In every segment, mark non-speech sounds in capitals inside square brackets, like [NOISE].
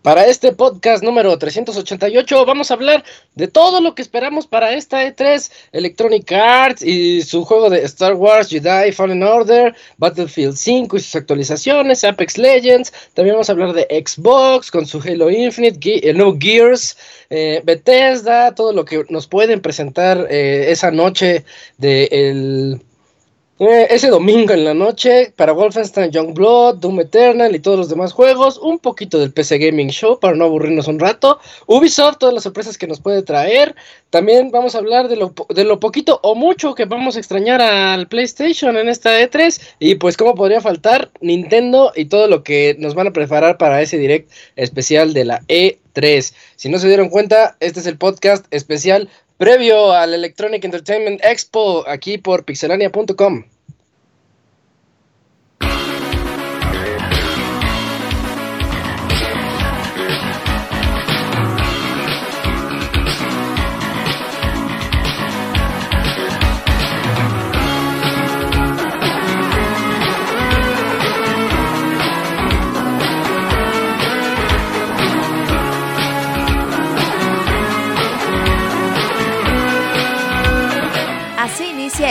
Para este podcast número 388 vamos a hablar de todo lo que esperamos para esta E3, Electronic Arts y su juego de Star Wars Jedi Fallen Order, Battlefield 5 y sus actualizaciones, Apex Legends, también vamos a hablar de Xbox con su Halo Infinite, Ge eh, no Gears, eh, Bethesda, todo lo que nos pueden presentar eh, esa noche de el eh, ese domingo en la noche para Wolfenstein Youngblood, Doom Eternal y todos los demás juegos, un poquito del PC Gaming Show para no aburrirnos un rato, Ubisoft, todas las sorpresas que nos puede traer, también vamos a hablar de lo, po- de lo poquito o mucho que vamos a extrañar al PlayStation en esta E3 y pues cómo podría faltar Nintendo y todo lo que nos van a preparar para ese direct especial de la E3. Si no se dieron cuenta, este es el podcast especial previo al Electronic Entertainment Expo aquí por pixelania.com. Así inicia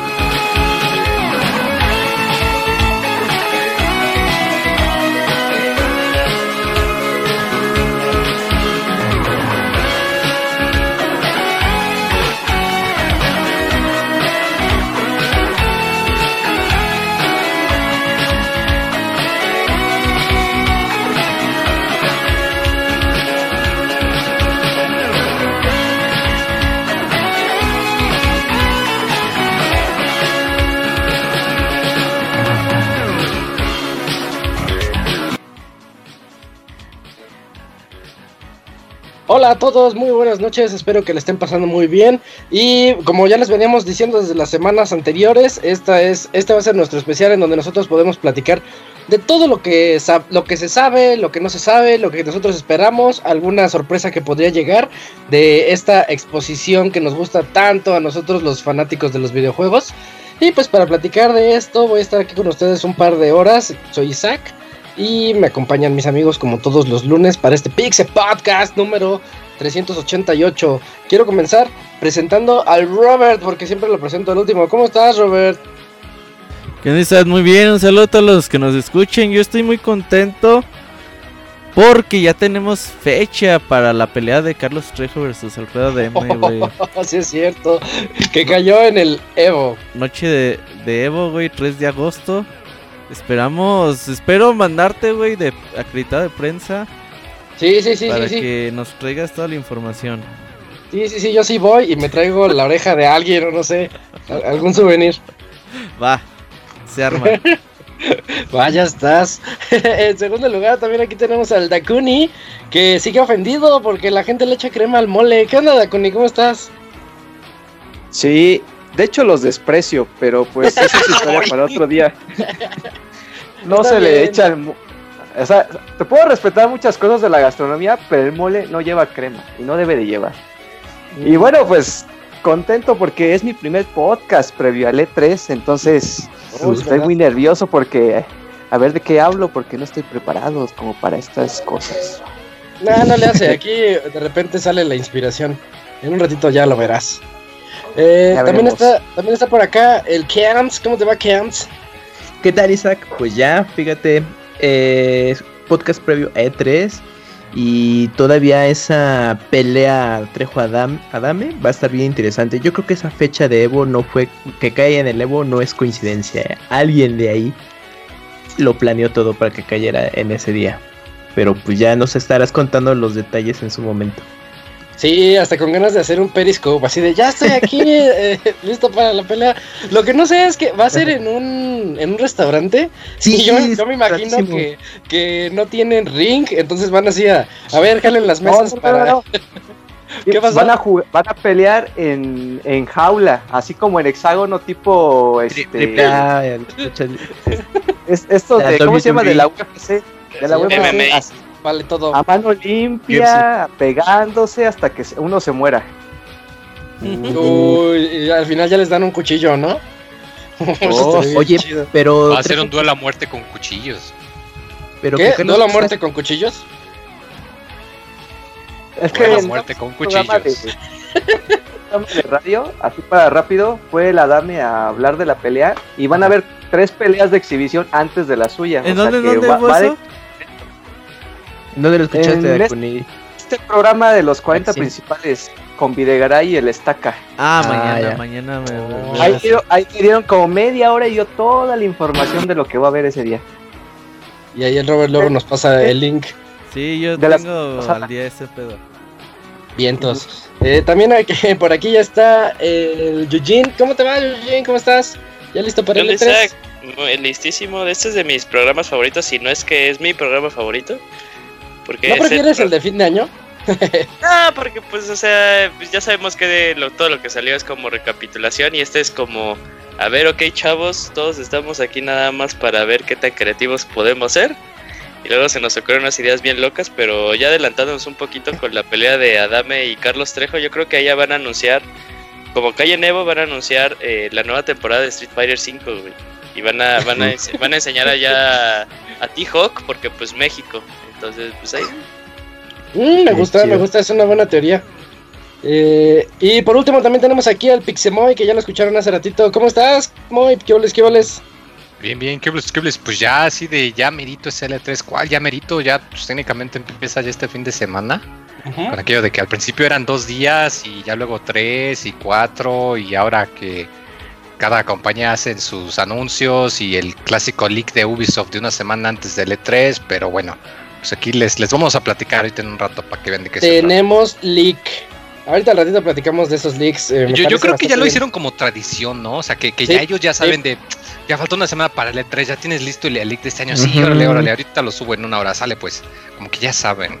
Hola a todos, muy buenas noches, espero que le estén pasando muy bien y como ya les veníamos diciendo desde las semanas anteriores, esta es este va a ser nuestro especial en donde nosotros podemos platicar de todo lo que sa- lo que se sabe, lo que no se sabe, lo que nosotros esperamos, alguna sorpresa que podría llegar de esta exposición que nos gusta tanto a nosotros los fanáticos de los videojuegos. Y pues para platicar de esto voy a estar aquí con ustedes un par de horas. Soy Isaac y me acompañan mis amigos como todos los lunes para este Pixel Podcast número 388. Quiero comenzar presentando al Robert porque siempre lo presento al último. ¿Cómo estás, Robert? [LAUGHS] ¿Qué dices? Muy bien, un saludo a todos los que nos escuchen. Yo estoy muy contento porque ya tenemos fecha para la pelea de Carlos Trejo versus Alfredo de M, [LAUGHS] güey. Así Oh, es cierto, que cayó en el Evo. Noche de, de Evo, güey, 3 de agosto. Esperamos, espero mandarte, güey, de acreditado de prensa Sí, sí, sí, para sí, sí. que nos traigas toda la información. Sí, sí, sí, yo sí voy y me traigo la oreja de alguien o no sé, a- algún souvenir. Va, [LAUGHS] se arma. Vaya estás. [LAUGHS] en segundo lugar también aquí tenemos al Dakuni que sigue ofendido porque la gente le echa crema al mole. ¿Qué onda, Dakuni? ¿Cómo estás? Sí, de hecho los desprecio, pero pues esa [LAUGHS] es historia para otro día. No Está se le bien. echa el mo- O sea, te puedo respetar muchas cosas de la gastronomía, pero el mole no lleva crema y no debe de llevar. Mm. Y bueno, pues contento porque es mi primer podcast previo al E3, entonces pues, Uy, estoy Pues, ¿verdad? muy nervioso porque a ver de qué hablo, porque no estoy preparado como para estas cosas. No, no le hace. Aquí de repente sale la inspiración. En un ratito ya lo verás. Eh, Ya también, veremos. está, también está por acá el Camps. ¿Cómo te va, Camps? ¿Qué tal, Isaac? Pues ya, fíjate, eh, es podcast previo a E3 y todavía esa pelea Trejo Adam, Adame va a estar bien interesante. Yo creo que esa fecha de Evo no fue, que caiga en el Evo no es coincidencia. eh. Alguien de ahí lo planeó todo para que cayera en ese día. Pero pues ya nos estarás contando los detalles en su momento. Sí, hasta con ganas de hacer un periscope, así de ya estoy aquí, eh, listo para la pelea. Lo que no sé es que va a ser en un, en un restaurante. Sí, yo, yo me imagino rarísimo. que, que no tienen ring, entonces van así a, a ver, jalen las No, mesas no, no, para... [LAUGHS] no, no. ¿Qué pasó? Van a, ju- van a pelear en, en jaula, así como en hexágono tipo... Este, triple Ah, ya, muchas- Es, esto La de, ¿cómo se llama? WWE. De la UFC. De la Sí, UFC. MMA. así. Vale todo. A mano limpia, pegándose hasta que se- uno se muera. Mm. Uh, Uy, y al final ya les dan un cuchillo, ¿no? [LAUGHS] Eso estaría bien oye, chido. pero. Va a ser tres- un duelo a muerte con cuchillos. pero que ¿qué? Carlos ¿No la Trejo muerte con cuchillos? Es que Duelo a en muerte con un programa de, cuchillos. un programa de radio, así para rápido, fue la Dami a hablar de la pelea y van a haber tres peleas de exhibición antes de la suya. ¿En O sea dónde, que dónde va- va fue de- eso? está- ¿Dónde lo escuchaste, En este- Dakuni? Este programa de los 40 Sí. principales con Videgaray y el Estaca. Ah, Ah, mañana, ya. mañana me- Oh. me- me- Ahí, dio- ahí me dieron como media hora y yo toda la información de lo que va a haber ese día. Y ahí el Robert luego nos pasa el link. Sí, yo de las- tengo [LAUGHS] o sea- al día ese pedo. Ah, Vientos. Eh, también aquí- [LAUGHS] por aquí ya está el Eugene. ¿Cómo te va, Eugene? ¿Cómo estás? ¿Ya listo para Yo el E le E3? sac- muy listísimo. Este es de mis programas favoritos, si no es que es mi programa favorito. Porque ¿No es el prefieres pro- el de fin de año? Ah, porque pues, o sea, pues, ya sabemos que de lo- todo lo que salió es como recapitulación y este es como, a ver, ok chavos, todos estamos aquí nada más para ver qué tan creativos podemos ser. Y luego se nos ocurren unas ideas bien locas, pero ya adelantándonos un poquito con la pelea de Adame y Carlos Trejo, yo creo que allá van a anunciar, como Calle Nevo van a anunciar eh, la nueva temporada de Street Fighter 5, güey. Y van a, van a, ense- van a enseñar allá a T-Hawk, porque pues México. Entonces, pues ahí Mm, me Sí, gusta, chido. me gusta, es una buena teoría. Eh, y por último también tenemos aquí al Pixemoy, que ya lo escucharon hace ratito. ¿Cómo estás, Moy? ¿Qué oles, qué oles? Bien, bien, qué hables, qué hables. Pues ya así de ya merito ese L3. ¿Cuál? Ya merito, ya pues, técnicamente empieza ya este fin de semana. Con aquello de que al principio eran dos días y ya luego tres y cuatro y ahora que cada compañía hace sus anuncios y el clásico leak de Ubisoft de una semana antes del E3, pero bueno, pues aquí les, les vamos a platicar ahorita en un rato para que vean de qué se trata. Tenemos leak. Ahorita al ratito platicamos de esos leaks. eh, me Yo, yo parece creo que ya bastante lo bien. hicieron como tradición, ¿no? O sea, que, que Sí, ya ellos ya sí. saben de, ya falta una semana para el E3, ya tienes listo el el leak de este año. Sí, Ujú. órale, órale, ahorita lo subo en una hora, sale pues. Como que ya saben.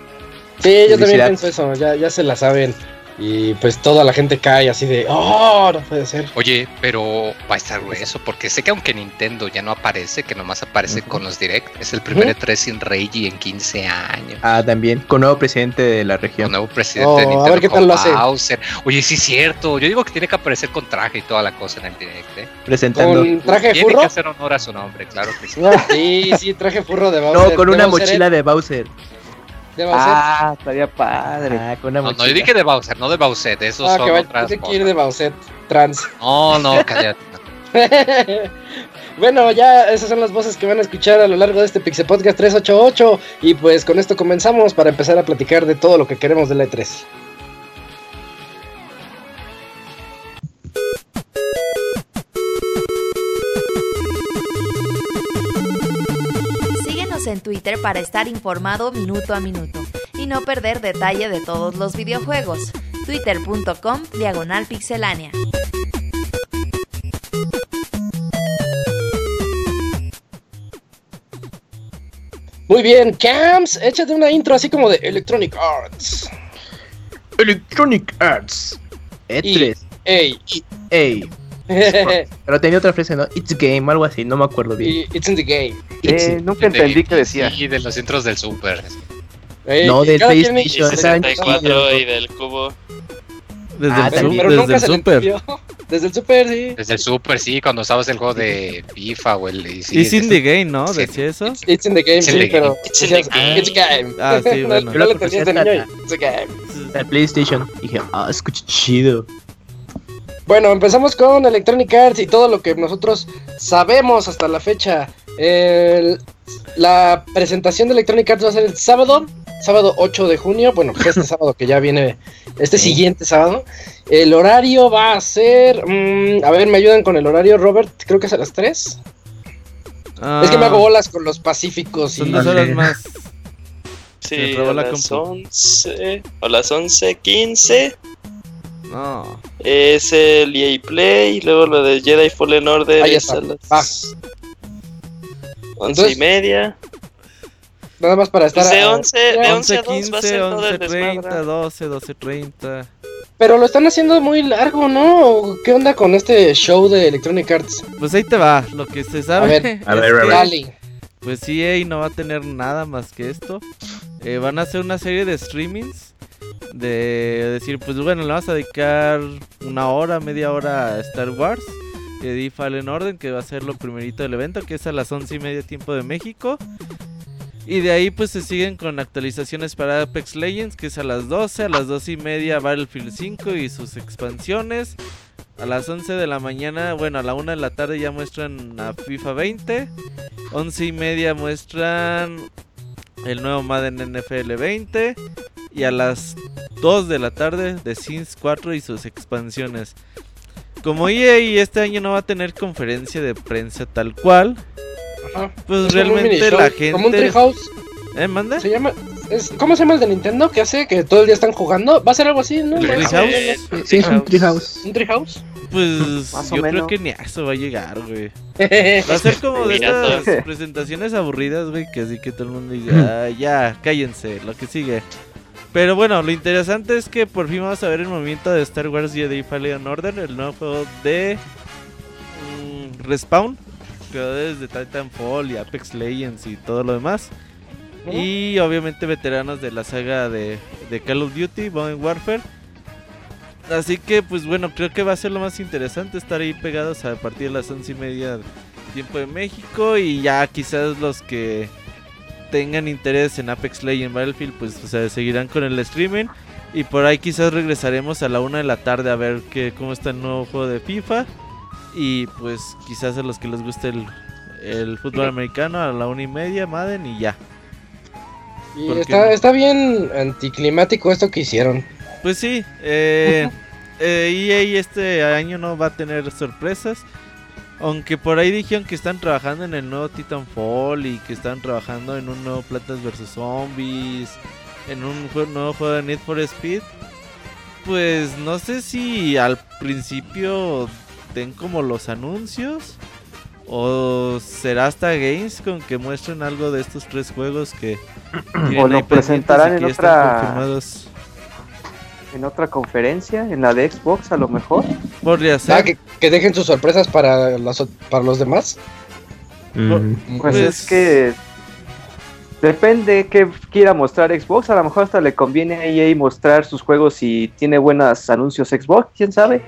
Sí, yo también Publicidad. pienso eso, ya, ya se la saben. Y pues toda la gente cae así de, oh, no puede ser. Oye, pero va a estar grueso, porque sé que aunque Nintendo ya no aparece, que nomás aparece con los Direct, es el primer E3 sin Reggie en 15 años. Ah, también. Con nuevo presidente de la El región. nuevo presidente Oh, a de Nintendo ver qué tal con lo hace. Bowser. Oye, sí es cierto. Yo digo que tiene que aparecer con traje y toda la cosa en el Direct, ¿eh? Presentando. ¿Con traje de Tiene furro? que hacer honor a su nombre, claro que sí. Sí, sí, traje furro de Bowser. No, con de una Bowser, mochila de Bowser. eh. De Bowser. Ah, Ah, estaría padre. Ah, con una No, mochila. no, yo dije de Bowser, no de Bowser. Esos son Ah, que va otras tiene que ir cosas. de Bowser trans. [LAUGHS] No, no, cállate. bueno, ya esas son las voces que van a escuchar a lo largo de este Pixel Podcast 388. Y pues con esto comenzamos para empezar a platicar de todo lo que queremos de la E E3. Síguenos en Twitter para estar informado minuto a minuto y no perder detalle de todos los videojuegos. Twitter.com Diagonal Pixelánea. Muy bien, Camps, échate una intro así como de Electronic Arts. Electronic Arts. E3. Ey. E [LAUGHS] Ey. Pero tenía otra frase, ¿no? It's Game, algo así, no me acuerdo bien. Y It's in the game. It's- Eh, nunca entendí qué decía. Y de los intros del Super. Ey, No, y del cada quien- PlayStation. Y Yo era en 64 y del cubo. Desde Ah, Pero, el, también. super, pero desde nunca el se le super. entendió. Desde el super, sí. Desde el Super, sí, cuando usabas el juego de FIFA o el. Y Y Cindy Gay, ¿no? Sí. ¿Decía eso? It's in the game, It's sí, in the game. pero. It's in the decías, game. It's game. Ah, sí, bueno. [LAUGHS] no, no lo entendías de niño y it's a game. Al PlayStation. Dije, ah, escucha chido. Bueno, empezamos con Electronic Arts y todo lo que nosotros sabemos hasta la fecha. El- la presentación de Electronic Arts va a ser el sábado, sábado 8 de junio. Bueno, pues este [LAUGHS] sábado que ya viene, este siguiente sábado. El horario va a ser. mm, a ver, ¿me ayudan con el horario, Robert? Creo que es a las 3. Es que me hago bolas con los pacíficos y Ah, Son dos horas Ándale. más. Sí, Me robó a la las compu. 11, a las 11.15 [LAUGHS] No. es el EA Play, y luego lo de Jedi Fallen Order Ahí es está, a las once Entonces, y media. nada más para estar. Pues de a- 11, de 11 11, a 2 va a ser 15, todo el 11, 30, desmadre. 12, 12, 30. Pero lo están haciendo muy largo, ¿no? ¿Qué onda con este show de Electronic Arts? Pues ahí te va, lo que se sabe. A ver, [LAUGHS] es E a ver, a ver. que, Dale. Pues EA no va a tener nada más que esto. eh, van a hacer una serie de streamings. De decir, pues bueno, le vas a dedicar una hora, media hora a Star Wars. Y di Fallen Order, que va a ser lo primerito del evento, que es a las once y media tiempo de México. Y de ahí pues se siguen con actualizaciones para Apex Legends, que es a las 12, a las 12 y media Battlefield 5 y sus expansiones. A las 11 de la mañana, bueno, a la 1 de la tarde ya muestran a FIFA 20. 11 y media muestran el nuevo Madden NFL 20. Y a las 2 de la tarde de Sims 4 y sus expansiones. Como EA este año no va a tener conferencia de prensa tal cual, Ajá. Es como pues un realmente mini la show, gente... Como un treehouse. ¿Eh, manda? Se llama. Es, ¿Cómo se llama el de Nintendo? que hace? Que todo el día están jugando. ¿Va a ser algo así, no? El ¿Va a ser Treehouse. algo Eh, Sí, es un treehouse. así? ¿Un [LAUGHS] treehouse? Pues [LAUGHS] Más o yo creo menos. que ni a eso va a llegar, güey. Va a ser como de Mira todo. estas presentaciones aburridas, güey, que así que todo el mundo dice, "Ah, ya, cállense, lo que sigue. Pero bueno, lo interesante es que por fin vamos a ver el movimiento de Star Wars Jedi Fallen Order, el nuevo juego de mm, Respawn, creadores de Titanfall y Apex Legends y todo lo demás. Y obviamente veteranos de la saga de, de Call of Duty, Modern Warfare. Así que, pues bueno, creo que va a ser lo más interesante estar ahí pegados a partir de las once y media tiempo de México. Y ya quizás los que tengan interés en Apex Legends Battlefield, pues o sea, seguirán con el streaming. Y por ahí quizás regresaremos a la una de la tarde a ver que, cómo está el nuevo juego de FIFA. Y pues quizás a los que les guste el, el fútbol americano a la una y media, Madden y ya. Y ¿Por qué no? está, está bien anticlimático esto que hicieron. Pues sí, eh, eh, EA este año no va a tener sorpresas. Aunque por ahí dijeron que están trabajando en el nuevo Titanfall y que están trabajando en un nuevo Plantas vs Zombies, en un jue- nuevo juego de Need for Speed. Pues no sé si al principio den como los anuncios o será hasta Games con que muestren algo de estos tres juegos [CLEARS THROAT] que tienen lo ahí pendientes y presentarán en que ya están otra- confirmados. En otra conferencia, en la de Xbox a lo mejor. Podría ser. Ah, que, que dejen sus sorpresas para, las, o- para los demás. Mm. Pues, Pues- es que depende qué quiera mostrar Xbox. A lo mejor hasta le conviene a EA mostrar sus juegos si tiene buenos anuncios Xbox, quién sabe.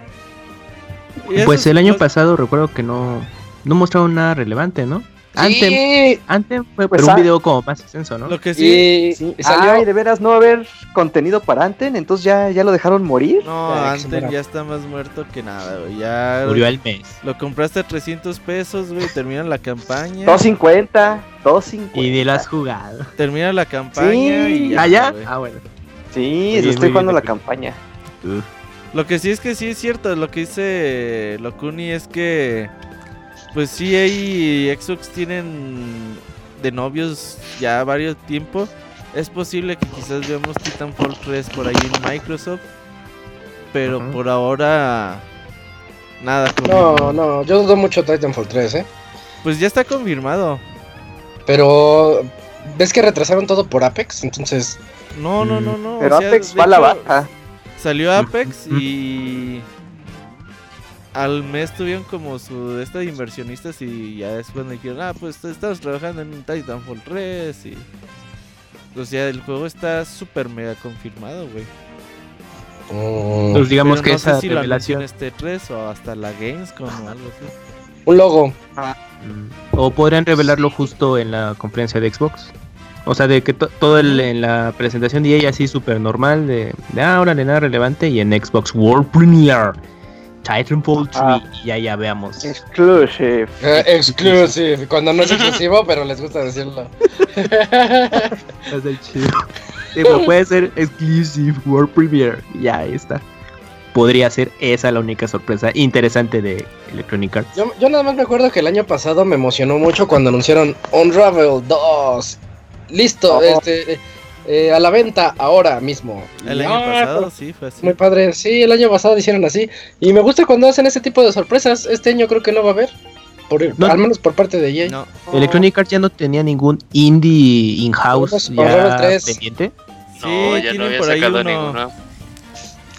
Y eso Pues es el año lo- pasado recuerdo que no, no mostraron nada relevante, ¿no? Antes, Sí, antes fue Pues pero un ah- video como más extenso, ¿no? Lo que sí. y, Sí. y salió. Ay, de veras, no va a haber contenido para Anten, entonces ya, ya lo dejaron morir. No, Ya, que se antes muera. ya está más muerto que nada, güey. Ya Murió al mes. lo compraste a 300 pesos, güey. Termina la campaña. 250, 250. Y de las jugadas. Termina la campaña Sí. y ya, ¿Ah, ya? güey. Ah, bueno. Sí, Oye, se muy estoy jugando bien, la Pepe. campaña. Lo que sí es que sí es cierto, lo que dice Locuni es que pues sí y Xbox tienen de novios ya varios tiempo. Es posible que quizás veamos Titanfall 3 por ahí en Microsoft, pero Ajá. por ahora nada. No, confirmado. no, yo dudo mucho Titanfall 3, ¿eh? Pues ya está confirmado. Pero. ¿Ves que retrasaron todo por Apex? Entonces. No, no, Mm. no, no. o Pero sea, Apex de va a la hecho, baja. Salió Apex Mm. y al mes tuvieron como su esta de inversionistas y ya es cuando dijeron, ah, pues te estamos trabajando en un Titanfall 3 y... O sea, el juego está súper mega confirmado, güey. mm, Pues digamos Pero que no sé esa si lo anuncian revelación. este 3 o hasta la Gamescom o algo así. un logo. Mm. O podrían revelarlo justo en la conferencia de Xbox. O sea, de que to- todo el- en la presentación de EA así súper normal, de, de ah, órale, nada relevante, y en Xbox World Premiere, Titanfall 3, Ah. y ya, ya [LAUGHS] veamos. Exclusive. Eh, exclusive. Cuando no es exclusivo, pero les gusta decirlo. [LAUGHS] Está chido. Digo, puede ser Exclusive World Premiere, y ya ahí está. Podría ser esa la única sorpresa interesante de Electronic Arts. Yo, yo nada más me acuerdo que el año pasado me emocionó mucho cuando anunciaron Unravel 2. Listo, Oh. este, eh, a la venta ahora mismo. El Y, año ah, pasado sí fue así. Muy padre, sí, el año pasado lo hicieron así. Y me gusta cuando hacen ese tipo de sorpresas. Este año creo que no va a haber. Por, No. Al menos por parte de E EA. No, Electronic Arts ya no tenía ningún indie in-house Con ya Marvel 3. pendiente. No, sí, ya no tienen había por ahí sacado uno. ninguno.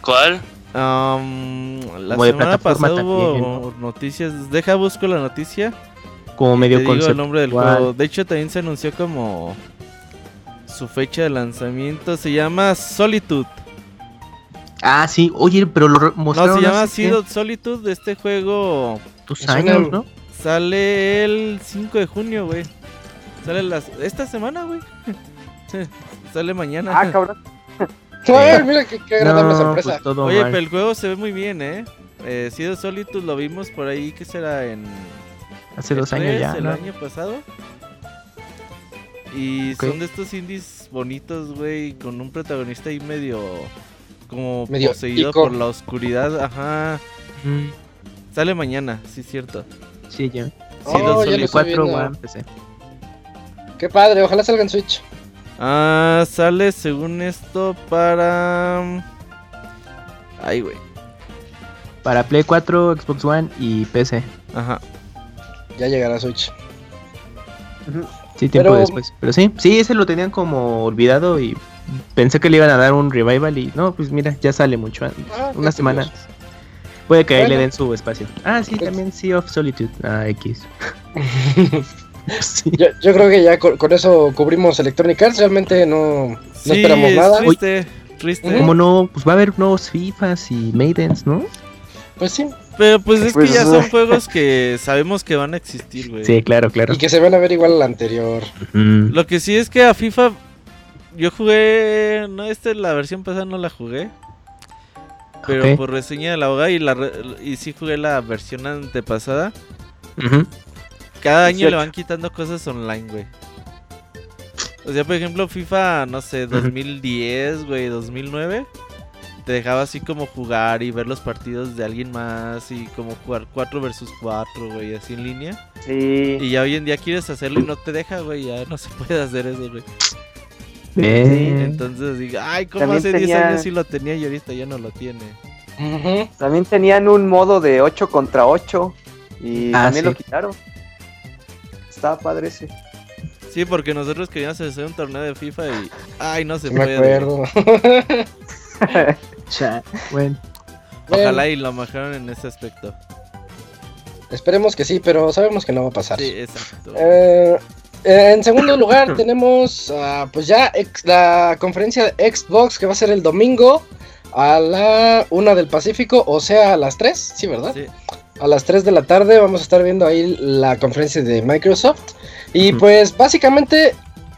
¿Cuál? Am, la Como de semana plataforma pasada hubo también, noticias. Deja busco la noticia. como Te medio digo el conceptual. nombre del juego. De hecho, también se anunció como Su fecha de lanzamiento se llama Solitude. Ah, sí. Oye, pero lo re- mostraron No, se llama hace, ¿qué? Solitude Solitude. Este juego dos Me suena- años, ¿no? sale el 5 de junio, güey. Sale las... esta semana, güey. [LAUGHS] sale mañana. Ah, cabrón. Ay, mira qué, qué agradable No, sorpresa. pues todo Oye, mal. pero el juego se ve muy bien, ¿eh? eh Sido Solitude lo vimos por ahí, ¿qué será? En... Hace dos E3, años ya, El ¿no? año pasado. Y Ok. son de estos indies bonitos, güey, con un protagonista ahí medio... Como Medio poseído ico. por la oscuridad, ajá. Mm, Sale mañana, sí es cierto. Sí, ya. Oh, sí, dos ya lo Sony estoy 4 viendo. va a empezar. Qué padre, ojalá salga en Switch. Ah, sale según esto para... mm, Ay, güey. Para Play 4, Xbox One y PC. Ajá. Ya llegará Switch. Sí, tiempo Pero- después. Pero sí, sí, ese lo tenían como olvidado y pensé que le iban a dar un revival y no, pues mira, ya sale mucho antes. Ah, Una qué semana. curioso. Puede que ahí le Bueno. den su espacio. Ah, sí, Pues- también Sea of Solitude. Ah, [LAUGHS] X. [LAUGHS] sí. Yo, yo creo que ya con, con eso cubrimos Electronic Arts. Realmente no, no Sí, esperamos es nada. triste, triste. Ujú. Como no, pues va a haber nuevos FIFAs y Maidens, ¿no? Pues sí. Pero pues es Pues, que ya son eh. juegos que sabemos que van a existir, güey. Sí, claro, claro. Y que se van a ver igual al anterior. Mm. Lo que sí es que a FIFA yo jugué, no este la versión pasada no la jugué, pero Ok. por reseña de la hoga y la re- y sí jugué la versión antepasada. Ujú. Cada año le 18. van quitando cosas online, güey. O sea, por ejemplo, FIFA, no sé, 2010, güey, 2009 te dejaba así como jugar y ver los partidos de alguien más y como jugar 4 versus 4, güey, así en línea. Sí. Y ya hoy en día quieres hacerlo y no te deja, güey. Ya no se puede hacer eso, güey. Eh, Entonces digo, ay, como También hace 10 tenía- años sí lo tenía y ahorita ya no lo tiene. Ujú. También tenían un modo de 8 contra 8 y Ah, también sí. lo quitaron. Estaba padre ese. Sí, porque nosotros queríamos hacer un torneo de FIFA y, ay, no se Me puede. acuerdo. [LAUGHS] cha- Bueno, Ojalá y lo majaron en ese aspecto. Esperemos que sí, pero sabemos que no va a pasar. Sí, exacto. Eh, en segundo lugar tenemos ah, pues ya ex- la conferencia de Xbox que va a ser el domingo a la una del Pacífico, o sea, a las 3, sí, ¿verdad? Sí. A las 3 de la tarde vamos a estar viendo ahí la conferencia de Microsoft. Y Ujú. pues básicamente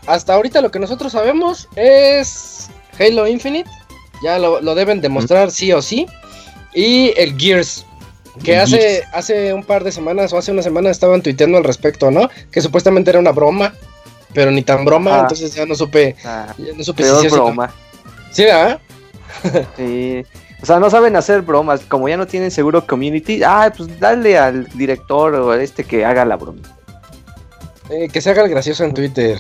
hasta ahorita lo que nosotros sabemos es Halo Infinite, ya lo, lo deben demostrar sí o sí, y el Gears. Que El hace, Gears. hace un par de semanas o hace una semana estaban tuiteando al respecto, ¿no? Que supuestamente era una broma, pero ni tan broma, Ah. entonces ya no supe, Ah, ya no supe peor sí o sí no. broma. Sí, ¿verdad? Sí. O sea, no saben hacer bromas. Como ya no tienen seguro community, ah, pues dale al director o a este que haga la broma. Eh, que se haga el gracioso en Twitter.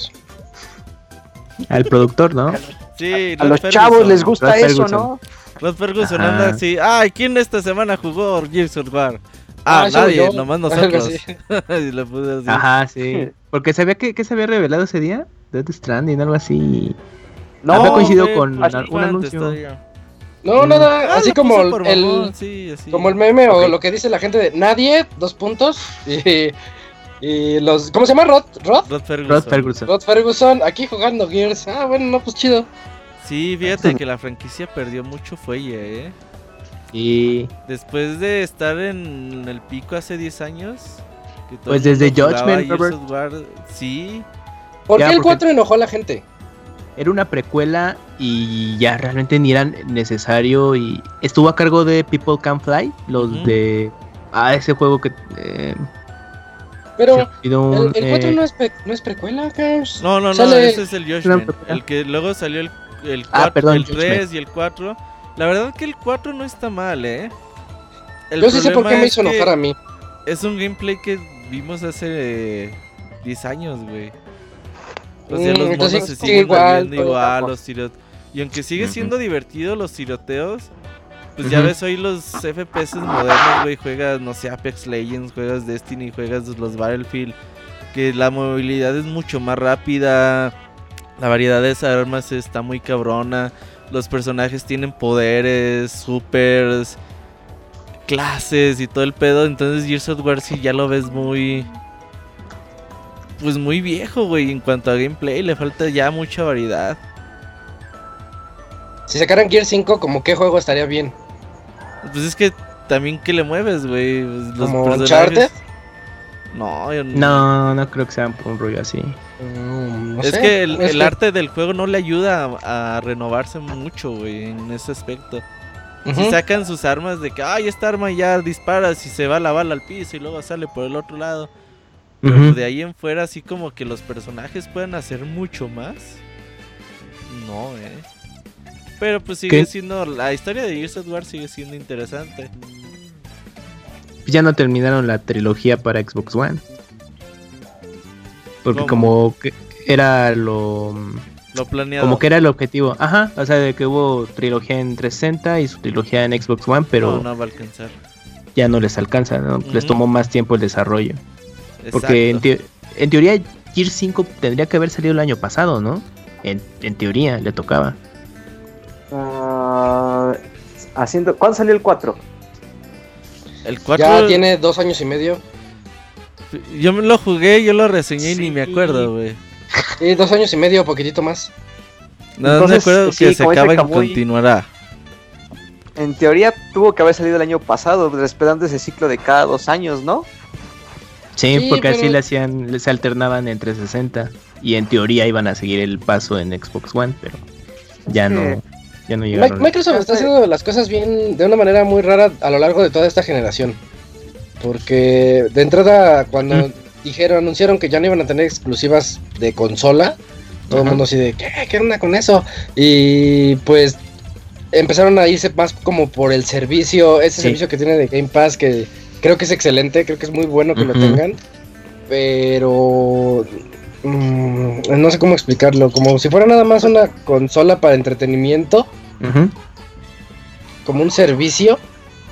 al productor, ¿no? Sí, A Rod los Ferguson. chavos les gusta Rod eso, Ferguson. ¿no? Rod Ferguson Ajá. anda así, ay, ¿quién esta semana jugó Gears of War? Ah, Ah, eso nadie, yo. nomás [LAUGHS] Algo nosotros. así. [LAUGHS] y le puse así. Ajá, [LAUGHS] sí. Porque sabía que, que se había revelado ese día. Death Stranding, algo así. Había No, coincidido güey, con pues, un fue antes anuncio. todavía. No, Mm. nada, Ah, así lo como puse el, por el- mamón, sí, así. como el meme Ok. o lo que dice la gente de nadie, dos puntos. [LAUGHS] Y, y los. ¿Cómo se llama? Rod, Rod? Rod Rod Ferguson. Ferguson. Rod Ferguson, aquí jugando Gears. Ah, bueno, no, pues chido. Sí, fíjate que la franquicia perdió mucho fuelle, ¿eh? Y Después de estar en el pico hace 10 años. que todo Pues el mundo desde jugaba Judgment, Gears Robert. of War, sí, ¿Por Ya, qué el porque- 4 enojó a la gente? era una precuela y ya realmente ni era necesario. Y estuvo a cargo de People Can Fly, los Ujú. de. Ah, ese juego que. eh, se Pero me olvidó el, un, el 4 eh, no, es pre- no es precuela, Gears. No, no, no, Sale- ese es el Judgment. precuela. El que luego salió el, el, Ah, cuatro- perdón, el Judgment. 3 y el 4. La verdad que el 4 no está mal, ¿eh? El Yo sí sé por problema qué me es hizo que enojar a mí. Es un gameplay que vimos hace eh, 10 años, güey. O sea, Mm, los monos entonces se sigue siguen igual, igual, todo igual guapo. los tiroteos. Y aunque sigue Ujú. siendo divertido los tiroteos, pues ya Ujú. ves hoy los FPS modernos, güey, juegas, no sé, Apex Legends, juegas Destiny, juegas los Battlefield, que la movilidad es mucho más rápida, la variedad de esas armas está muy cabrona, los personajes tienen poderes, supers, clases y todo el pedo, entonces Gears of War sí ya lo ves muy pues muy viejo, güey, en cuanto a gameplay, le falta ya mucha variedad. Si sacaran Gear 5, ¿como qué juego estaría bien? Pues es que también que le mueves, güey, Pues, los ¿Como personajes. Uncharted? No, yo No, no creo que sea un rollo así. Mm, no es sé, que el, es el arte del juego no le ayuda a, a renovarse mucho, güey, en ese aspecto. Ujú. Si sacan sus armas de que, ay, esta arma ya dispara si se va la bala al piso y luego sale por el otro lado. Pero Ujú. de ahí en fuera, así como que los personajes puedan hacer mucho más. No, eh. Pero pues sigue ¿Qué? siendo. La historia de Gears of War sigue siendo interesante. Ya no terminaron la trilogía para Xbox One. ¿Cómo? Porque como que era lo... Lo planeado. Como que era el objetivo. Ajá, o sea, de que hubo trilogía en 360 y su trilogía en Xbox One, pero No, no va a alcanzar. ya no les alcanza, ¿no? Les Ujú. tomó más tiempo el desarrollo. Porque en, Exacto. teo- en teoría Gear 5 tendría que haber salido el año pasado, ¿no? En, en teoría le tocaba. Ah, haciendo, ¿Cuándo salió el 4? El que 4. Ya tiene dos años y medio. Yo me lo jugué, yo lo reseñé y ni me Sí. acuerdo, güey. Sí, dos años y medio, poquitito más. No, me Entonces, acuerdo sí, que se como dice acaba y Kamui- continuará. En teoría tuvo que haber salido el año pasado, respetando ese ciclo de cada dos años, ¿no? Sí, Sí, porque así pero- le hacían, le- se alternaban en 360 y en teoría iban a seguir el paso en Xbox One, pero ya no, ya no Mi- llegaron. Microsoft Ya está sé. haciendo las cosas bien de una manera muy rara a lo largo de toda esta generación. Porque de entrada, cuando Mm. dijeron, anunciaron que ya no iban a tener exclusivas de consola, todo el Ajá. mundo así de, ¿qué? ¿Qué onda con eso? Y pues empezaron a irse más como por el servicio, ese Sí. servicio que tiene de Game Pass, que creo que es excelente, creo que es muy bueno que lo Ujú. tengan. Pero Mm, no sé cómo explicarlo, como si fuera nada más una consola para entretenimiento, Ujú. como un servicio,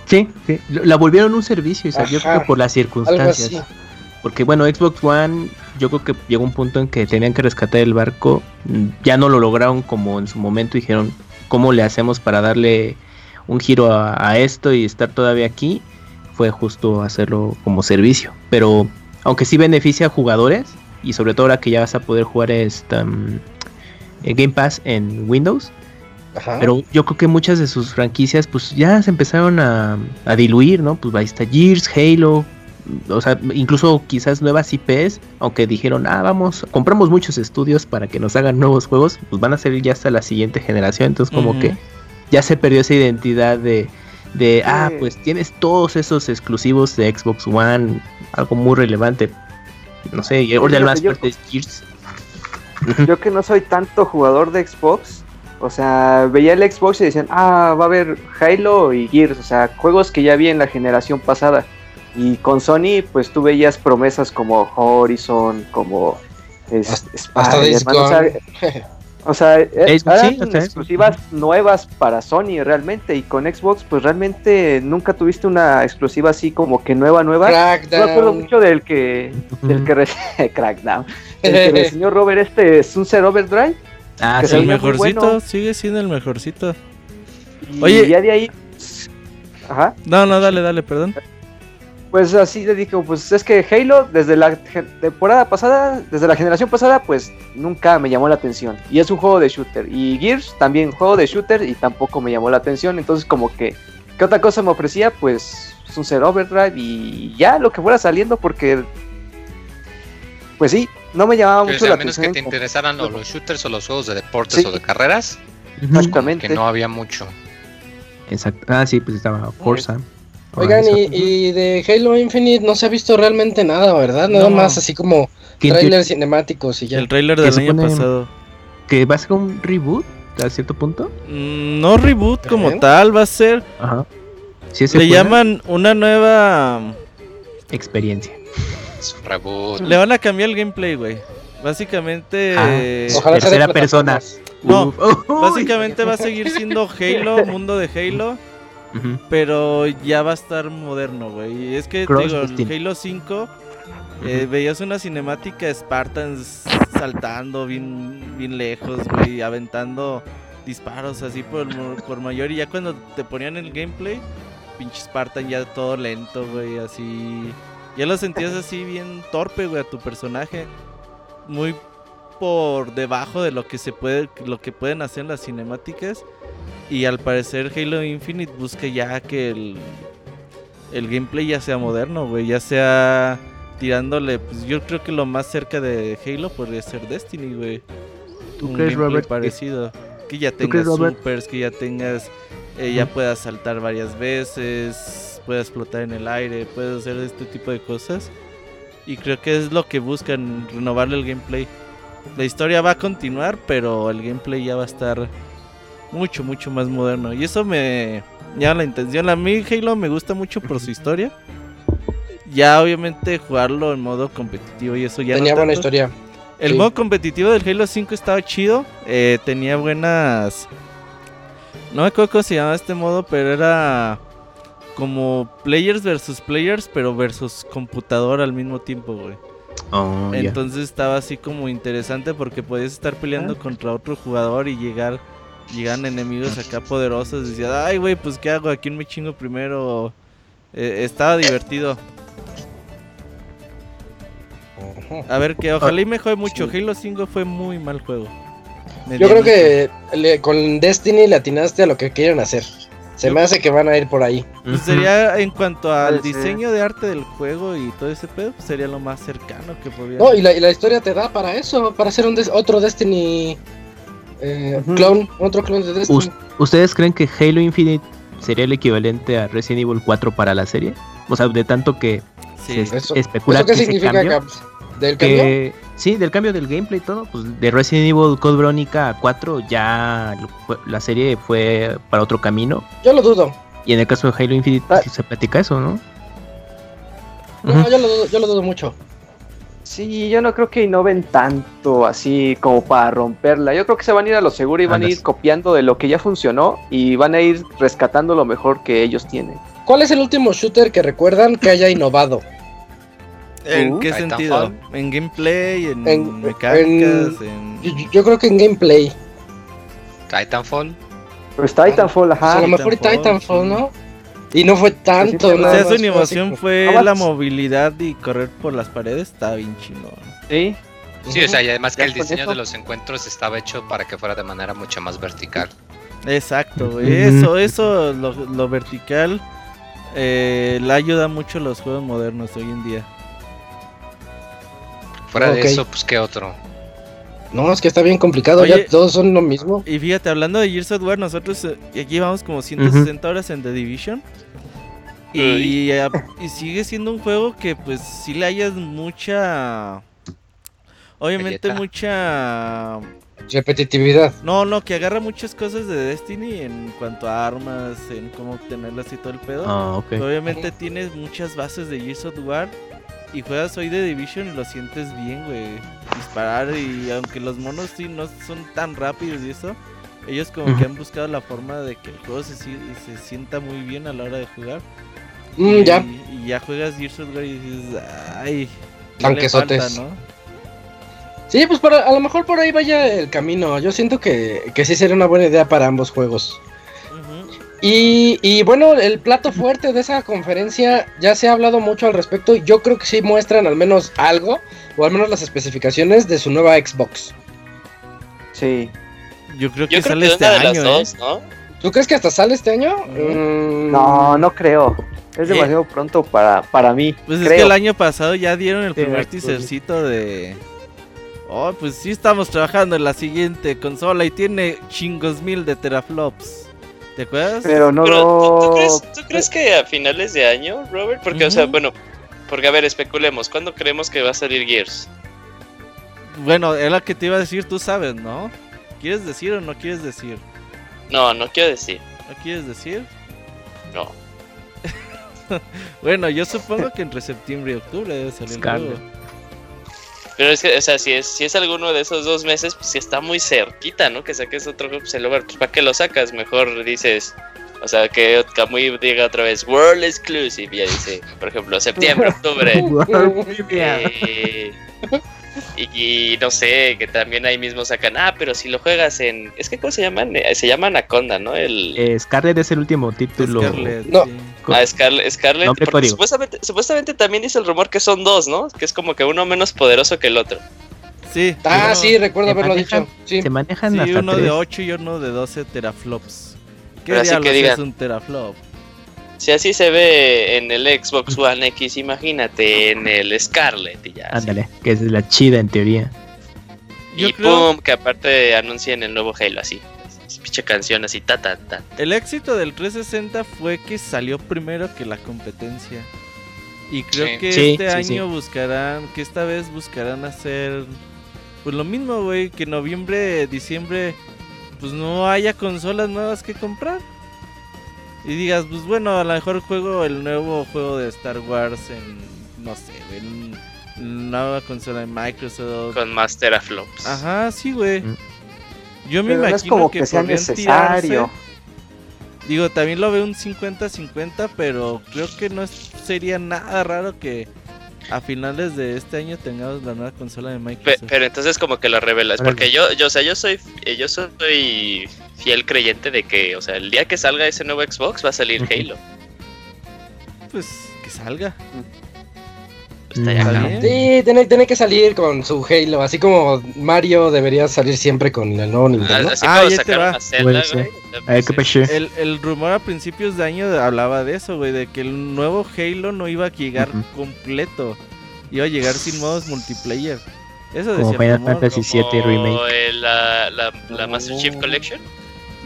Sí, sí, lo- la volvieron un servicio, Isaac, yo creo Ajá, que por las algo así. circunstancias. Porque bueno, Xbox One, yo creo que llegó un punto en que tenían que rescatar el barco, mm, ya no lo lograron como en su momento, dijeron, ¿cómo le hacemos para darle un giro a, a esto y estar todavía aquí? Fue justo hacerlo como servicio, pero aunque sí beneficia a jugadores, y sobre todo ahora que ya vas a poder jugar esta, mm, el Game Pass en Windows, Ajá. pero yo creo que muchas de sus franquicias, pues ya se empezaron a, a diluir, ¿no? Pues ahí está Gears, Halo, o sea, incluso quizás nuevas IPs, aunque dijeron, ah, vamos, compramos muchos estudios para que nos hagan nuevos juegos, pues van a salir ya hasta la siguiente generación, entonces como Ujú. que ya se perdió esa identidad de, de, ah, Sí. pues tienes todos esos exclusivos de Xbox One, algo muy relevante. No sé, y ahora lo más que yo- parte es Gears. Yo que no soy tanto jugador de Xbox, o sea, veía el Xbox y decían, ah, va a haber Halo y Gears, o sea, juegos que ya vi en la generación pasada. Y con Sony, pues tú veías promesas como Horizon, como... es- Hasta Spider-Man, Days o sea, Gone. O [LAUGHS] sea, eh, Es- eran sí, o sea, es- exclusivas nuevas para Sony realmente y con Xbox pues realmente nunca tuviste una exclusiva así como que nueva nueva. Yo me acuerdo Crackdown. mucho del que del que re- [LAUGHS] Crackdown, el que reseñó Robert este Sunset Overdrive. Ah, que Es se el sí, veía muy mejorcito, bueno. sigue siendo el mejorcito. Y Oye. ya de ahí ajá. No, no, dale, dale, perdón. Pues así le dije, pues es que Halo desde la gen- temporada pasada, desde la generación pasada, pues nunca me llamó la atención. Y es un juego de shooter. Y Gears también juego de shooter y tampoco me llamó la atención. Entonces como que, ¿qué otra cosa me ofrecía? Pues Sunset Overdrive y ya lo que fuera saliendo porque, pues sí, no me llamaba Pues, mucho la a menos atención. que te interesaran o los shooters o los juegos de deportes Sí. o de carreras, Ujú. Exactamente. que no había mucho. Exacto. Ah, sí, pues estaba Forza. Oigan, Horizon. y, y de Halo Infinite no se ha visto realmente nada, ¿verdad? Nada No. más así como que, en trailers cinemáticos y ya. El trailer Que del año supone- pasado. teoría- que va a ser un reboot a cierto punto. Mm, No reboot como ¿Eh? tal, va a ser. Ajá. Sí, Le se llaman una nueva. experiencia. Es un reboot. Le van a cambiar el gameplay, güey. Básicamente. Ah, eh, Ojalá sea de tercera persona. plataformas. No, Uf, [LAUGHS] uy. Básicamente va a seguir siendo [LAUGHS] Halo, mundo de Halo, Ujú, pero ya va a estar moderno, güey. Y Es que, Cross digo, Destiny. el Halo 5, eh, ujú. veías una cinemática Spartans saltando bien, bien lejos, güey, aventando disparos así por, el mu- por mayor. Y ya cuando te ponían el gameplay, pinche Spartan ya todo lento, güey, así. Ya lo sentías así bien torpe, güey, a tu personaje. muy por debajo de lo que se puede lo que pueden hacer en las cinemáticas y al parecer Halo Infinite busca ya que el el gameplay ya sea moderno, güey, ya sea tirándole, pues yo creo que lo más cerca de Halo podría ser Destiny, güey. ¿Tú Un crees, gameplay Robert, que- parecido, que ya ¿Tú crees, tengas Robert? supers, que ya tengas eh, ya puedas saltar varias veces, puedas flotar en el aire, puedes hacer este tipo de cosas. Y creo que es lo que buscan, renovarle el gameplay. La historia va a continuar, pero el gameplay ya va a estar mucho, mucho más moderno. Y eso me llama la intención. A mí Halo me gusta mucho por su historia. Ya obviamente jugarlo en modo competitivo y eso ya... no Tenía buena tanto. historia. El Sí. modo competitivo del Halo 5 estaba chido. eh, tenía buenas. No me acuerdo cómo se llamaba este modo, pero era como players versus players, pero versus computador al mismo tiempo, güey. Oh, ya. Eh, Entonces estaba así como interesante porque podías estar Ah. peleando contra otro jugador y llegar. Llegan Ah. enemigos acá poderosos. Decías, ay, güey, pues qué hago, a quién me chingo primero. Eh, estaba divertido. A ver, que ojalá y me juegue mucho. Halo 5 fue muy mal juego. Me Yo dio creo que le- con Destiny le atinaste a lo que quieren hacer. Se me hace que van a ir por ahí. Pues sería en cuanto al Puede ser. diseño de arte del juego y todo ese pedo, pues sería lo más cercano que podría. No, y la, y la historia te da para eso, para hacer un des- otro Destiny eh, Ujú. clon, otro clon de Destiny. Us- ¿Ustedes creen que Halo Infinite sería el equivalente a Resident Evil 4 para la serie? O sea, de tanto que Sí. se Eso- es- ¿Eso especula qué que ese significa, cambio, Caps? ¿Del cambio? que- sí, del cambio del gameplay y todo, pues de Resident Evil Code Veronica a 4 ya lo- fue- la serie fue para otro camino. Yo lo dudo. Y en el caso de Halo Infinite pues, Ah. sí se platica eso, ¿no? No, yo lo dudo, yo lo dudo mucho. Sí, yo no creo que innoven tanto así como para romperla. Yo creo que se van a ir a lo seguro y van a Andas. ir copiando de lo que ya funcionó y van a ir rescatando lo mejor que ellos tienen. ¿Cuál es el último shooter que recuerdan que haya innovado? ¿En Uh, qué Titanfall. sentido? ¿En gameplay? ¿En, En- mecánicas? Yo, En... yo- yo creo que en gameplay. Titanfall. Pero está Titanfall, O sea, a ajá. lo mejor Ah, Titanfall, Titanfall, sí. ¿no? Y no fue tanto. Sí, sí, O sea, nada su más, innovación fue fue Ah, la vas. pues, movilidad y correr por las paredes. Estaba bien chingón. así Sí. como- Sí, o sea, y además que ¿Ya el con diseño eso? de los encuentros estaba hecho para que fuera de manera mucho más vertical. Exacto, güey. Ujú. Eso, eso, lo, lo vertical. eh, le ayuda mucho a los juegos modernos hoy en día. Fuera Ok. de eso, pues qué otro. No, es que está bien complicado. Oye. ya todos son lo mismo. Y fíjate, hablando de Gears of War, nosotros eh, aquí vamos como 160 horas en The Division. Y, eh, y sigue siendo un juego que pues si le hayas mucha... Obviamente Galleta. mucha... Repetitividad. No, no, que agarra muchas cosas de Destiny en cuanto a armas, en cómo obtenerlas y todo el pedo. Ah, ok. Obviamente tienes muchas bases de Gears of War y juegas hoy de Division y lo sientes bien, güey. Disparar y aunque los monos sí no son tan rápidos y eso, ellos como que Ujú. han buscado la forma de que el juego se, si- se sienta muy bien a la hora de jugar. Mm, y, ya. y ya juegas Gears of War y dices, ay, ¿qué le Tanquesotes. falta, no? Sí, pues para, a lo mejor por ahí vaya el camino. Yo siento que, que sí sería una buena idea para ambos juegos. Ujú. Y, y bueno, el plato fuerte de esa conferencia ya se ha hablado mucho al respecto. Yo creo que sí muestran al menos algo, o al menos las especificaciones de su nueva Xbox. Sí. Yo creo que Yo creo sale que este una de las año, ¿eh? dos, ¿no? ¿Tú crees que hasta sale este año? Mm, No, no creo. Es Eh. demasiado pronto para, para mí. Pues es creo. que el año pasado ya dieron el primer Exacto. teasercito de. Oh, pues sí estamos trabajando en la siguiente consola y tiene chingos mil de teraflops. ¿Te acuerdas? Pero no Pero, ¿tú, tú lo- crees, tú crees que a finales de año, Robert? Porque, o sea, Ujú. bueno, porque a ver, especulemos, ¿cuándo creemos que va a salir Gears? Bueno, era lo que te iba a decir, tú sabes, ¿no? ¿Quieres decir o no quieres decir? No, no quiero decir, ¿No quieres decir? no. Bueno, yo supongo que entre septiembre y octubre debe salir el Scarlet. juego. Pero es que, o sea, si es, si es alguno de esos dos meses, pues si está muy cerquita, ¿no? Que saques otro juego, pues el over, pues ¿para qué lo sacas? Mejor dices, o sea, que Kamui diga otra vez, World Exclusive, ya dice, por ejemplo, [LAUGHS] septiembre, octubre. Eh, y, y no sé, que también ahí mismo sacan, ah, pero si lo juegas en, es que ¿cómo se llaman? Eh, Se llama Anaconda, ¿no? El, Eh, Scarlet es el último título. Scarlet, No. sí. co- Ah, Scarlet, Scarlet, Nombre porque código. supuestamente, supuestamente también dice el rumor que son dos, ¿no? Que es como que uno menos poderoso que el otro. Sí. Ah, uno- sí, recuerdo ¿se haberlo maneja? dicho. Sí. Se manejan Sí, hasta uno tres. de 8 y uno de 12 teraflops. ¿Qué Pero así que diablos digan. es un teraflop? Si así se ve en el Xbox One X, imagínate en el Scarlet y ya. así. Ándale, que es la chida en teoría. Yo Y creo- pum, que aparte anuncien el nuevo Halo así. Es Pinche canción así, ta ta ta. El éxito del 360 fue que salió primero que la competencia. Y creo Sí. que Sí, este sí, año sí. buscarán, que esta vez buscarán hacer pues lo mismo, güey, que noviembre, diciembre pues no haya consolas nuevas que comprar. Y digas, pues bueno, a lo mejor juego el nuevo juego de Star Wars en no sé, güey, en una nueva consola de Microsoft. Con más teraflops. Ajá, sí, güey. Mm. Yo me Pero no imagino es como que, sea podrían necesario. tirarse- Digo, también lo veo un 50-50, pero creo que no es- sería nada raro que a finales de este año tengamos la nueva consola de Pe- Microsoft. pero entonces como que lo revelas, Órale. porque yo, yo, o sea, yo soy, eh, yo soy fiel creyente de que, o sea, el día que salga ese nuevo Xbox va a salir Ujú. Halo. Pues que salga. Pues Está Mm, ya, está ¿no? bien. Sí, tiene, tiene que salir con su Halo, así como Mario debería salir siempre con el nuevo Ah, Nintendo. Así Ah, como ya te sacaron va. a Zelda, Bueno, sí. güey, o sea, A ver pues, qué eh, pasó. El, el rumor a principios de año hablaba de eso, güey, de que el nuevo Halo no iba a llegar Ujú. completo. Iba a llegar sin modos multiplayer. Eso Como decía el Final rumor. Fantasy VII como Remake. el, la, la, la Master Chief Collection.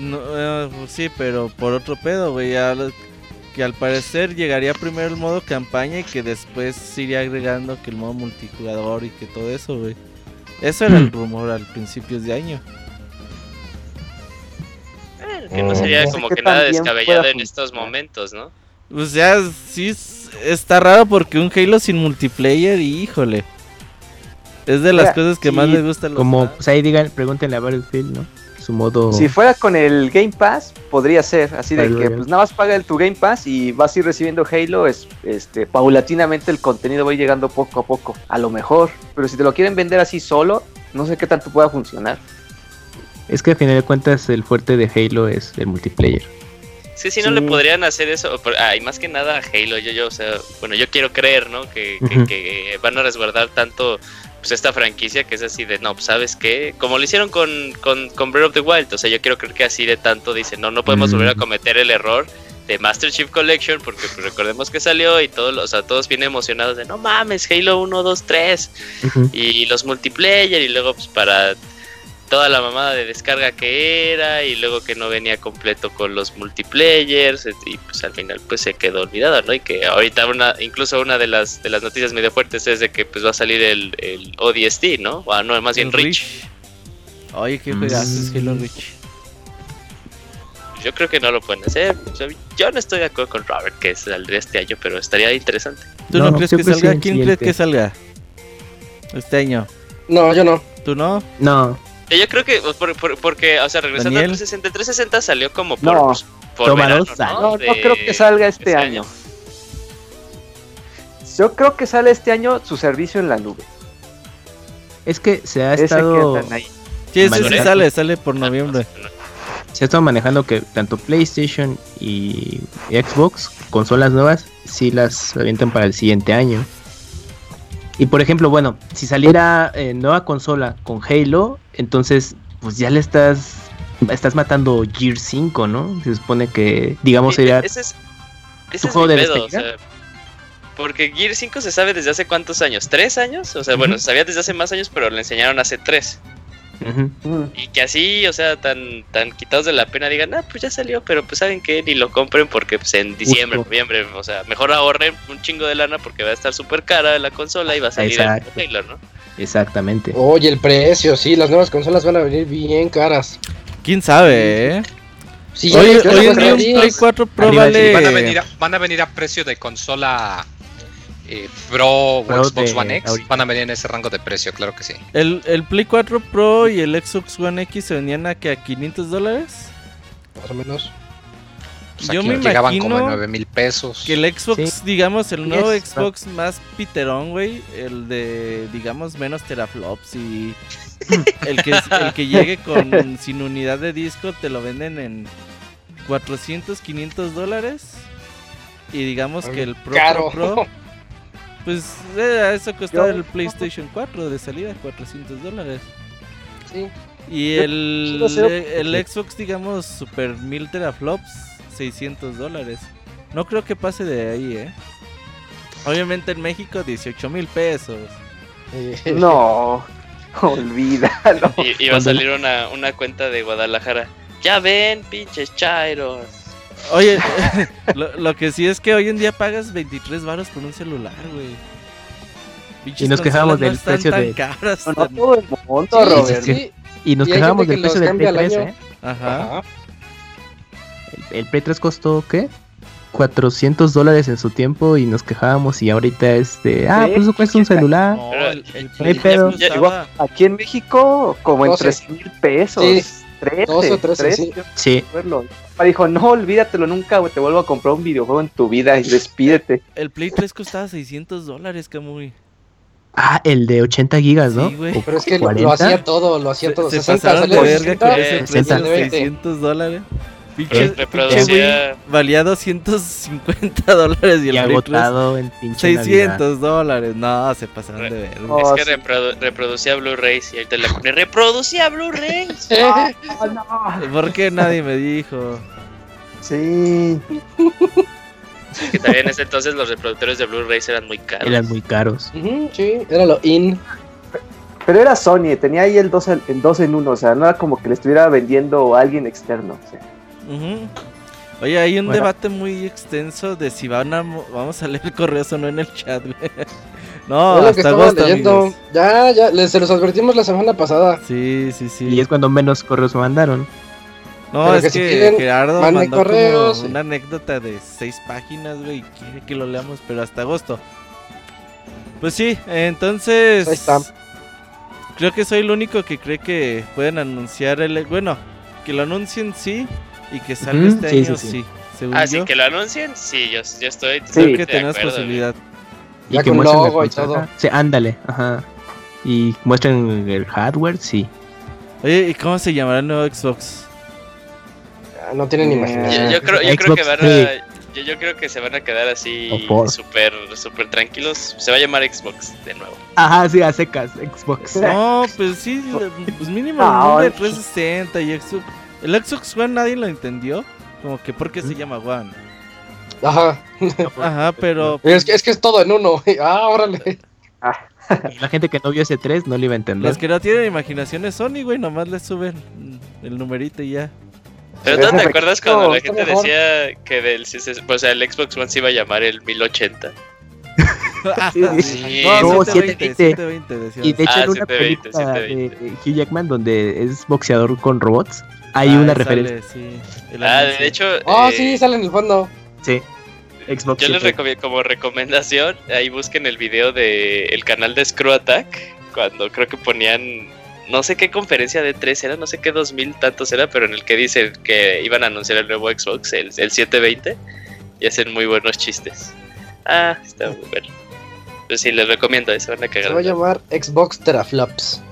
No, eh, pues sí, pero por otro pedo, güey. ya lo- Que al parecer llegaría primero el modo campaña y que después se iría agregando que el modo multijugador y que todo eso, güey. Eso era el Mm. rumor al principios de año. eh, que no Mm. sería No sé como qué que nada también descabellado pueda en estos funcionar. momentos, ¿no? O sea, Pues sí es- está raro porque un Halo sin multiplayer, híjole. Es de las Mira, cosas que sí, más les gustan los Como, fans. pues ahí digan, pregúntenle a Battlefield, ¿no? Su modo. Si fuera con el Game Pass, podría ser. Así de Pero que ya. pues nada más paga el, tu Game Pass y vas a ir recibiendo Halo. Es, este, paulatinamente el contenido va a ir llegando poco a poco. A lo mejor. Pero si te lo quieren vender así solo, no sé qué tanto pueda funcionar. Es que al final de cuentas el fuerte de Halo es el multiplayer. Es que si no Sí. le podrían hacer eso, pero- ah, y más que nada a Halo, yo, yo, o sea, bueno, yo quiero creer, ¿no? Que, que- Ujú. que van a resguardar tanto pues esta franquicia que es así de, no, pues, ¿sabes qué? Como lo hicieron con, con, con Breath of the Wild, o sea, yo quiero creer que así de tanto dicen, no, no podemos volver a Mm. cometer el error de Master Chief Collection, porque pues, recordemos que salió y todos, los- o sea, todos bien emocionados de, no mames, Halo 1, 2, 3, y los multiplayer y luego pues para toda la mamada de descarga que era y luego que no venía completo con los multiplayers et- y pues al final pues se quedó olvidado, ¿no? Y que ahorita una incluso una de las de las noticias medio fuertes es de que pues va a salir el, el ODST, ¿no? O no, más bien El Pues Rich. Oye, qué Mm. pedazo es Halo Rich. Yo creo que no lo pueden hacer. O sea, yo no estoy de acuerdo con Robert que saldría este año, pero estaría interesante. ¿Tú No, no, no, crees yo que creo que salga? el ¿Quién crees siguiente. que salga? Este año. No, yo no. ¿Tú no? No, Y Yo creo que pues, por- por- porque o sea, regresando Daniel. al 360, el 360 salió como por No. pues, por Toma verano, dos, Dani. No, no De- creo que salga este este año. año. Yo creo que sale este año su servicio en la nube. es que se ha Ese estado. que andan ahí. Sí, ese sí Manuel. sale, sale por noviembre. se ha estado manejando que tanto PlayStation y Xbox, consolas nuevas, sí las avientan para el siguiente año. Y por ejemplo, bueno, si saliera eh, nueva consola con Halo, entonces pues ya le estás estás matando Gear 5, ¿no? Se supone que digamos Sí, sería E- Ese es, ese tu es juego mi de pedo, o despedida? sea, porque Gear 5 se sabe desde hace cuántos años, tres años, o sea, bueno, Ujú. se sabía desde hace más años, pero le enseñaron hace tres. ujú, Mm. Y que así, o sea, tan, tan quitados de la pena digan, ah, pues ya salió, pero pues saben que ni lo compren porque pues en diciembre, Justo. noviembre, o sea, mejor ahorren un chingo de lana porque va a estar súper cara la consola y va a salir el Exacto. Taylor, ¿no? exactamente. Oye, el precio, sí, las nuevas consolas van a venir bien caras. ¿Quién sabe, eh? Sí, hoy yo hoy las en día un compraría. Play 4 Pro Arriba, vale... sí. Van a venir a, van a, venir a precio de consola eh, Pro o Pro Xbox de One X. ahorita. Van a venir en ese rango de precio, claro que sí. El, el Play 4 Pro y el Xbox One X se vendían a, que a 500 dólares. Más o menos. Pues Yo aquí me llegaban como imagino en 9 mil pesos. Que el Xbox, digamos, el nuevo Yes. Xbox más piterón, güey. El de, digamos, menos teraflops y... el, que, el que llegue con sin unidad de disco te lo venden en 400, 500 dólares. Y digamos que el Pro, Pro, Caro. Pro Pues eh, eso costaba Yo- el PlayStation 4 de salida, 400 dólares. Sí. Y Yo el, quiero hacer- el Xbox, digamos, Super 1000 Teraflops, 600 dólares. No creo que pase de ahí, ¿eh? Obviamente en México, 18 mil pesos. Eh, No, [LAUGHS] olvídalo. Y, y va a salir una, una cuenta de Guadalajara. Ya ven, pinches chairos. Oye, [LAUGHS] lo, lo que sí es que hoy en día pagas 23 varos por un celular, güey. Pinches nos consolas quejamos no del están precio tan de- caras, No tan- todo el mundo, Sí, sí, Robert. sí. Ah, Y nos Y hay quejábamos gente del que los precio del cambia al P3, año. ¿eh? Ajá. Ajá. El, el P3 costó, ¿qué? 400 dólares en su tiempo y nos quejábamos y ahorita este... Ah, Sí, pues eso cuesta un sí, celular. No, Pero Oh, el, el Play hay pedo. costaba- Igual- Aquí en México, como en Doce. 13 mil pesos. Sí, 13, doce o trece, sí. yo Sí. recuerdo. Mi papá dijo, no, olvídatelo nunca, güey, te vuelvo a comprar un videojuego en tu vida y despídete. el Play 3 costaba 600 dólares, Camuy. Ah, el de 80 gigas, ¿no? Sí, güey. O- Pero es que lo 40. hacía todo, lo hacía Se, todo. se 60, pasaron de salió eh, verga con 60, ese precio 60. de 600 dólares. Pinche, Este pinche güey Reproducía. valía 250 dólares y Y el pues, Play 3 agotado en pinche Navidad. 600 dólares. No, se pasaron de verga. No, Es que sí. reprodu- reproducía Blu-rays y ahorita le pone reproducía Blu-rays. [LAUGHS] Eh, [LAUGHS] ¿Por qué nadie me dijo? Sí. que también en ese entonces los reproductores de Blu-rays eran muy caros. Eran muy caros. ujú, sí, era lo in. Pero era Sony, tenía ahí el 2 el dos en 1, o sea, no era como que le estuviera vendiendo a alguien externo. o sea. Ujú. Oye, hay un Bueno. debate muy extenso de si van a mo- vamos a leer correos o no en el chat, güey. [LAUGHS] es No, lo que hasta estaba agosto, leyendo. amigos. Ya, ya, les, se los advertimos la semana pasada. Sí, sí, sí. Y es cuando menos correos me mandaron. No, Pero es que, que si quieren, Gerardo manden mandó como correos y- una anécdota de seis páginas, güey, y quiere que lo leamos, pero hasta agosto. Pues sí, entonces... Ahí está. Creo que soy el único que cree que pueden anunciar el... Bueno, que lo anuncien sí y que salga Ujú, este sí, sí, año sí, sí. según Así yo. Ah, que lo anuncien, sí, yo, yo estoy Creo que Sí, totalmente de tenemos acuerdo, posibilidad. Ya con muestren la logo y consola. todo. Sí, ándale, ajá. Y muestren el hardware, sí. Oye, ¿y cómo se llamará el [LAUGHS] nuevo Xbox? Ah, No tienen ni güey. imaginación. Yo, yo creo, yo creo que Xbox van a, yo, yo creo que se van a quedar así O por. súper súper tranquilos. Se va a llamar Xbox de nuevo. Ajá, sí, a secas, [LAUGHS] Xbox. No, pues sí, le- pues mínimo Ah, el de ahora- 360 y Xbox. El Xbox One nadie lo entendió. Como que porque se llama One. Ajá. Ajá, pero Es que, es que es todo en uno. [LAUGHS] güey. Ah, órale. La gente que no vio ese 3 no lo iba a entender. los que no tienen imaginación es Sony, güey, nomás le suben mm, el numerito y ya. Pero Pero ¿tú es te efectivo, acuerdas cuando la está gente mejor. decía que del si se- o sea, el Xbox One se iba a llamar el 1080? Ah, Sí, sí, sí. No, No, 720, 720. 720 decían. Y de hecho, Ah, en una 720, película 720. de Hugh Jackman donde es boxeador con robots, hay Ah, una sale, referencia. sí, el Ah, anuncio. de hecho, Ah, eh, sí, sale en el fondo. Sí, Xbox. yo les 7. recomiendo como recomendación, ahí busquen el video de el canal de Screw Attack, cuando creo que ponían no sé qué conferencia de 3 era, no sé qué 2000 tantos era, pero en el que dicen que iban a anunciar el nuevo Xbox, el, el 720, y hacen muy buenos chistes. Ah, está muy bueno. Pues sí, les recomiendo, ahí se van Se a va a cagar. llamar Xbox Teraflops.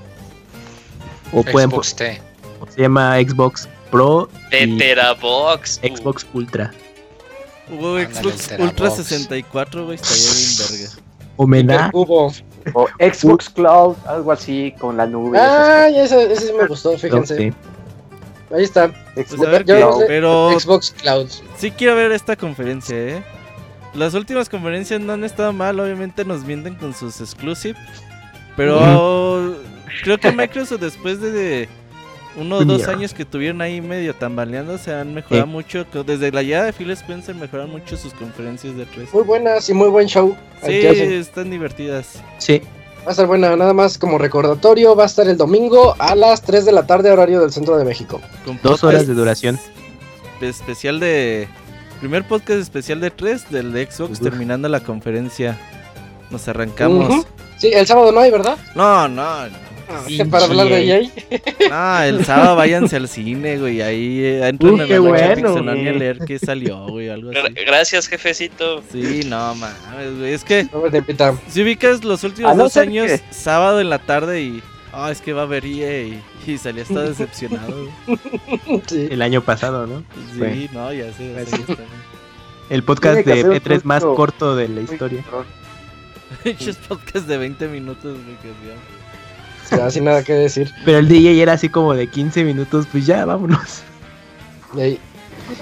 O pueden Xbox T. po- se llama Xbox Pro y Teterabox. uh. Xbox Ultra. Hubo Ándale, Xbox el Ultra Terabox. 64, güey, estaría bien verga. Homenaje. Cubo. O [LAUGHS] Xbox Cloud, algo así, con la nube. Ah, ese, ese sí me gustó, fíjense. Sí. Ahí está. esas Pues cosas. a ver Yo- qué, yo- pero Xbox Cloud. sí quiero ver esta conferencia, eh. Las últimas conferencias no han estado mal, obviamente nos mienten con sus exclusive. Pero creo que Microsoft después de, de uno o dos Mira. Eh. años que tuvieron ahí medio tambaleando, se han mejorado mucho. co- Desde la llegada de Phil Spencer mejoraron mucho sus conferencias de tres. Muy buenas y muy buen show. al Sí, que hacen. están divertidas. Sí. Va a estar buena, nada más como recordatorio, va a estar el domingo a las 3 de la tarde, horario del centro de México. Con Dos horas podcast de duración. Especial de. Primer podcast especial de tres del de Xbox Uf. terminando la conferencia. Nos arrancamos. Ujú. Sí, el sábado no hay, ¿verdad? No, no, no. Sí, Para hablar de EA. EA. No, el sábado váyanse al cine, güey. Ahí eh, entren Uy, a qué la noche bueno, Pixelania a güey. leer qué salió, güey, algo Gra- así. Gracias, jefecito. Sí, no, mames, güey. Es que No me te invita. si ubicas los últimos A no dos ser años, que- sábado en la tarde y. Ah, es que va a haber EA", y, y salí [LAUGHS] hasta decepcionado. güey. Sí. El año pasado, ¿no? Sí, Güey. no, ya sé. ya sé, ya está bien. El podcast Tiene que de hacer un P3 más producto corto de la historia. Hechos podcast de 20 minutos, güey, que hacíamos. Ya, sin nada que decir. Pero el DJ era así como de 15 minutos, pues ya, vámonos. Ey.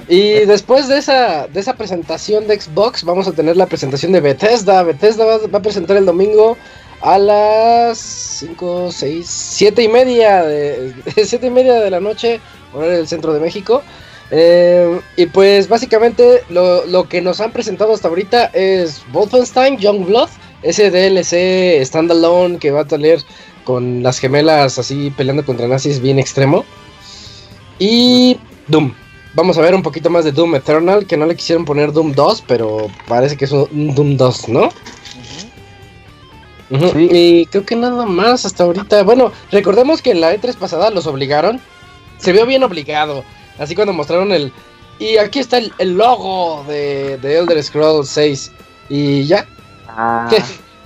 Y después de esa, de esa presentación de Xbox, vamos a tener la presentación de Bethesda. Bethesda va, va a presentar el domingo a las 5, 6, 7 y media de, [LAUGHS] 7 y media de la noche, horario del centro de México. Eh, y pues básicamente lo, lo que nos han presentado hasta ahorita es Wolfenstein Youngblood, ese DLC standalone que va a tener con las gemelas así peleando contra nazis bien extremo. Y Doom. Vamos a ver un poquito más de Doom Eternal, que no le quisieron poner Doom 2, pero parece que es un Doom 2, ¿no? Ujú, Sí. Y creo que nada más hasta ahorita. Bueno, recordemos que en la E3 pasada los obligaron. Se vio bien obligado. Así cuando mostraron el... Y aquí está el, el logo de, de Elder Scrolls 6. Y ya, Ah,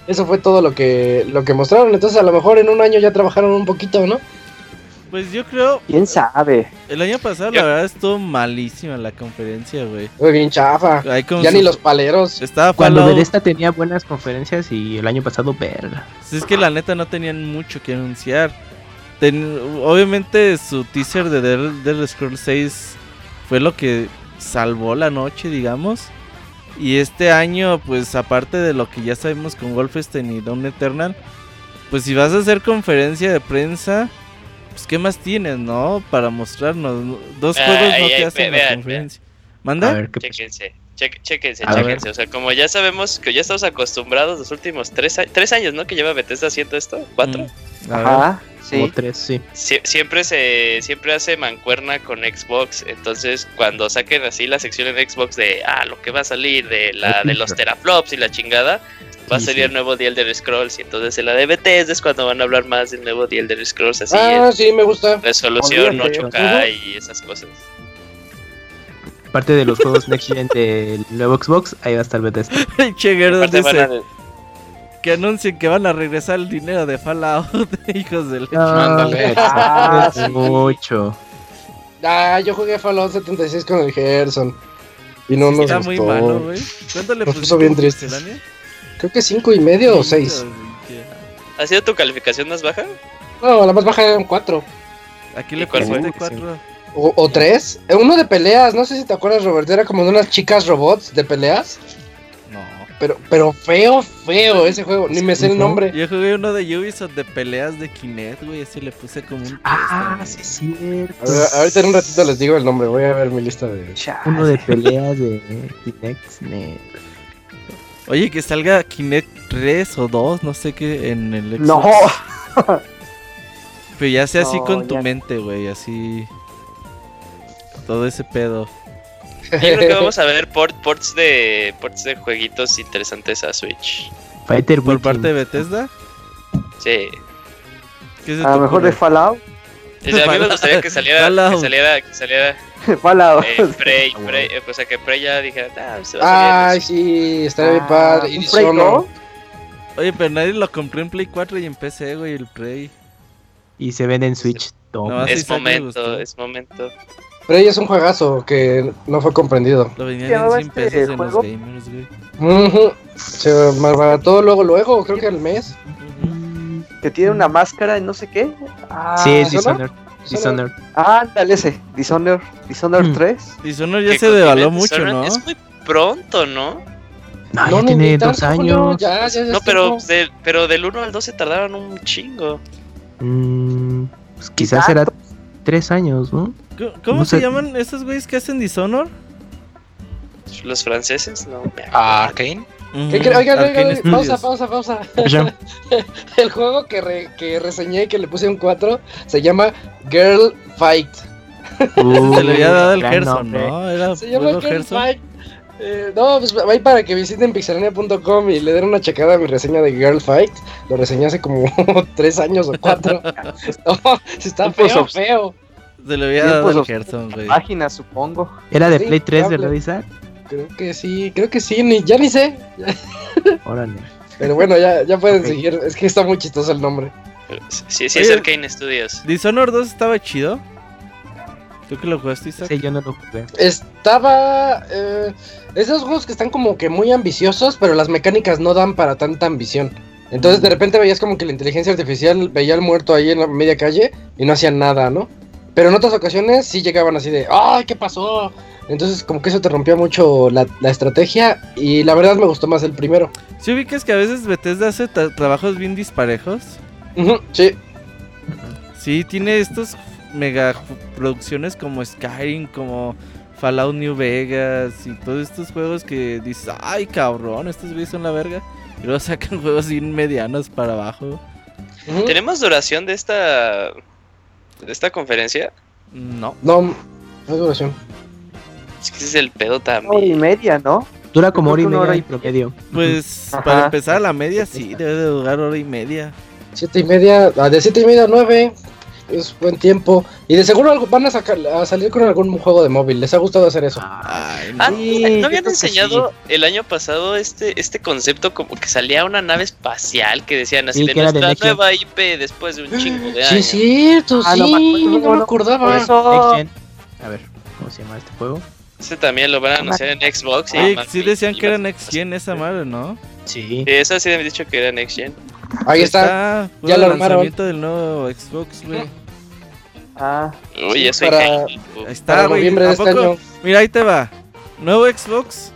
eso fue todo lo que, lo que mostraron. Entonces a lo mejor en un año ya trabajaron un poquito, ¿no? Pues yo creo, ¿Quién sabe? el año pasado Ya. la verdad estuvo malísima la conferencia, güey. Fue bien chafa. Ahí como Ya su- ni los paleros. Estaba Cuando Fallout. Bethesda tenía buenas conferencias y el año pasado, verga. Pues es que la neta no tenían mucho que anunciar. Ten- obviamente su teaser de The Elder Scrolls 6 fue lo que salvó la noche, digamos. Y este año, pues aparte de lo que ya sabemos con Wolfenstein y Dawn Eternal, pues si vas a hacer conferencia de prensa, pues qué más tienes, ¿no? Para mostrarnos. Dos Ay, juegos no ay, te ve- hacen la vean, conferencia. A ¿Manda? ver qué pasó. Chéquense, cheque- chéquense, A ver. chéquense. O sea, como ya sabemos que ya estamos acostumbrados los últimos tres, a- tres años, ¿no? Que lleva Bethesda haciendo esto, cuatro. Mm, a ver. Ajá, Como Ah, sí. tres, sí. Sie- siempre se siempre hace mancuerna con Xbox. Entonces, cuando saquen así la sección en Xbox de ah, lo que va a salir de la [LAUGHS] de los teraflops y la chingada, va a Sí, salir sí. el nuevo The Elder Scrolls. Y entonces en la de Bethesda es cuando van a hablar más del nuevo The Elder Scrolls así Ah, en sí, me gusta. resolución olvídate, 8K y esas cosas. Parte de los juegos Next Gen del [LAUGHS] nuevo Xbox, ahí va a estar Bethesda. [LAUGHS] che, Gerardo Aparte van dice a- que anuncien que van a regresar el dinero de Fallout, [LAUGHS] hijos del... [LAUGHS] Mándale. Ah, sí. Mucho. Ah, yo jugué Fallout 76 con el Gerson. Y no nos Está gustó. muy malo, güey. ¿Cuánto le Nos pusiste puso bien a tristes. Pixelania? Creo que cinco y medio o seis. ¿Ha sido tu calificación más baja? No, la más baja era un 4. Aquí ¿Y le cuál pusiste fue? cuatro. O, o tres. Eh, Uno de peleas, no sé si te acuerdas, Robert. Era como de unas chicas robots de peleas. No. Pero, pero feo, feo ese juego. Ni me sé el Ujú. nombre. Yo jugué uno de Ubisoft de peleas de Kinect, güey. Ese le puse como un. Ah, tres sí, es cierto. A ver, ahorita en un ratito les digo el nombre. Voy a ver mi lista de. Uno de peleas de Kinect. net. también. Oye, que salga Kinect 3 o 2, no sé qué, en el Xbox. No, Pero ya sea así No, con tu ya. mente, güey. Así. Todo ese pedo. Yo creo [LAUGHS] que vamos a ver port- ports de ports de jueguitos interesantes a Switch. Fighter Por Weekend. parte de Bethesda. Sí. ¿qué se te a lo mejor ocurre? de Fallout. [LAUGHS] O sea, a mí me gustaría que saliera, que Fallout. saliera, [LAUGHS] que saliera Oh, Fallout. eh, Prey, Ah, Prey, eh, o sea, que Prey ya dijera, ah, se va a Ay, salir. sí, estaría bien Ah, padre. Y ¿un Prey Dishonored. Oye, pero nadie lo compró en Play 4 y en PC, güey. El Play. Y se vende en Switch. No, Toma. así Es Isaac me gustó. momento, es momento. Prey es un juegazo que no fue comprendido. Lo vendían en Llevaba 100 este pesos en los juego. gamers, güey. Ujú. Se malbarató luego, luego. Creo que al mes. Que tiene Mm. una máscara y no sé qué. Ah, sí, es Dishonored. Dishonored. Dishonored. Ándale ese. Dishonored. Dishonored Mm. 3. Dishonored ya Que se continúe devaluó Dishonored. mucho, ¿no? Es muy pronto, ¿no? No, No, Ah, ya no, tiene ni dos tanto, años. Julio, Ya, ya, ya No, es pero, tiempo. del- pero del 1 al 12 tardaron un chingo. Mm, pues quizás será tres años, [LAUGHS] ¿no? ¿Cómo, cómo No se sé. llaman esos güeyes que hacen Dishonor? Los franceses, no. me acuerdo. Arkane. ¿Qué cre- Oigan, oigan, Arcane oigan, mm, Studios. pausa, pausa, pausa. [LAUGHS] Ya. El juego que, re- que reseñé y que le puse un 4 se llama Girl Fight. Se le había dado el Gran Gerson, nombre. ¿no? Era Se llama puro Girl Ah, Gerson. Fight. Eh, no, pues ahí para que visiten pixelania.com y le den una checada a mi reseña de Girl Fight. Lo reseñé hace como [LAUGHS] 3 años o 4. está Tiempos feo, obs- feo. Se le había Bien, dado pues, el los- Gerson, güey. Página, supongo. Era de Sí, Play 3, cable. ¿verdad, Isaac? Creo que sí, creo que sí, ni, ya ni sé. Órale. Pero bueno, ya, ya pueden Ok. seguir. Es que está muy chistoso el nombre. Sí, sí, es Oye. Arkane Studios. Dishonored 2 estaba chido. ¿Tú que lo jugaste, Isaac? Sí, yo no lo jugué. Estaba. eh, esos juegos que están como que muy ambiciosos, pero las mecánicas no dan para tanta ambición. Entonces de repente veías como que la inteligencia artificial veía al muerto ahí en la media calle y no hacían nada, ¿no? Pero en otras ocasiones sí llegaban así de, ¡ay, qué pasó! Entonces como que eso te rompía mucho la, la estrategia y la verdad me gustó más el primero. ¿Sí ubicas que a veces Bethesda hace ta- trabajos bien disparejos? Ujú, sí, Sí, tiene estos mega ju- producciones como Skyrim, como Fallout New Vegas y todos estos juegos que dices, ay cabrón, estos güeyes son la verga. Y luego [LAUGHS] sacan juegos bien medianos para abajo. ujú. ¿Tenemos duración de esta. de esta conferencia? No. No, no hay duración. Es que ese es el pedo Una hora y también. media, ¿no? Dura como Yo hora y creo que media una hora en y- promedio. Pues Ajá. para empezar a la media sí, debe de durar hora y media. Siete y media, ah, de siete y media a nueve es buen tiempo. Y de seguro algo- van a, sacar, a salir con algún juego de móvil, les ha gustado hacer eso. Ay, Ah, no. Sí, ¿No yo habían creo que enseñado el año pasado este, este concepto como que salía una nave espacial que decían así Sí, de que era de nuestra Next Gen. nueva IP después de un chingo de Sí, años? es cierto, Ah, sí, no, no, me acuerdo, me no, Ah. acordaba. Por eso. Next Gen. A ver, ¿cómo se llama este juego? Ese también lo van a anunciar en Xbox. y Oye, más- sí decían que era Sí, Next Gen esa madre, ¿no? Sí. eso sí me han dicho que era Next Gen. Ahí está. Ya Ya el lo armaron. lanzamiento del nuevo Xbox, güey. Ah, Uy, Sí, eso para- Ahí Para está, güey. noviembre de ¿A este poco? año. Mira, ahí te va. Nuevo Xbox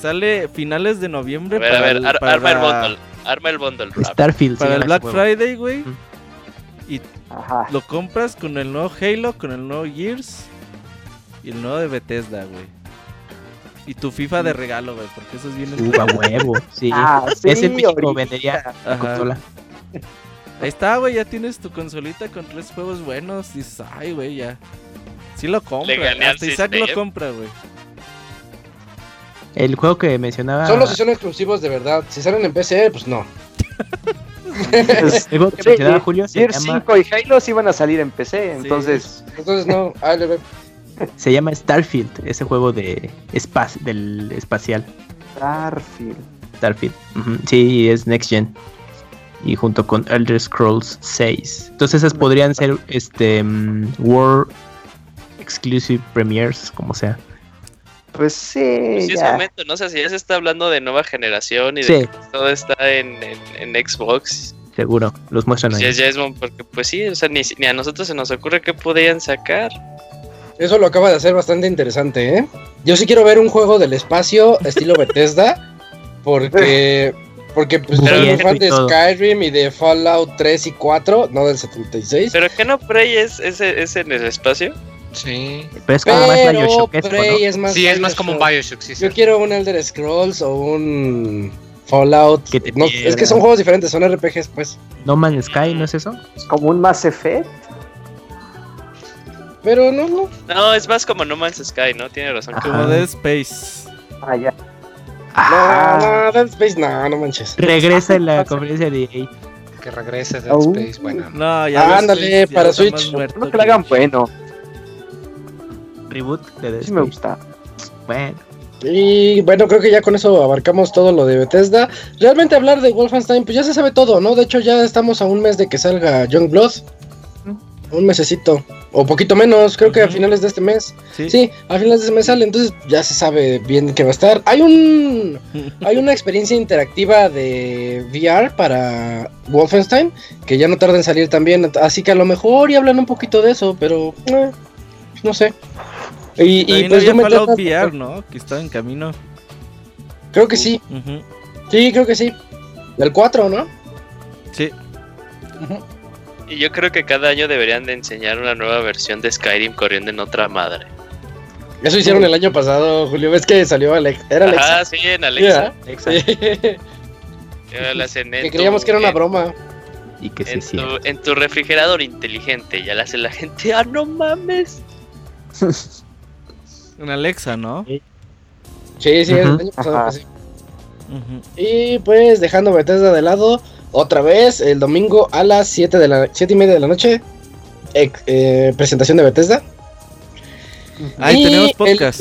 sale finales de noviembre A ver, a para, ver, el, ar- para- arma el bundle. Arma el bundle, rap. Starfield. se para el llama Black ese juego. Friday, güey. Mm. Y ajá. lo compras con el nuevo Halo, con el nuevo Gears y el nuevo de Bethesda, güey. Y tu FIFA de regalo, güey, porque eso es bien. Mm. Uh, a huevo. Sí. [LAUGHS] Ah, sí, Ese en México ahorita. vendería la Ajá. consola. Ahí está, güey, ya tienes tu consolita con tres juegos buenos. Dices, ay, güey, ya. Sí lo compra. Le gané al Hasta Isaac lo Cisneros. compra, güey. El juego que mencionaba. Solo si son exclusivos de verdad. Si salen en PC, pues no. Pues, [LAUGHS] El juego que Sí, mencionaba sí. Julio se Gear llama, 5 y Halo sí van a salir en PC, Sí. entonces. Entonces no. Ah, le ve. se llama Starfield. Ese juego de espac del espacial. Starfield. Starfield. Ujú, Sí, es Next Gen. Y junto con Elder Scrolls 6. Entonces esas podrían ser este mm, World Exclusive Premiers, como sea. Pues sí, ya. Precisamente, no sé si ya se está hablando de nueva generación y de Sí, que todo está en, en- en Xbox. seguro. Los muestran Pues ya ahí. es Jasmine, porque pues sí, o sea, ni, si- ni a nosotros se nos ocurre qué podían sacar. Eso lo acaba de hacer bastante interesante, ¿eh? Yo sí quiero ver un juego del espacio estilo Bethesda. Porque. Porque pues Pero soy bien, un fan y de todo. Skyrim y de Fallout 3 y 4, no del 76. Pero que no Prey es, es, es en el espacio. Sí. Pero es como más Pero Bioshock que esto, Prey ¿no? es más. Sí, es más como un Bioshock. Bioshock, sí. Yo sí. quiero un Elder Scrolls o un Fallout. Que te No, es que pierdas. son juegos diferentes, son RPGs, pues. No Man's Sky, ¿no es eso? Es como un Mass Effect. Pero no, no. No, es más como No Man's Sky, ¿no? Tiene razón. Ajá. Como Dead Space. Ah, ya. No, Ah, no, Dead Space, no, no manches. Regresa en la conferencia de EA. Que regrese Dead Aún. Space. Bueno, no. No, ya. Dead Ándale, Space ya para está Switch. más muerto no que lo hagan pues. bueno. Reboot de Dead Sí me Space. gusta. Bueno, Y bueno, creo que ya con eso abarcamos todo lo de Bethesda. Realmente hablar de Wolfenstein, pues ya se sabe todo, ¿no? De hecho, ya estamos a un mes de que salga Youngblood. Un mesecito. O poquito menos, creo que a Ujú. finales de este mes. Sí. Sí, a finales de este mes sale, entonces ya se sabe bien que va a estar. Hay un hay una experiencia interactiva de VR para Wolfenstein que ya no tarda en salir también, así que a lo mejor y hablan un poquito de eso, pero eh, no sé. Y, y También pues había yo me Fallout trata- VR, ¿no? Que estaba en camino. Creo que sí, Ujú. sí, creo que sí. Del 4, ¿no? Sí. Ujú. Y yo creo que cada año deberían de enseñar una nueva versión de Skyrim corriendo en otra madre. Eso hicieron el año pasado, Julio, ves que salió Alex, era Alexa. Ah, sí, en Alexa. [LAUGHS] exacto. Ahora la hacen en que creíamos tu- que era una en- broma. Y que sí, En sí. tu, en tu refrigerador inteligente, ya la hace la gente. ¡Ah, no mames! En Alexa, ¿no? Sí, sí, el Ujú. año pasado Ajá. que sí. Ujú. Y pues dejando Bethesda de lado, otra vez el domingo a las 7 de la siete y media de la noche. ex- eh, presentación de Bethesda. Ahí Y tenemos el- podcast.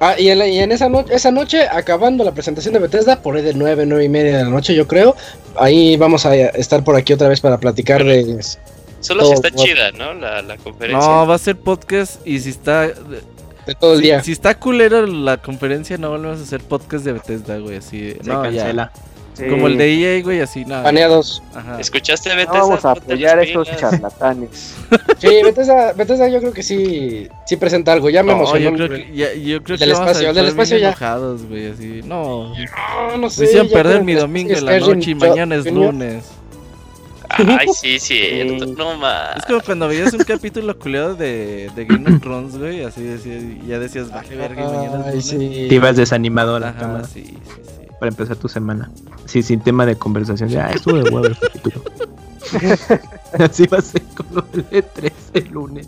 Ah, y en, la- y en esa, noche esa noche, acabando la presentación de Bethesda, por ahí de 9, 9 y media de la noche, yo creo. Ahí vamos a estar por aquí otra vez para platicar de, Solo si Oh, está what- chida, ¿no? La, la conferencia. No, va a ser podcast y si está. De todo el si- día. Si, está culera la conferencia, no volvemos a hacer podcast de Bethesda, güey. Así. Se no, ya. cancela. Sí. Como el de EA, güey, así nada. Paneados. Ajá. ¿Escuchaste, No Bethesda? vamos a Ponte las apoyar a esos pilas. charlatanes. Sí, Bethesda, Bethesda yo creo que sí, sí presenta algo. Ya me No, emocionó. yo creo que, ya, yo creo Del que vamos a espacio, del estar bien espacio ya. enojados, güey, así. No, Ah, No, no me sé. hicieron ya perder creo mi que domingo en la Skyrim noche y ya- mañana es lunes. Ay, sí, cierto. Sí. No más. Es como cuando veías un capítulo culeado de, de Game of Thrones, güey, así decías, y ya decías, vale, Ah, verga, y mañana es Ay, lunes. sí. Te ibas desanimado a la Ajá, cama sí, sí, sí. para empezar tu semana. Sí, sin tema de conversación. Ya, estuvo de huevo el [LAUGHS] capítulo. Así va a ser con lo del E3 el lunes.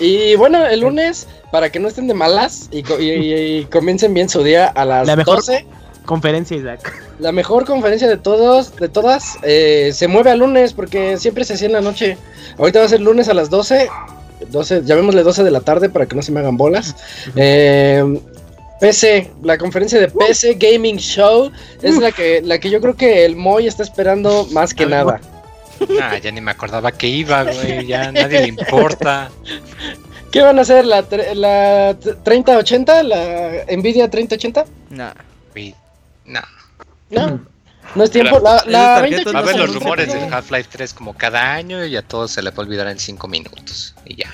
Y bueno, el lunes, para que no estén de malas y, co- y- y- y comiencen bien su día a las La mejor- 12, Conferencia, Isaac. la mejor conferencia de todos, de todas, eh, se mueve al lunes porque siempre se hacía en la noche. Ahorita va a ser lunes a las 12, 12 llamémosle 12 de la tarde para que no se me hagan bolas. Eh, PC, la conferencia de PC Gaming Show es la que, la que yo creo que el Moy está esperando más que A ver, nada. Ah, ya ni me acordaba que iba, güey. Ya nadie le [LAUGHS] importa. ¿Qué van a hacer? ¿La, tre- la t- 3080? ¿La Nvidia 3080? Nah. Güey, nah. No, no es tiempo. La, la Esas tarjetas 2080 Va a haber se los anuncia rumores primero. del Half-Life 3 como cada año y a todos se les va a olvidar en 5 minutos. Y ya.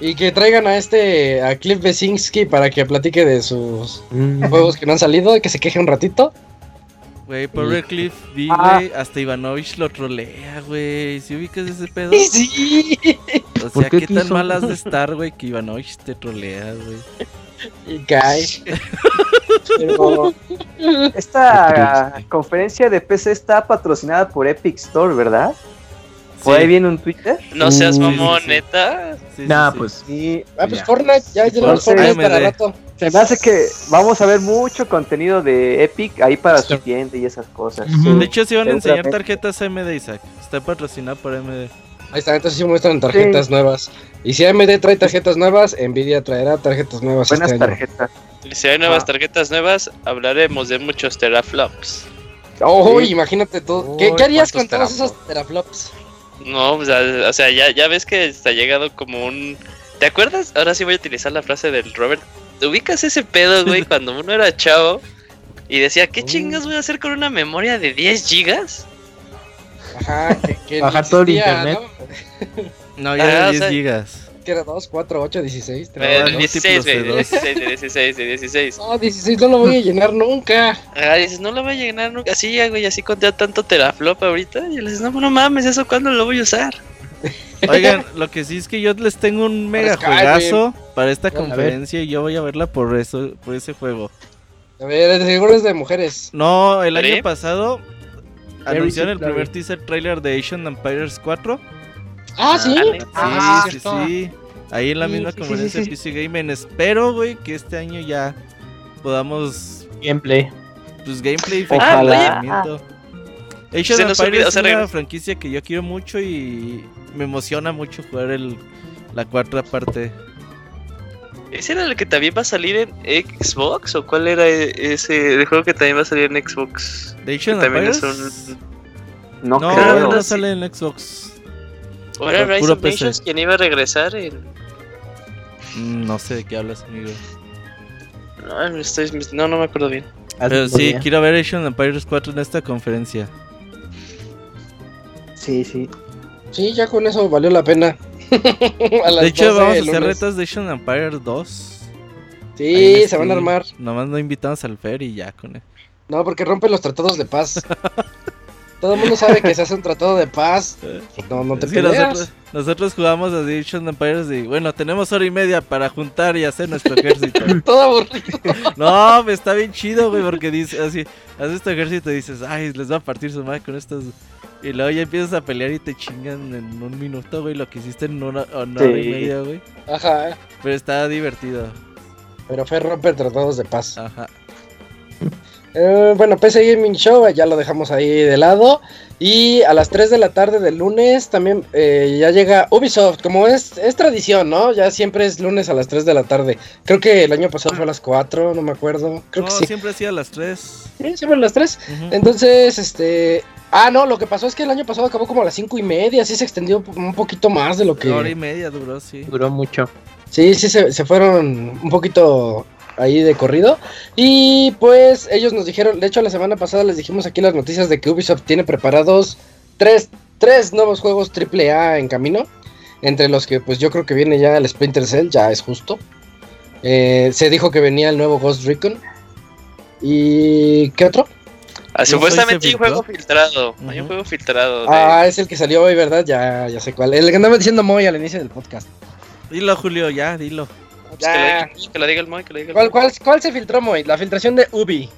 Y que traigan a este, a Cliff Besinski para que platique de [LAUGHS] sus Mm. juegos que no han salido y que se queje un ratito. Güey, pobre Cliff D, Ah. güey, hasta Ivanovich lo trolea, güey. ¿Si ubicas ese pedo? Y sí. O ¿Por sea, qué qué, tan quiso? malas [LAUGHS] de estar, güey, que Ivanovich te trolea, güey. Y cae. Pero Qué [LAUGHS] esta triste. conferencia de PC está patrocinada por Epic Store, ¿verdad? Por Sí, ahí viene un Twitter. Mm, No seas Sí, sí, mamón, sí. neta. sí, sí, Nah, sí. pues. Y Ah, pues Ya. Fortnite, ya tenemos Fortnite. Fortnite para AMD. rato. se me hace que vamos a ver mucho contenido de Epic ahí para su tienda y esas cosas. Ujú. De hecho, sí van a enseñar Seguramente. tarjetas AMD, Isaac. Está patrocinado por AMD. Ahí está, entonces sí muestran tarjetas nuevas. Y si AMD trae tarjetas nuevas, Nvidia traerá tarjetas nuevas Buenas este año. tarjetas. Si hay nuevas Ah. tarjetas nuevas, hablaremos de muchos teraflops. Oh, Sí. imagínate todo. Uy, ¿Qué, qué harías con ¿cuántos todos teraflops? esos teraflops? No, o sea, o sea, ya, ya ves que está llegado como un... ¿Te acuerdas? Ahora sí voy a utilizar la frase del Robert. ¿Te ubicas ese pedo, güey, cuando uno era chavo y decía, ¿qué chingas voy a hacer con una memoria de 10 gigas? Ajá, que, que ni Bajar todo el existía, internet. ¿no? No, ya era Ah, o 10 sea- gigas. Que era 2, 4, 8, 16, Eh, Trabaja de en 16, güey, de múltiplos 16, de 16, de 16. No, 16 no lo voy a llenar nunca. Ah, dices, no la voy a llenar nunca. Así, ya, güey, así conté a tanto teraflop ahorita. Y le dices, no, no mames, ¿eso cuándo lo voy a usar? Oigan, lo que sí es que yo les tengo un mega Skyrim. juegazo para esta Bueno, a ver. conferencia y yo voy a verla por eso, por ese juego. A ver, de seguro es de mujeres. No, el ¿Sí? año pasado Jerry anunciaron el Sinclair. primer teaser trailer de Asian Empires 4. Sí, Ah, sí. Dale. Ah, sí, cierto. sí. Ahí en la Sí, misma sí, sí, sí, conferencia de PC Gaming. Espero, güey, que este año ya podamos Gameplay. pues Ah, gameplay Ojalá. y Asian Ah. Se nos olvidó, Empires o es sea, una regresa. franquicia que yo quiero mucho y me emociona mucho jugar el la cuarta parte. ¿Ese era el que también va a salir en Xbox? ¿O cuál era e- ese el juego que también va a salir en Xbox? De Asian Que también Empires. es Ah, No, No, creo. no no, sale en Xbox. ¿O era Pero Rise puro of Nations PC. quien iba a regresar? En... Mm, No sé de qué hablas, amigo. No, me estoy... no, no me acuerdo bien. Ah, Pero sí, quiero ver Asian Empires 4 en esta conferencia. Sí, sí. Sí, ya con eso valió la pena. [LAUGHS] A las De hecho, 12 vamos a el hacer lunes. retas de Asian Empires 2. Ahí Sí, en se van a Steam. armar. Nomás no invitamos al Fer y ya con él. No, porque rompen los tratados de [LAUGHS] paz. Todo el mundo sabe que se hace un tratado de [LAUGHS] paz. No, no te Es que peleas. nosotros, nosotros jugamos a The Asian Empires y bueno, tenemos hora y media para juntar y hacer nuestro [LAUGHS] ejército. [LAUGHS] Todo aburrido. No, pues, está bien chido, güey, porque dice así, haces tu ejército y dices, ay, les va a partir su madre con estos. Y luego ya empiezas a pelear y te chingan en un minuto, güey, lo que hiciste en una, una hora y Sí. media, güey. Ajá. Pero está divertido. Pero fue romper tratados de paz. Ajá. Eh, bueno, PC Gaming Show ya lo dejamos ahí de lado. Y a las 3 de la tarde del lunes también eh, ya llega Ubisoft, como es, es tradición, ¿no? Ya siempre es lunes a las 3 de la tarde. Creo que el año pasado fue a las 4, no me acuerdo. Creo No, que sí. siempre hacía a las 3. Sí, siempre a las 3. Entonces, este, Ah, no, lo que pasó es que el año pasado acabó como a las cinco y media, así se extendió un poquito más de lo que. Hora y media duró, sí. Duró mucho. Sí, sí, se, se fueron un poquito ahí de corrido. Y pues ellos nos dijeron, de hecho la semana pasada les dijimos aquí las noticias de que Ubisoft tiene preparados tres, tres nuevos juegos AAA en camino. Entre los que pues yo creo que viene ya el Splinter Cell, ya es justo. Eh, se dijo que venía el nuevo Ghost Recon. ¿Y qué otro? Ah, ¿No supuestamente fue hay ese un juego filtrado. Hay Ujú. un juego filtrado. de- Ah, es el que salió hoy, ¿verdad? Ya, ya sé cuál. El que andaba diciendo Moy al inicio del podcast. Dilo, Julio, ya, dilo. pues, que, lo diga, que lo diga el Moy, que lo diga el ¿Cuál, Moy. cuál, cuál se filtró, Moy? La filtración de Ubi.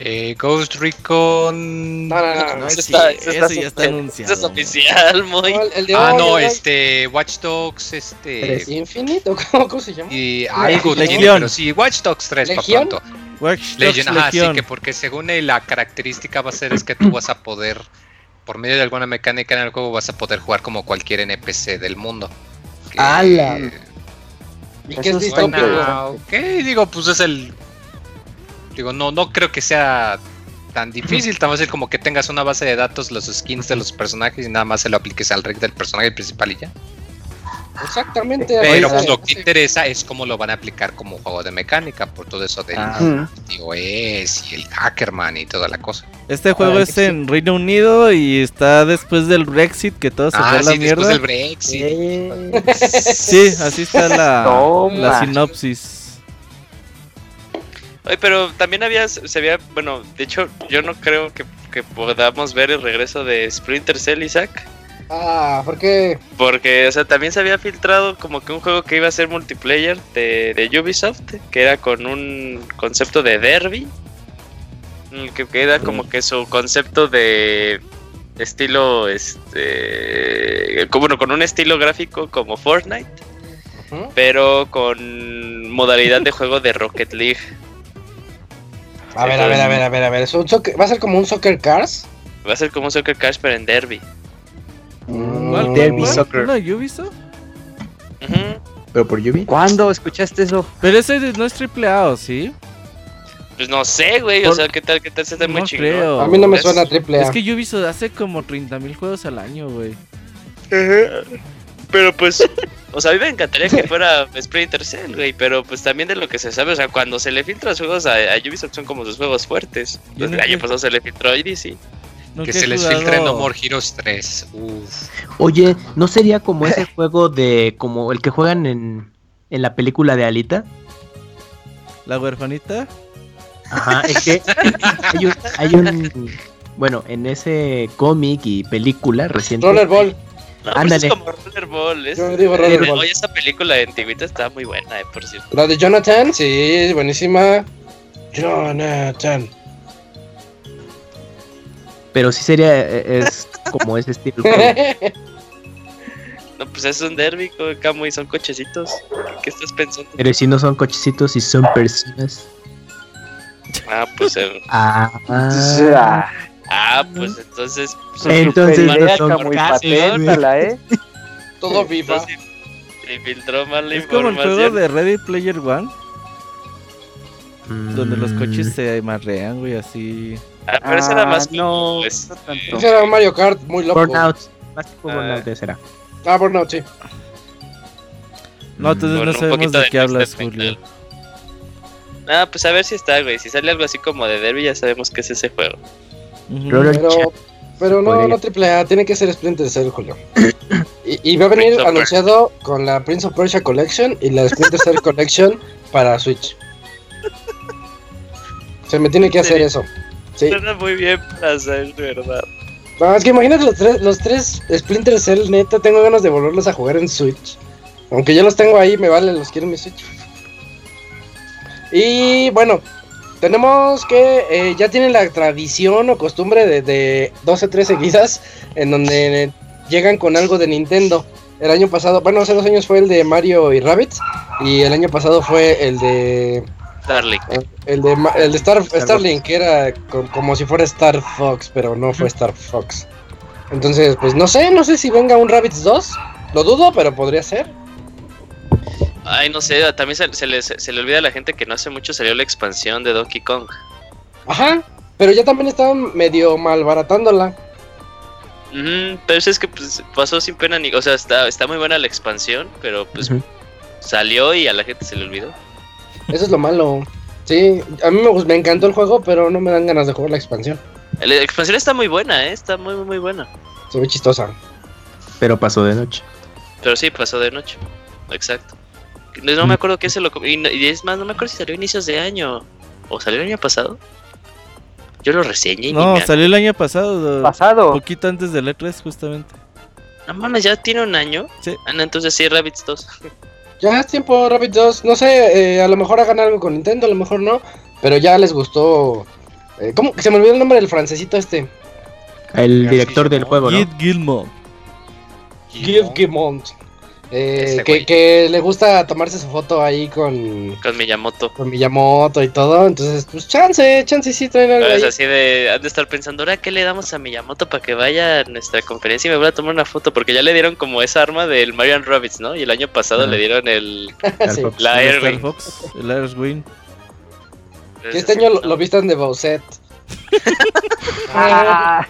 Eh, Ghost Recon. No, no, no, Ah, no, sí. eso está- eso Eso ya está oficial. anunciado. Eso es oficial, Moy. ¿Cuál? El de Ah, hoy, el no, de hoy. este. Watch Dogs, este. Tres. Infinite, ¿o cómo, cómo se llama? Y algo Legión. tiene, pero sí, Watch Dogs 3 para ¿Legión? pronto. Watch Dogs Legion, ajá, sí, Legion. que porque según él, la característica va a ser es que tú vas a poder, por medio de alguna mecánica en el juego, vas a poder jugar como cualquier NPC del mundo. Eh, Que- ¡Ala! ¿Y Eso qué pues, es suena- distópico? Suena, ah, ok, digo, pues es el... Digo, no, no creo que sea tan difícil, tan fácil como que tengas una base de datos, los skins de los personajes y nada más se lo apliques al rey del personaje principal y ya. Exactamente. Pero ahorita. pues lo que interesa es cómo lo van a aplicar como juego de mecánica, por todo eso del Ah. Ujú. iOS y el Hackerman y toda la cosa. Este juego Ah, es en Reino Unido y está después del Brexit, que todo se fue Ah, a la sí, después mierda. del Brexit. Sí, así está la, Ah, la Toma. sinopsis. Oye, pero también había, se había, bueno, de hecho, yo no creo que, que podamos ver el regreso de Splinter Cell, Isaac. Ah, ¿por qué? Porque, o sea, también se había filtrado como que un juego que iba a ser multiplayer de, de Ubisoft, que era con un concepto de derby, en el que, que era como que su concepto de estilo, este, como, bueno, con un estilo gráfico como Fortnite, Ujú. pero con modalidad de juego de Rocket League. A ver, a ver, a ver, a ver, a ver. ¿es un soccer- ¿Va a ser como un Soccer Cars? Va a ser como un Soccer Crash, pero en derby. Mm. Derby ¿Cuál? Soccer. ¿No, Ubisoft? Ujú. Pero por Yubi. ¿Cuándo escuchaste eso? Pero ese no es triple A, ¿o sí? Pues no sé, güey. O Por- sea, ¿qué tal? ¿Qué tal? Se está muy No chingón. creo. A mí no me Es- suena a triple A. Es que Ubisoft hace como 30.000 juegos al año, güey. Ajá. Pero pues, [LAUGHS] o sea, a mí me encantaría que fuera Splinter Cell, güey. Pero pues también de lo que se sabe, o sea, cuando se le filtran los juegos a, a Ubisoft son como sus juegos fuertes. Yo Entonces, no el año sé. pasado se le filtró a EDC. Nunca Que he se les jugado- filtre No More Heroes 3. Uf. Oye, ¿no sería como ese juego de. como el que juegan en. en la película de Alita? La huerfanita. Ajá, [LAUGHS] es que hay un, hay un- bueno, en ese cómic y película reciente. Rollerball. No, pues Ándale. es como Rollerball. Es, Yo digo eh, Rollerball. oye, esa película de antigüita está muy buena, eh, por cierto. La de Jonathan, sí, buenísima. Jonathan. Pero sí sería. eh, es como ese estilo. No, pues es un derby, co- Camo, y son cochecitos. ¿Qué- ¿Qué estás pensando? Pero si no son cochecitos y son personas. Ah, pues. eh, Ah, Ah, ah, pues entonces. pues, Entonces, supermaníaca, eso, muy casi, paténtala, ¿eh? Todo viva. entonces Se filtró mal la Es como el juego información. de Ready Player One, mm, donde los coches se marrean, güey, así. Ah, pero esa era Ah, más. no, pues, no tanto. Ese era un Mario Kart muy loco. Burnout. Más tipo Ah. Burnout ese era. Ah, Burnout, sí. Mm. No, entonces Con no un sabemos poquito de de qué hablas, Master Julio. Painter. Ah, pues a ver si está, güey. Si sale algo así como de derby, ya sabemos que es ese juego. Ujú. Roller Pero, pero no, Podría. no triple A, tiene que ser Splinter Cell, [COUGHS] Julio. Y, y va a venir Prince of anunciado con la Prince of Persia Collection y la Splinter [LAUGHS] Cell Collection para Switch. Se me tiene que hacer serio? eso. Sí. Suena muy bien para ser verdad. No, es que imagínate los tres, los tres Splinter Cell, neta, tengo ganas de volverlos a jugar en Switch. Aunque yo los tengo ahí, me vale, los quiero en mi Switch. Y bueno, tenemos que eh, ya tienen la tradición o costumbre de, de 12, 3 seguidas en donde llegan con algo de Nintendo. El año pasado, bueno, hace dos años fue el de Mario y Rabbit y el año pasado fue el de Darling. el de, Ma- el de Star, Star Starlink, que era co- como si fuera Star Fox, pero no fue Star Fox. Entonces, pues no sé, no sé si venga un Rabbits 2. Lo dudo, pero podría ser. Ay, no sé. También se, se le, se, se le olvida a la gente que no hace mucho salió la expansión de Donkey Kong. Ajá, pero ya también estaban medio malbaratándola. Ujú, pero es que pues, pasó sin pena ni. O sea, está, está muy buena la expansión, pero pues Ujú. salió y a la gente se le olvidó. Eso es lo malo. Sí, a mí me, gust- me encantó el juego, pero no me dan ganas de jugar la expansión. La expansión está muy buena, ¿eh? Está muy, muy, muy buena. Se ve chistosa. Pero pasó de noche. Pero sí, pasó de noche. Exacto. No, no Mm. me acuerdo qué se lo. com- Y, no- y es más, no me acuerdo si salió a inicios de año. ¿O salió el año pasado? Yo lo reseñé y ni No, me ac- salió el año pasado, Pasado. poquito antes del E3 justamente. No mames, ya tiene un año. Sí. Ah, no, entonces sí, Rabbits 2. Ya es tiempo, Rabbit 2. No sé, eh, a lo mejor hagan algo con Nintendo, a lo mejor no. Pero ya les gustó. eh, ¿Cómo? Se me olvidó el nombre del francesito este. El Ya, director sí, del ¿no? juego, ¿no? Git Gilmore. Give Gimont. Eh, Ese que, güey. que le gusta tomarse su foto ahí con, Con Miyamoto. con Miyamoto y todo. Entonces, pues chance, chance sí traen algo Pero ahí. es así de. Han de estar pensando, ¿ahora qué le damos a Miyamoto para que vaya a nuestra conferencia y me vuelva a tomar una foto? Porque ya le dieron como esa arma del Mario and Rabbits, ¿no? Y el año pasado Ajá. le dieron el. Al Sí. Fox. La E el Airwing. Star Fox, el Airwing. Que este año lo, lo vistan de Bowset. Ah,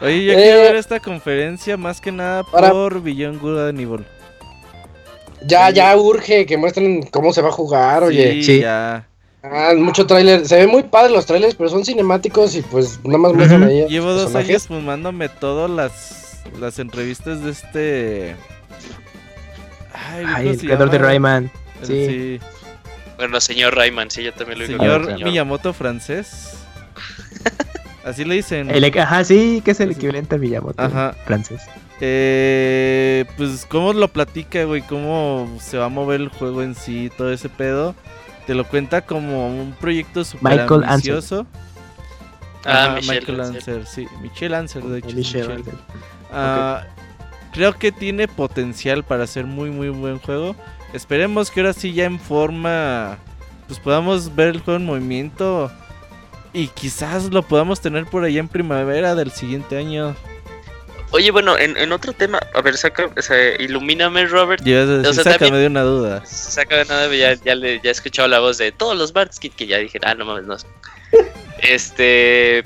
Oye, yo Eh. quiero ver esta conferencia más que nada Ahora- por Beyond Good and Evil. Ya, ya urge que muestren cómo se va a jugar, oye. Sí, Sí. ya. Ah, mucho tráiler. Se ven muy padres los trailers, pero son cinemáticos y pues nada más muestran Ujú. ahí. a los Llevo dos personajes. años fumándome todas las, las entrevistas de este... Ay, ¿cómo Ay, el se creador de llama? Rayman. El- sí. sí. Bueno, señor Rayman, sí, yo también lo digo. Señor Señor. Miyamoto francés. Así le dicen. El, ajá, sí, que es el Ese- equivalente a Miyamoto. Ajá. Francés. Eh, pues cómo lo platica, güey, cómo se va a mover el juego en sí, todo ese pedo. Te lo cuenta como un proyecto super Michael Ansel. ambicioso. Ah, Ajá, Michel Michael Ansel. Ansel, sí. Michelle Ansel, de hecho. es Michel Michel. Ansel. Ah, Creo que tiene potencial para ser muy, muy buen juego. Esperemos que ahora sí ya en forma, pues podamos ver el juego en movimiento. Y quizás lo podamos tener por allá en primavera del siguiente año. Oye, bueno, en, en otro tema, a ver, saca, o sea, ilumíname, Robert. Yo iba a decir, sea, sácame también- de una duda. Saca de nada, ya, ya, le, ya he escuchado la voz de todos los Bartskit que ya dije, ah, [LAUGHS] no mames, no. Este.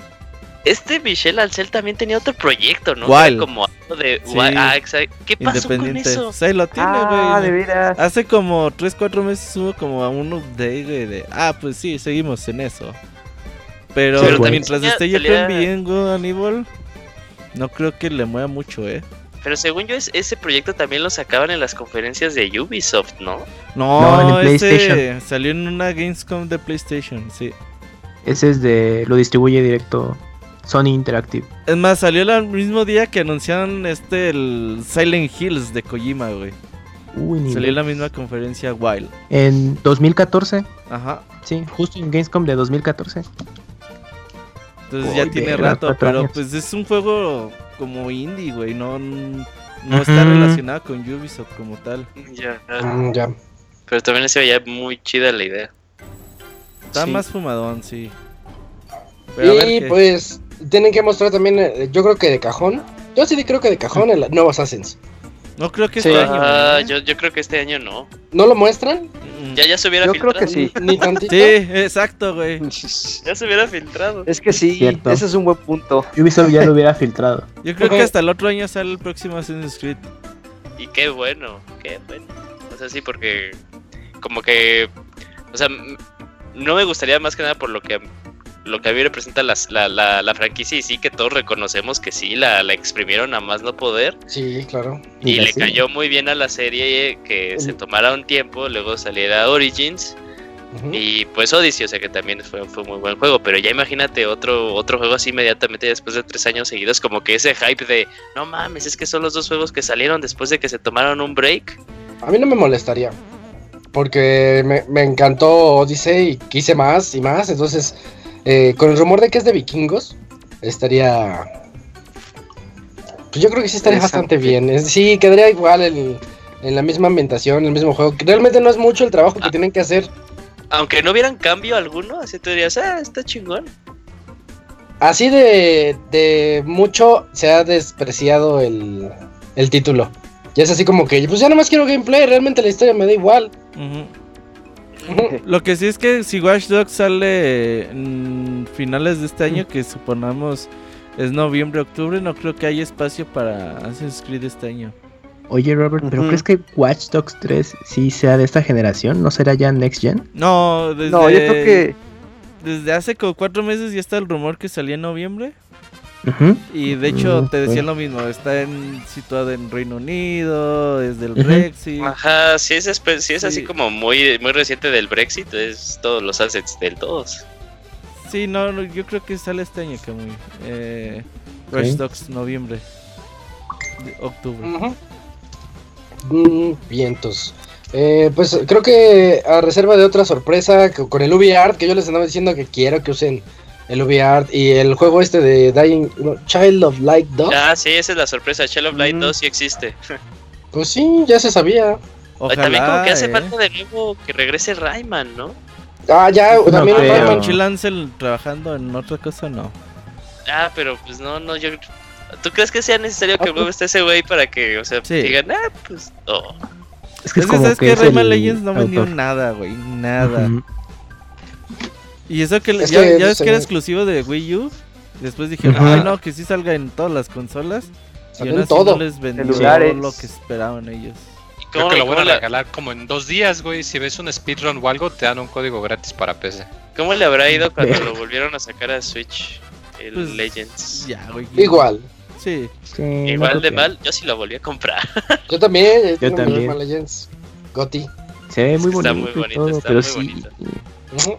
Este Michel Ancel también tenía otro proyecto, ¿no? ¿Cuál? Era Como algo de. Sí. Ah, exacto. ¿Qué pasó con Independiente. eso? O sea, y lo tiene, güey. ah, de veras. Hace como 3, 4 meses hubo como a un update, güey, de... Ah, pues sí, seguimos en eso. Pero, Sí, güey. mientras Ya, esté yo pelea. con bien Good and Evil, no creo que le mueva mucho, ¿eh? Pero según yo, es- ese proyecto también lo sacaban en las conferencias de Ubisoft, ¿no? No, No, en el ese PlayStation. salió en una Gamescom de PlayStation, sí. Ese es de. Lo distribuye directo Sony Interactive. Es más, salió el mismo día que anunciaron este, el Silent Hills de Kojima, güey. Uy, ni Salió en me- la misma conferencia Wild. En 2014. Ajá. Sí, justo en Gamescom de 2014. Entonces Uy, ya tiene verga, rato, cuatro pero años. pues es un juego como indie, güey, no, no está Ujú. relacionado con Ubisoft como tal. Ya. Mm, ya. Pero también se veía muy chida la idea. Está Sí. más fumadón, sí. a ver Y qué- pues tienen que mostrar también, eh, yo creo que de cajón. Yo sí creo que de cajón el nuevo Assassin's. no creo que sí. este año, Ah, ¿eh? yo, yo creo que este año no. ¿No lo muestran? Mm. Ya, ya se hubiera Yo creo filtrado. que sí. Ni tantito. Sí, exacto, güey. Ya se hubiera filtrado. Es que sí, Cierto. ese es un buen punto. Ubisoft [LAUGHS] ya lo hubiera filtrado. Yo creo Ok. que hasta el otro año sale el próximo Assassin's Creed. Y qué bueno, qué bueno. O sea, sí, porque como que, o sea, m- no me gustaría más que nada por lo que lo que a mí representa las- la, la, la franquicia y sí que todos reconocemos que sí, la, la exprimieron a más no poder Sí, claro. y, Y le así. cayó muy bien a la serie que se tomara un tiempo, luego saliera Origins Ujú. y pues Odyssey, o sea que también fue, fue muy buen juego, pero ya imagínate otro, otro juego así inmediatamente después de tres años seguidos, como que ese hype de, no mames, es que son los dos juegos que salieron después de que se tomaron un break. A mí no me molestaría. Porque me, me encantó Odyssey y quise más y más. Entonces, eh, con el rumor de que es de vikingos, estaría. Pues yo creo que sí estaría bastante Interesante. bien. Es- sí, quedaría igual en, en la misma ambientación, el mismo juego. Realmente no es mucho el trabajo que Ah. tienen que hacer. Aunque no hubieran cambio alguno, así tú dirías, ah, está chingón. Así de, de mucho se ha despreciado el, el título. Y es así como que, pues ya nomás quiero gameplay, realmente la historia me da igual. Ujú. Lo que sí es que si Watch Dogs sale en finales de este año, que suponamos Es noviembre, octubre, no creo que haya espacio para Assassin's Creed este año. Oye, Robert, ¿pero Ujú. crees que Watch Dogs 3 sí sea de esta generación? ¿No será ya Next Gen? No, desde, No, yo creo que. desde hace como cuatro meses ya está el rumor que salía en noviembre. Ujú. Y de hecho Mm, te sí. decían lo mismo, está en, situado en Reino Unido, desde el Ujú. Brexit. Ajá, sí es, espe- sí es así Sí. como muy, muy reciente del Brexit, es todos los assets del todos. Sí, no, no, yo creo que sale este año, Camuy. Eh, Watch Ok. Dogs, noviembre. De- Octubre. Mm, vientos. Eh, pues creo que a reserva de otra sorpresa co- con el UbiArt, que yo les andaba diciendo que quiero que usen el UbiArt y el juego este de Dying no, Child of Light 2, Ah, sí, esa es la sorpresa, Shell of Light Mm. 2 sí existe. pues sí, ya se sabía. Ay, también como que hace eh. falta de nuevo que regrese Rayman, ¿no? Ah, ya, No también creo. Rayman. Con Chill Ansel trabajando en otra cosa, no. Ah, pero pues no, no, yo... ¿Tú crees que sea necesario que mueva este ese güey para que, o sea, Sí. digan, ah, pues no? Es Es que sabes que es Rayman el Legends no vendió autor. nada, güey, nada. Ujú. Y eso que le- Es ya, que ya no ves sé. que era exclusivo de Wii U. Después dijeron, Ajá. ay no, que sí salga en todas las consolas. Y Salió aún en así todo. no les vendió Celulares. lo que esperaban ellos. ¿Y Creo cómo- que lo cómo van a la- regalar como en dos días, güey. Si ves un speedrun o algo, te dan un código gratis para PC. ¿Cómo le habrá ido cuando Verga. lo volvieron a sacar a Switch? El Pues, Legends. Ya, güey. Igual. Sí. Sí, Igual no creo de que- mal, yo sí lo volví a comprar. Yo también, eh, Yo no, también. Rayman Legends. Goti. Se ve muy que está bonito, muy y bonito, todo, está pero muy sí. bonito. Ujú.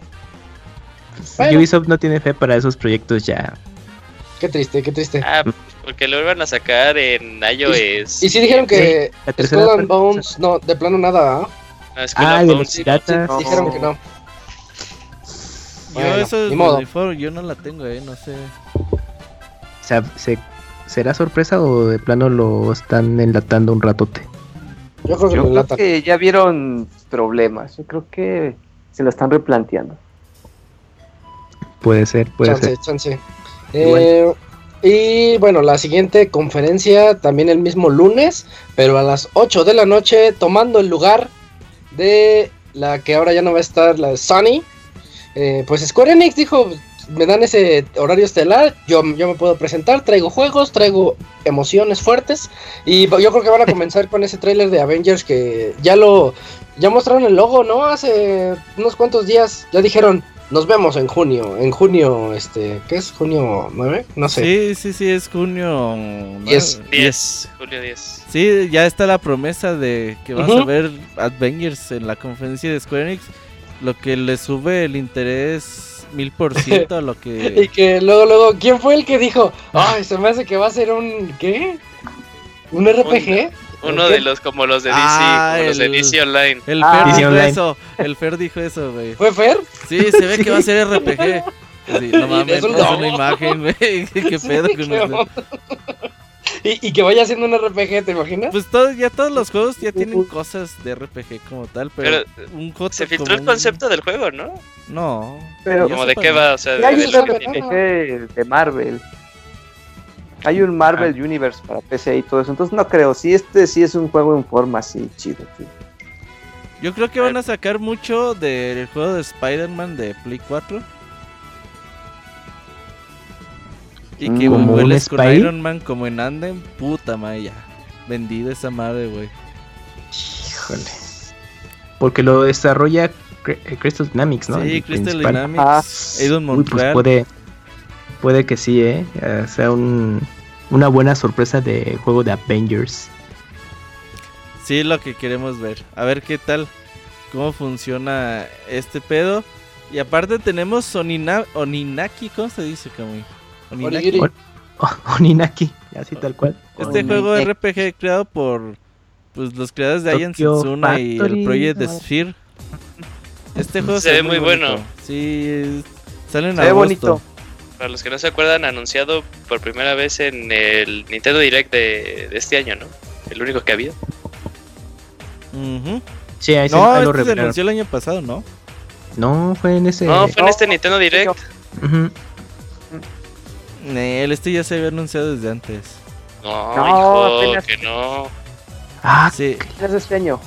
pues, Bueno. Ubisoft no tiene fe para esos proyectos ya. Qué triste, qué triste. Ah, porque lo iban a sacar en iOS. Y sí dijeron que La Pues tercera Skull and parte- Bones, no, de plano nada, ¿ah? Ah, Skull Ah, and de Bones, los sí. piratas. No. Dijeron que no. Bueno, yo eso ni es modo. yo no la tengo, eh, no sé. O sea, se- ¿será sorpresa o de plano lo están enlatando un ratote? Yo creo que Yo lo creo enlatan. que ya vieron problemas. Yo creo que se lo están replanteando. Puede ser, puede chance, ser. chance. Eh, y bueno, la siguiente conferencia también el mismo lunes, pero a las 8 de la noche, tomando el lugar de la que ahora ya no va a estar, la de Sony. Eh, pues Square Enix dijo, me dan ese horario estelar, yo, yo me puedo presentar, traigo juegos, traigo emociones fuertes. Y yo creo que van a comenzar con ese tráiler de Avengers que ya lo... Ya mostraron el logo, ¿no? Hace unos cuantos días ya dijeron, nos vemos en junio. En junio, este, ¿qué es? ¿Junio 9? No sé. Sí, sí, sí, es junio. ¿no? Diez. 10, julio 10. Sí, ya está la promesa de que vas Ujú. a ver Avengers en la conferencia de Square Enix, lo que le sube el interés mil por ciento a lo Y que... que luego, luego, ¿quién fue el que dijo? Ay, se me hace que va a ser un, ¿qué? ¿Un RPG? Uno ¿Qué? de los como los de DC, Ah, como los de el- DC Online. El Fer Ah, DC dijo Online. eso, el Fer dijo eso, güey. ¿Fue [LAUGHS] Fer? Sí, se ve que va a ser RPG. Sí, no mames, es es un una lobo. imagen, güey. [LAUGHS] Qué Sí, pedo qué con eso. onda. [LAUGHS] y, y que vaya siendo un RPG, ¿te imaginas? Pues todo- ya todos los juegos ya tienen cosas de RPG como tal, pero, un juego Se como filtró el un- concepto del juego, ¿no? No. Pero- Ya Como de sepa, qué ¿no? va, o sea, Y hay de un lo que tiene. RPG de Marvel. Hay un Marvel Universe para PC y todo eso. Entonces no creo. Si este sí es un juego en forma así, chido. chido. Yo creo que van a sacar mucho del juego de Spider-Man de Play 4. Y que ¿Como un vueles con Spy? Iron Man como en Anden, puta madre ya. Vendida esa madre, güey. Híjole. Porque lo desarrolla Cre- eh, Crystal Dynamics, ¿no? sí, El Crystal principal. Dynamics, Ah. Edon Uy, pues Montreal. puede, puede que sí, ¿eh? Eh, sea un- una buena sorpresa de juego de Avengers. [LAUGHS] Sí, es lo que queremos ver. A ver qué tal. Cómo funciona este pedo. Y aparte tenemos Onina- Oninaki. ¿Cómo se dice, Kamui? Origiri. O- Oh, Oninaki, así tal cual. Este Oninaki. juego RPG creado por pues, los creadores de Ayan Tokyo Setsuna y Factory, el Project no. Sphere. Este juego Se ve muy bueno. bonito. Sí, es- sale en Se ve agosto. bonito. Para los que no se acuerdan, anunciado por primera vez en el Nintendo Direct de, de este año, ¿no? El único que ha habido. Ujú. Sí, ahí, se- No, ahí lo este se revelaron. anunció el año pasado, ¿no? No, fue en ese. No, fue en no, este Nintendo Direct. Ujú. Nel, este ya se había anunciado desde antes. No, No, hijo, apenas- que no. Ah, Sí. Es este año.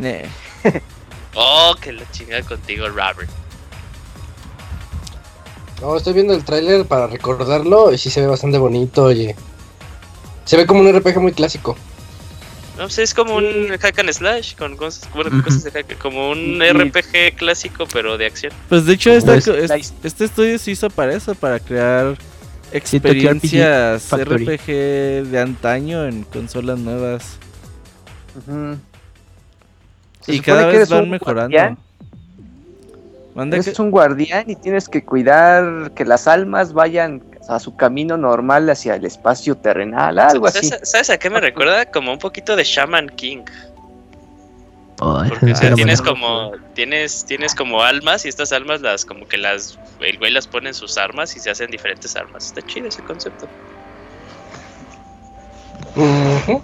Nel. Oh, que la chingada contigo, Robert. No, estoy viendo el tráiler para recordarlo y sí se ve bastante bonito, oye. Se ve como un RPG muy clásico. No sé, es como un hack and slash con cosas, bueno, con cosas de hack- como un RPG clásico, pero de acción. Pues de hecho, esta Pues, co- es- la his- este estudio se hizo para eso, para crear Tokyo RPG experiencias Factory. RPG de antaño en consolas nuevas. Se Y supone cada que vez eres van un mejorando. guardián. Mande que- Es un guardián y tienes que cuidar que las almas vayan a su camino normal hacia el espacio terrenal, algo así. ¿Sabes, sabes a qué me recuerda? Como un poquito de Shaman King. Ay, Porque o sea, era tienes bueno. como tienes tienes como almas y estas almas las como que las el güey las pone en sus armas y se hacen diferentes armas. Está chido ese concepto. Ujú.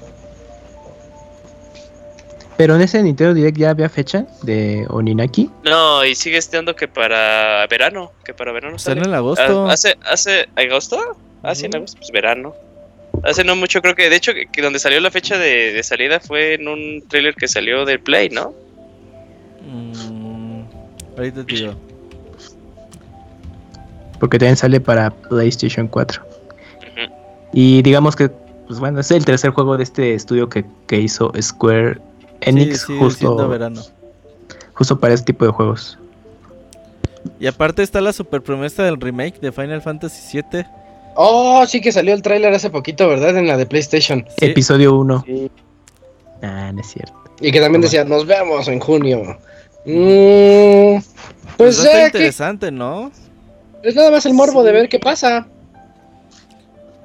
Pero en ese Nintendo Direct ya había fecha de Oninaki. No, y sigue estando que para verano, que para verano Sale sale. en agosto. Ah, Hace hace agosto? Ah, sí, en agosto, pues verano. Hace no mucho creo que de hecho que, que donde salió la fecha de, de salida fue en un tráiler que salió del Play, ¿no? Mm, ahorita te digo. Porque también sale para PlayStation 4. Ujú. Y digamos que, pues bueno, es el tercer juego de este estudio que, que hizo Square Enix Sí, sí, siendo justo, verano. justo para este tipo de juegos. Y aparte está la super promesa del remake de Final Fantasy VII. Oh, sí que salió el tráiler hace poquito, ¿verdad? En la de PlayStation. Sí, Episodio 1. Sí. Ah, no es cierto. Y que también decía, nos vemos en junio. Mm, pues pues va a estar eh, que- interesante, ¿no? es nada más el morbo de ver qué pasa.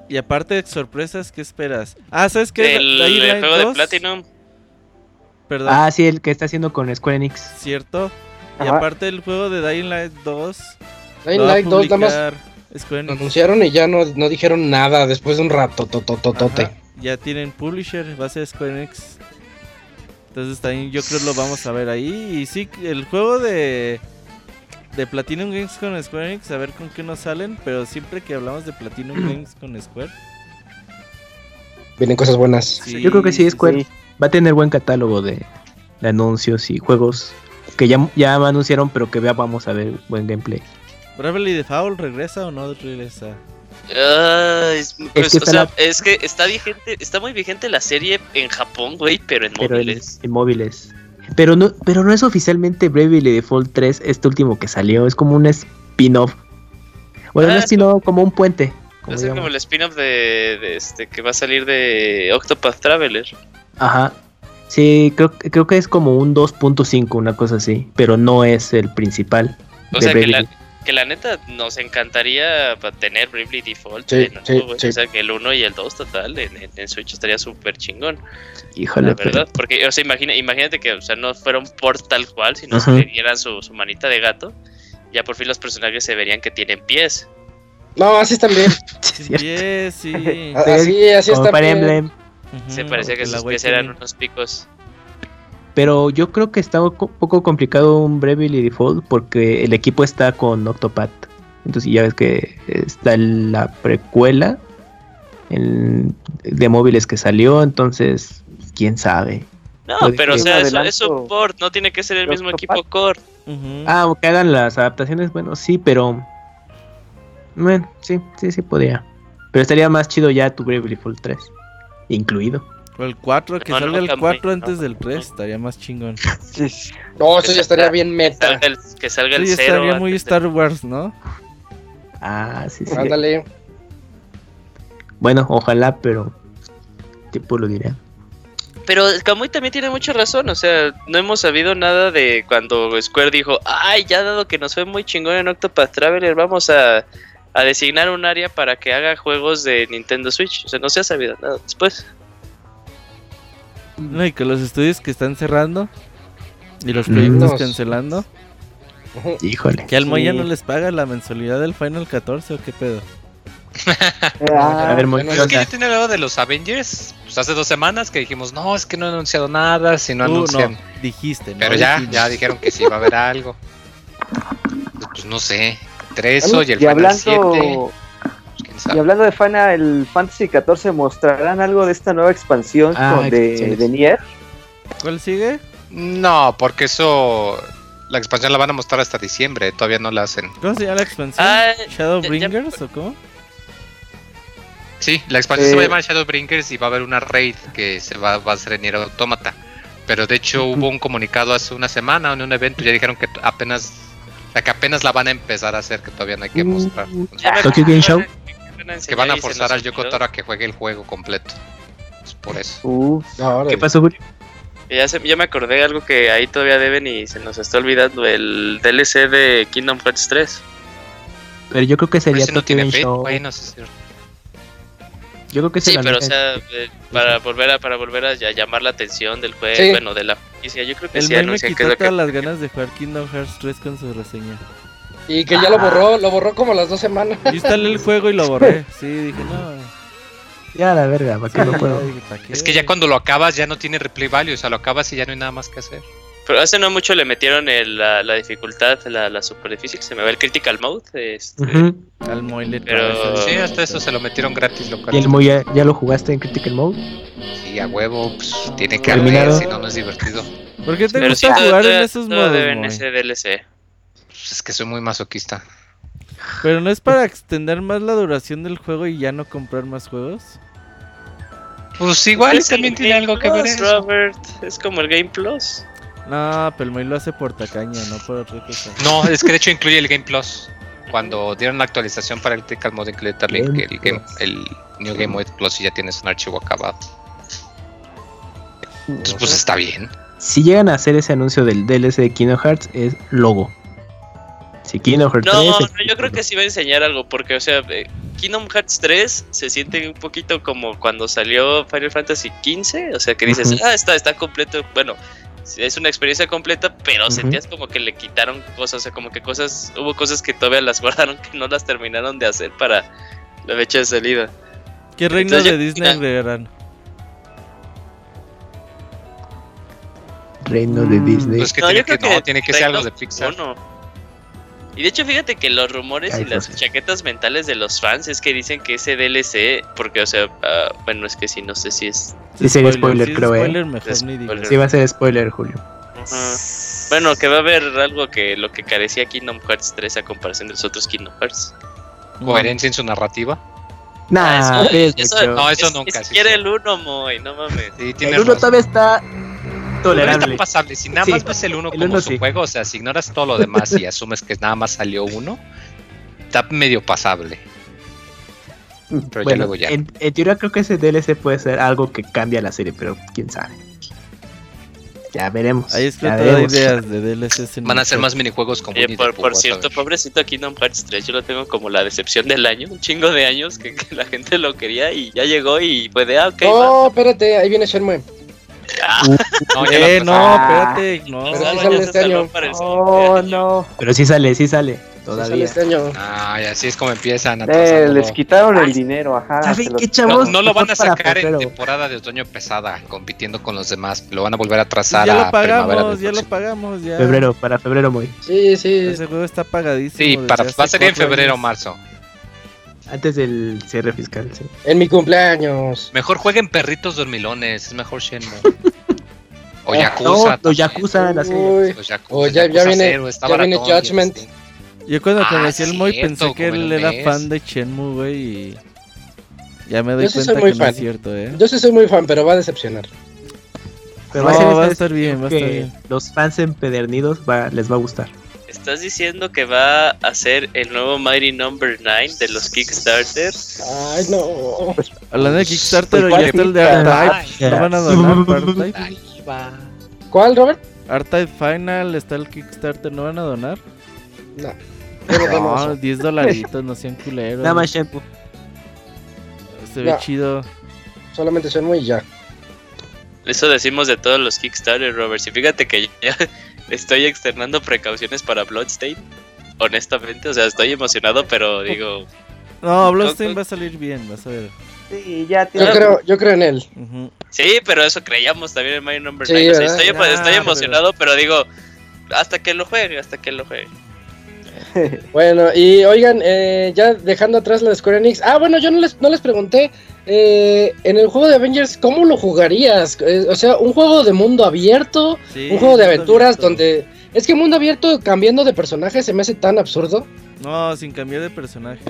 Y aparte de sorpresas, ¿qué esperas? Ah, ¿sabes qué? El, Dying el Light juego de 2, Platinum. Perdón, Ah, sí, el que está haciendo con Square Enix. cierto. Y Ajá. aparte el juego de Dying Light 2. Dying lo va a Light 2 nada más publicar Square lo Enix. anunciaron y ya no, no dijeron nada después de un rato totototote. Ajá, Ya tienen publisher, va a ser Square Enix. Entonces también yo creo lo vamos a ver ahí. Y sí, el juego de de Platinum Games con Square Enix, a ver con qué nos salen. Pero siempre que hablamos de [CLEARS THROAT] Platinum Games con Square, Vienen cosas buenas. sí, Yo creo que sí, sí, Square va a tener buen catálogo de, de anuncios y juegos que ya, ya anunciaron, pero que vea, vamos a ver buen gameplay. Bravely Default regresa o no regresa. Ah, es, pues, que o está sea, la- es que está vigente, está muy vigente la serie en Japón, güey, pero en Pero en, móviles. en móviles. Pero no, pero no es oficialmente Bravely Default 3, este último que salió. Es como un spin-off. Bueno, Ah, no es- spin-off, como un puente. como Va a ser digamos. como el spin-off de, de este que va a salir de Octopath Traveler. Ajá. Sí, creo, creo que es como un 2.5, una cosa así. Pero no es el principal. O de sea que Bravely. la, que la neta nos encantaría pa- tener Bravely Default. Sí, en sí, algo, güey. sí. O sea que el 1 y el 2 total en, en- en Switch estaría súper chingón. Híjole, la pero- verdad. Porque, o sea, imagina, imagínate que o sea, no fuera un port tal cual, sino Ajá. que le dieran su, su manita de gato. Ya por fin los personajes se verían que tienen pies. No, así están bien. [LAUGHS] sí, es Sin cierto. pies, sí. [LAUGHS] A- Así, así Como están Fire bien. Emblem. Ujú, se parecía que porque Mm, la sus Wii pies eran tiene- unos picos. Pero yo creo que está un co- poco complicado un Bravely Default porque el equipo está con Octopath. Entonces ya ves que está la precuela el- de móviles que salió, entonces quién sabe. No, Puede pero o que- sea, Un es, es adelanto. support, no tiene que ser el Los mismo Octopath. equipo core. Ujú. Ah, o que hagan las adaptaciones, bueno, sí, pero... Bueno, sí, sí, sí podría. Pero estaría más chido ya tu Bravely Default 3, incluido. O el 4, que No, no, salga el también, 4 no, antes del no. 3, estaría más chingón. Sí. No, eso ya estaría bien meta. Salga el- que salga el Sí, cero. estaría muy antes de- Star Wars, ¿no? Ah, sí, sí. Ándale. Bueno, ojalá, pero... Tipo lo diré. Pero Kamui también tiene mucha razón, o sea, no hemos sabido nada de cuando Square dijo, ay, ya dado que nos fue muy chingón en Octopath Traveler, vamos a, a designar un área para que haga juegos de Nintendo Switch. O sea, no se ha sabido nada después. No, y que los estudios que están cerrando y los proyectos Los- cancelando, Ujú. Híjole. que al Moya Sí. no les paga la mensualidad del Final 14 o qué pedo. Ah. A ver, Moy, Ah, bueno, ¿qué es Es que onda? yo tenía hablado de los Avengers. Pues hace dos semanas que dijimos, no, es que no han anunciado nada, si no Tú anuncian. dijiste, ¿no? Pero ya, dijimos. ya dijeron que sí va a haber algo. Pues no sé, entre eso y el y Final 7, hablando, pues, quién y sabe. hablando de Final Fantasy XIV, ¿mostrarán algo de esta nueva expansión Ah, con- de, expansiones. de Nier? ¿Cuál sigue? No, porque eso la expansión la van a mostrar hasta diciembre, todavía no la hacen. ¿Cómo se llama la expansión? Ah, ¿Shadowbringers o cómo? Sí, la expansión Eh. se va a llamar Shadowbringers y va a haber una raid que se va, va a hacer en Nier Automata. Pero de hecho hubo un comunicado hace una semana en un evento, ya dijeron que t- apenas, o sea, que apenas la van a empezar a hacer, que todavía no hay Mm. que mostrar. Tokyo Game Show. Que van a forzar al Yoko Taro a que juegue el juego completo. Es por eso. Uf, ¿Qué pasó, Julio? Ya, se- ya me acordé de algo que ahí todavía deben y se nos está olvidando: el DLC de Kingdom Hearts 3. Pero yo creo que Pero sería Pues ese no Tokyo tiene Game fe, Show. bueno, sí es cierto. Yo creo que se Sí, la pero o anuncian. sea, eh, para volver a, para volver a ya- llamar la atención del juego, Sí. bueno, de la franquicia, yo creo que El sí meme me anuncian que es quitó lo que. todas las ganas de jugar Kingdom Hearts 3 con su reseña. Y que ya lo borró, lo borró como las dos semanas. Yo instalé el juego y lo borré. Sí, dije, no. Ya la verga, ¿para [LAUGHS] qué lo puedo? dije, ¿pa' qué? Es que ya cuando lo acabas ya no tiene replay value, o sea, lo acabas y ya no hay nada más que hacer. Pero hace no mucho le metieron el- la, la dificultad, la, la super difícil, se me va el Critical Mode. Este, Ujú. Al Moilet. Pero- parece. Sí, hasta eso se lo metieron gratis local. ¿Y el Moy ya, ya lo jugaste en Critical Mode? Sí, a huevo, pues tiene que haber, Ah, Terminado. si no, no es divertido. ¿Por qué te Pero sí, gusta todo- jugar en todo- esos todo modos? deben Moy? ese DLC. Pues es que soy muy masoquista. Pero no es para extender más la duración del juego y ya no comprar más juegos. Pues igual Es el también tiene Game algo que Plus, ver. eso. Robert, es como el Game Plus. No, pero el Moy lo hace por tacaña, no por otra cosa. No, es que de hecho incluye el Game Plus. Cuando dieron la actualización para el Critical Mode, incluye también Game que el, Game- el New Game Mode Plus y ya tienes un archivo acabado. Entonces, pues está bien. Si llegan a hacer ese anuncio del DLC de Kingdom Hearts, es logo. Si Kingdom Hearts No, 3 no, es- yo creo que sí va a enseñar algo, porque, o sea, eh, Kingdom Hearts 3 se siente un poquito como cuando salió Final Fantasy XV, o sea, que dices, Ujú. ah, está, está completo, bueno, sí, es una experiencia completa, pero Ujú. sentías como que le quitaron cosas, o sea, como que cosas, hubo cosas que todavía las [LAUGHS] guardaron, que no las terminaron de hacer para la fecha de salida. ¿Qué reino Entonces yo- de Disney mira. agregarán? Reino de Mm, Disney. Pues que No, tiene yo creo que, que no, tiene que ser algo de Reino Pixar. Uno. Y de hecho, fíjate que los rumores Ay, y las José. chaquetas mentales de los fans es que dicen que ese DLC, porque, o sea, ah, bueno, es que sí, no sé si es Sí, sería spoiler, si es creo, eh. spoiler, mejor Es ni digas. spoiler. Sí va a ser spoiler, Julio. Ajá. Bueno, que va a haber algo que lo que carecía Kingdom Hearts 3 a comparación de los otros Kingdom Hearts. Coherencia en su narrativa. Nah, Ah, eso- es eso- mucho. No, eso Es- nunca. sí, Ni siquiera sí. el 1, Moy, no mames. Sí, tiene El uno razón. todavía está Está tolerable. pasable. Si nada Sí, más ves el 1 el como uno su sí. juego, o sea, si ignoras todo lo demás [LAUGHS] y asumes que nada más salió uno, está medio pasable. Pero ya bueno, luego ya. En, en teoría creo que ese DLC puede ser algo que cambia la serie, pero quién sabe. Ya veremos. Ahí ya explotado veremos. ideas de DLCs en Van a el ser chat. más minijuegos como Oye, por, por cierto, pobrecito Kingdom Hearts 3, yo lo tengo como la decepción del año, un chingo de años que, que la gente lo quería y ya llegó y fue de, ah, ok, va. No, espérate, ahí viene Shenmue. No, Ah, ya lo Eh, no, espérate, empezaron. Pero sí no. ya sale se este salvó año. para el Oh, siguiente año. no. Pero sí sale, sí sale. Todavía. Este año. Ay, así es como empiezan. Eh, atrasándolo. les quitaron el dinero, ajá. se ¿Saben los- qué, No, chavos? no lo van a Mejor para sacar en febrero. temporada de otoño pesada, compitiendo con los demás. Lo van a volver a trazar Ya a lo primavera pagamos, del ya lo próximo. pagamos, ya. Febrero, para febrero, muy. Sí, sí. Ese juego está pagadísimo. Sí, desde para, hace va a ser en cuatro febrero o años. marzo. Antes del cierre fiscal, sí. En mi cumpleaños. Mejor jueguen perritos dormilones, es mejor [LAUGHS] Shenmue. o Yakuza. no, los también. Yakuza, la serie. Uy. Los Yakuza, O ya- ya Yakuza viene- cero, está ya viene baratón, este. Judgment. sí. Yo cuando Ah, conocí al Moy cierto, pensé que como en él un era mes. fan de Shenmue, güey, y ya me doy Yo sí cuenta soy que muy no es fan. cierto, eh. Yo sí soy muy fan, pero va a decepcionar. Pero No, esa va a vez estar bien, va a que estar bien. Los fans empedernidos va- les va a gustar. ¿Estás diciendo que va a ser el nuevo Mighty Number 9 de los Kickstarter? Ay, no. Hablando de Kickstarter, Pues, ya está el de ¿cuál? Art Ah, Type. ¿No van [LAUGHS] a donar para Art Type? Ahí va. ¿Cuál, Robert? Art Type Final, está el Kickstarter, ¿no van a donar? No. No, 10 dolaritos, no sean culeros. Nada más shampoo. Se ve No. chido. Solamente Shenmue y ya. Eso decimos de todos los Kickstarter, Robert. Y fíjate que [LAUGHS] ya estoy externando precauciones para Bloodstain. Honestamente, o sea, estoy emocionado, pero digo, No, Bloodstained va a salir bien, vas a ver. Sí, ya Yo tiene- creo, yo creo en él. Ujú. sí, pero eso creíamos también en My Number Sí, 9. O sea, ¿verdad? estoy, emo- Ah, estoy pero- emocionado, pero digo, hasta que lo juegue, hasta que lo juegue. Bueno, y oigan, eh, ya dejando atrás la de Square Enix. Ah, bueno, yo no les, no les pregunté. eh, en el juego de Avengers, ¿cómo lo jugarías? Eh, o sea, un juego de mundo abierto, Sí, un juego de está aventuras abierto. donde Es que mundo abierto cambiando de personaje se me hace tan absurdo. No, sin cambiar de personaje.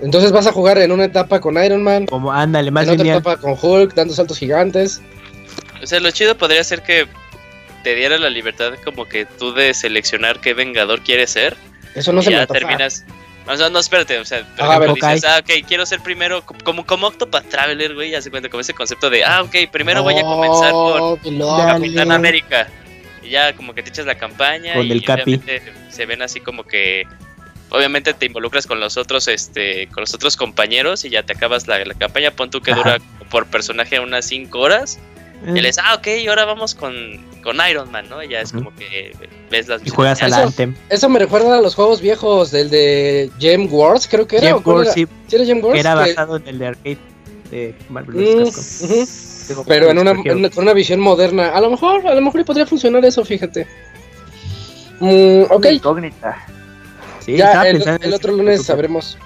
Entonces vas a jugar en una etapa con Iron Man, Como, ándale, más en otra lineal. etapa con Hulk, dando saltos gigantes. O sea, lo chido podría ser que te diera la libertad como que tú de seleccionar qué vengador quieres ser. Eso no y se me ya antoja. terminas. O sea, no, espérate, o sea, por Ah, a ejemplo, ver, ok. dices, ah, ok, quiero ser primero, co- como, como Octopath Traveler, güey, ya se cuenta con ese concepto de, ah, ok, primero voy a comenzar con Oh, qué loco. Capitán Dale. América. Y ya como que te echas la campaña Con y el Capi. obviamente se ven así como que obviamente te involucras con los otros este con los otros compañeros y ya te acabas la, la campaña, pon tú que Ajá. Mm. dura por personaje unas 5 horas. eh, Y les, ah, ok, ahora vamos con, con Iron Man, ¿no? Y ya es Ujú. como que ves las Y juegas al Eso- Anthem. Eso me recuerda a los juegos viejos, del de James Wars, creo que era. Jeff ¿o cuál Gorsey, era? ¿Sí era James Wars? que era Que- basado en el de arcade de Marvel vs. Mm, Capcom. pues, ujú. Pero en una, en una- con una visión moderna. A lo mejor, a lo mejor y podría funcionar eso, fíjate. Mm, ok, Incógnita. Sí, ya estaba el, pensando en el eso. otro lunes sabremos.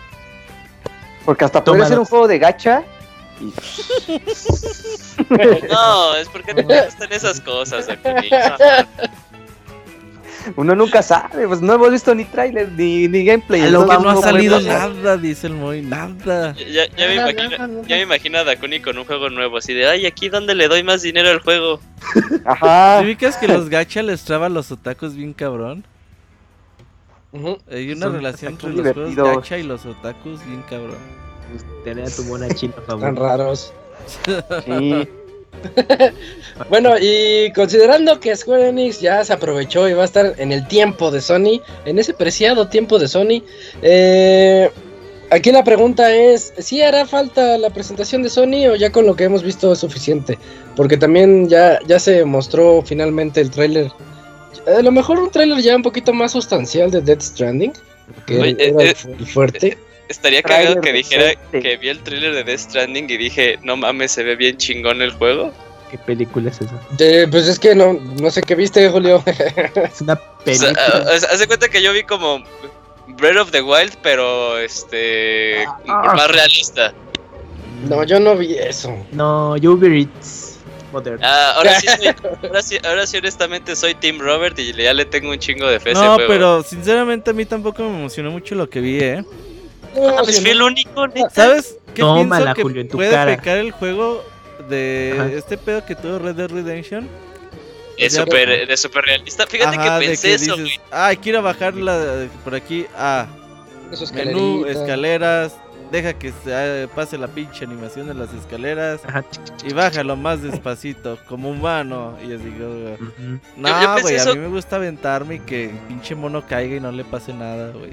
Porque hasta podría Tómalo. ser un juego de gacha. Y... [LAUGHS] No, es porque te gustan esas cosas, Dakuni. No, Uno nunca sabe, pues no hemos visto ni trailer ni, ni gameplay. A lo entonces que no ha uno puede salido pensar. nada, dice el Moy, nada. ya, ya me imagino, ya me imagino a Dakuni con un juego nuevo, así de, ay, aquí donde le doy más dinero al juego. ¿Te Ah. Ajá. ubicas que los gacha les traba a los otakus bien cabrón? Ujú. Hay una Son relación entre otakus los juegos divertidos. gacha y los otakus bien cabrón. Tener a tu mona china a favor. Tan raros. Sí. Bueno, y considerando que Square Enix ya se aprovechó y va a estar en el tiempo de Sony, en ese preciado tiempo de Sony, eh, aquí la pregunta es, ¿si hará falta la presentación de Sony o ya con lo que hemos visto es suficiente? Porque también ya, ya se mostró finalmente el tráiler, a lo mejor un tráiler ya un poquito más sustancial de Death Stranding, que Oye, era eh, el fu- el fuerte. Estaría cagado Tráiler que dijera decente. que vi el tráiler de Death Stranding y dije, no mames, se ve bien chingón el juego. ¿Qué película es esa? Eh, pues es que no, no sé qué viste, Julio. [LAUGHS] Es [LAUGHS] una O sea, película. eh, a- a- hace cuenta que yo vi como Breath of the Wild, pero este más realista. no, yo no vi eso. No, yo Uber Eats. Mother. Ah, ahora sí, soy- ahora sí, ahora sí, honestamente soy Team Robert y ya le tengo un chingo de fe a ese No, juego. pero sinceramente a mí tampoco me emocionó mucho lo que vi, ¿eh? No, Ah, pues sí, fui no. el único, [LAUGHS] neta. ¿Sabes qué Tómala, pienso que Julio, en tu puede cara. pecar el juego de Ajá. este pedo que tuvo Red Dead Redemption? Es Ya, súper pero- es súper realista. Fíjate Ajá, que de pensé eso, dices, güey. Ay, quiero bajar la, por aquí a Sus menú, escaleritas. escaleras. Deja que se- eh, pase la pinche animación de las escaleras. Ajá. Y bájalo más despacito, como humano. Y yo digo, Ujú. no, pensé güey, a eso- mí me gusta aventarme y que el pinche mono caiga y no le pase nada, güey.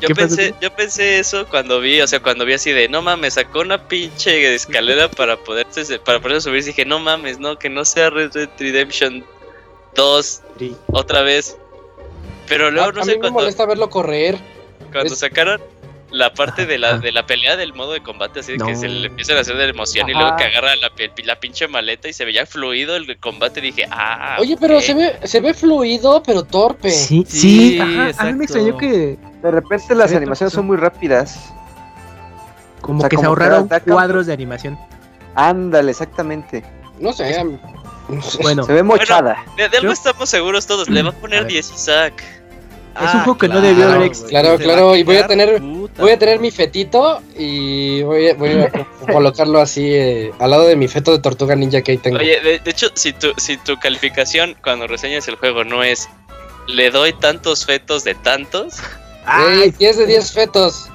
Yo ¿Qué pasó? pensé, yo pensé eso cuando vi, o sea, cuando vi así de, no mames, sacó una pinche escalera para poderse para poder subir. Dije, no mames, no, que no sea Red Dead Redemption 2 Sí. otra vez. Pero luego a, no a sé mí me cuando, molesta verlo correr. cuando es- sacaron la parte de la Ajá. de la pelea del modo de combate, así de que No. se le empiezan a hacer de la emoción y luego Ajá. que agarra la, pe- la pinche maleta y se veía fluido el combate. Dije, ah, Oye, pero ok". se ve, se ve fluido, pero torpe. Sí, Sí, sí, ajá, a mí exacto. me extrañó que De repente las Sí, animaciones sí. son muy rápidas. como O sea, que se como que ahorraron atacan. cuadros [LAUGHS] de animación. Ándale, exactamente. No sé. a mí- no sé. Bueno, Se ve mochada. De, de algo Yo- estamos seguros todos, le va a A poner ver. 10 Isaac. Es un juego que no debió haber existido. Claro, Ah, Se claro, va y voy a quedar tener- puta. Voy a tener mi fetito y voy a, voy a colocarlo así eh, al lado de mi feto de tortuga ninja que ahí tengo. Oye, de, de hecho, si tu, si tu calificación cuando reseñas el juego no es le doy tantos fetos [LAUGHS] de tantos, Ah, Ey, 10 de 10 fetos.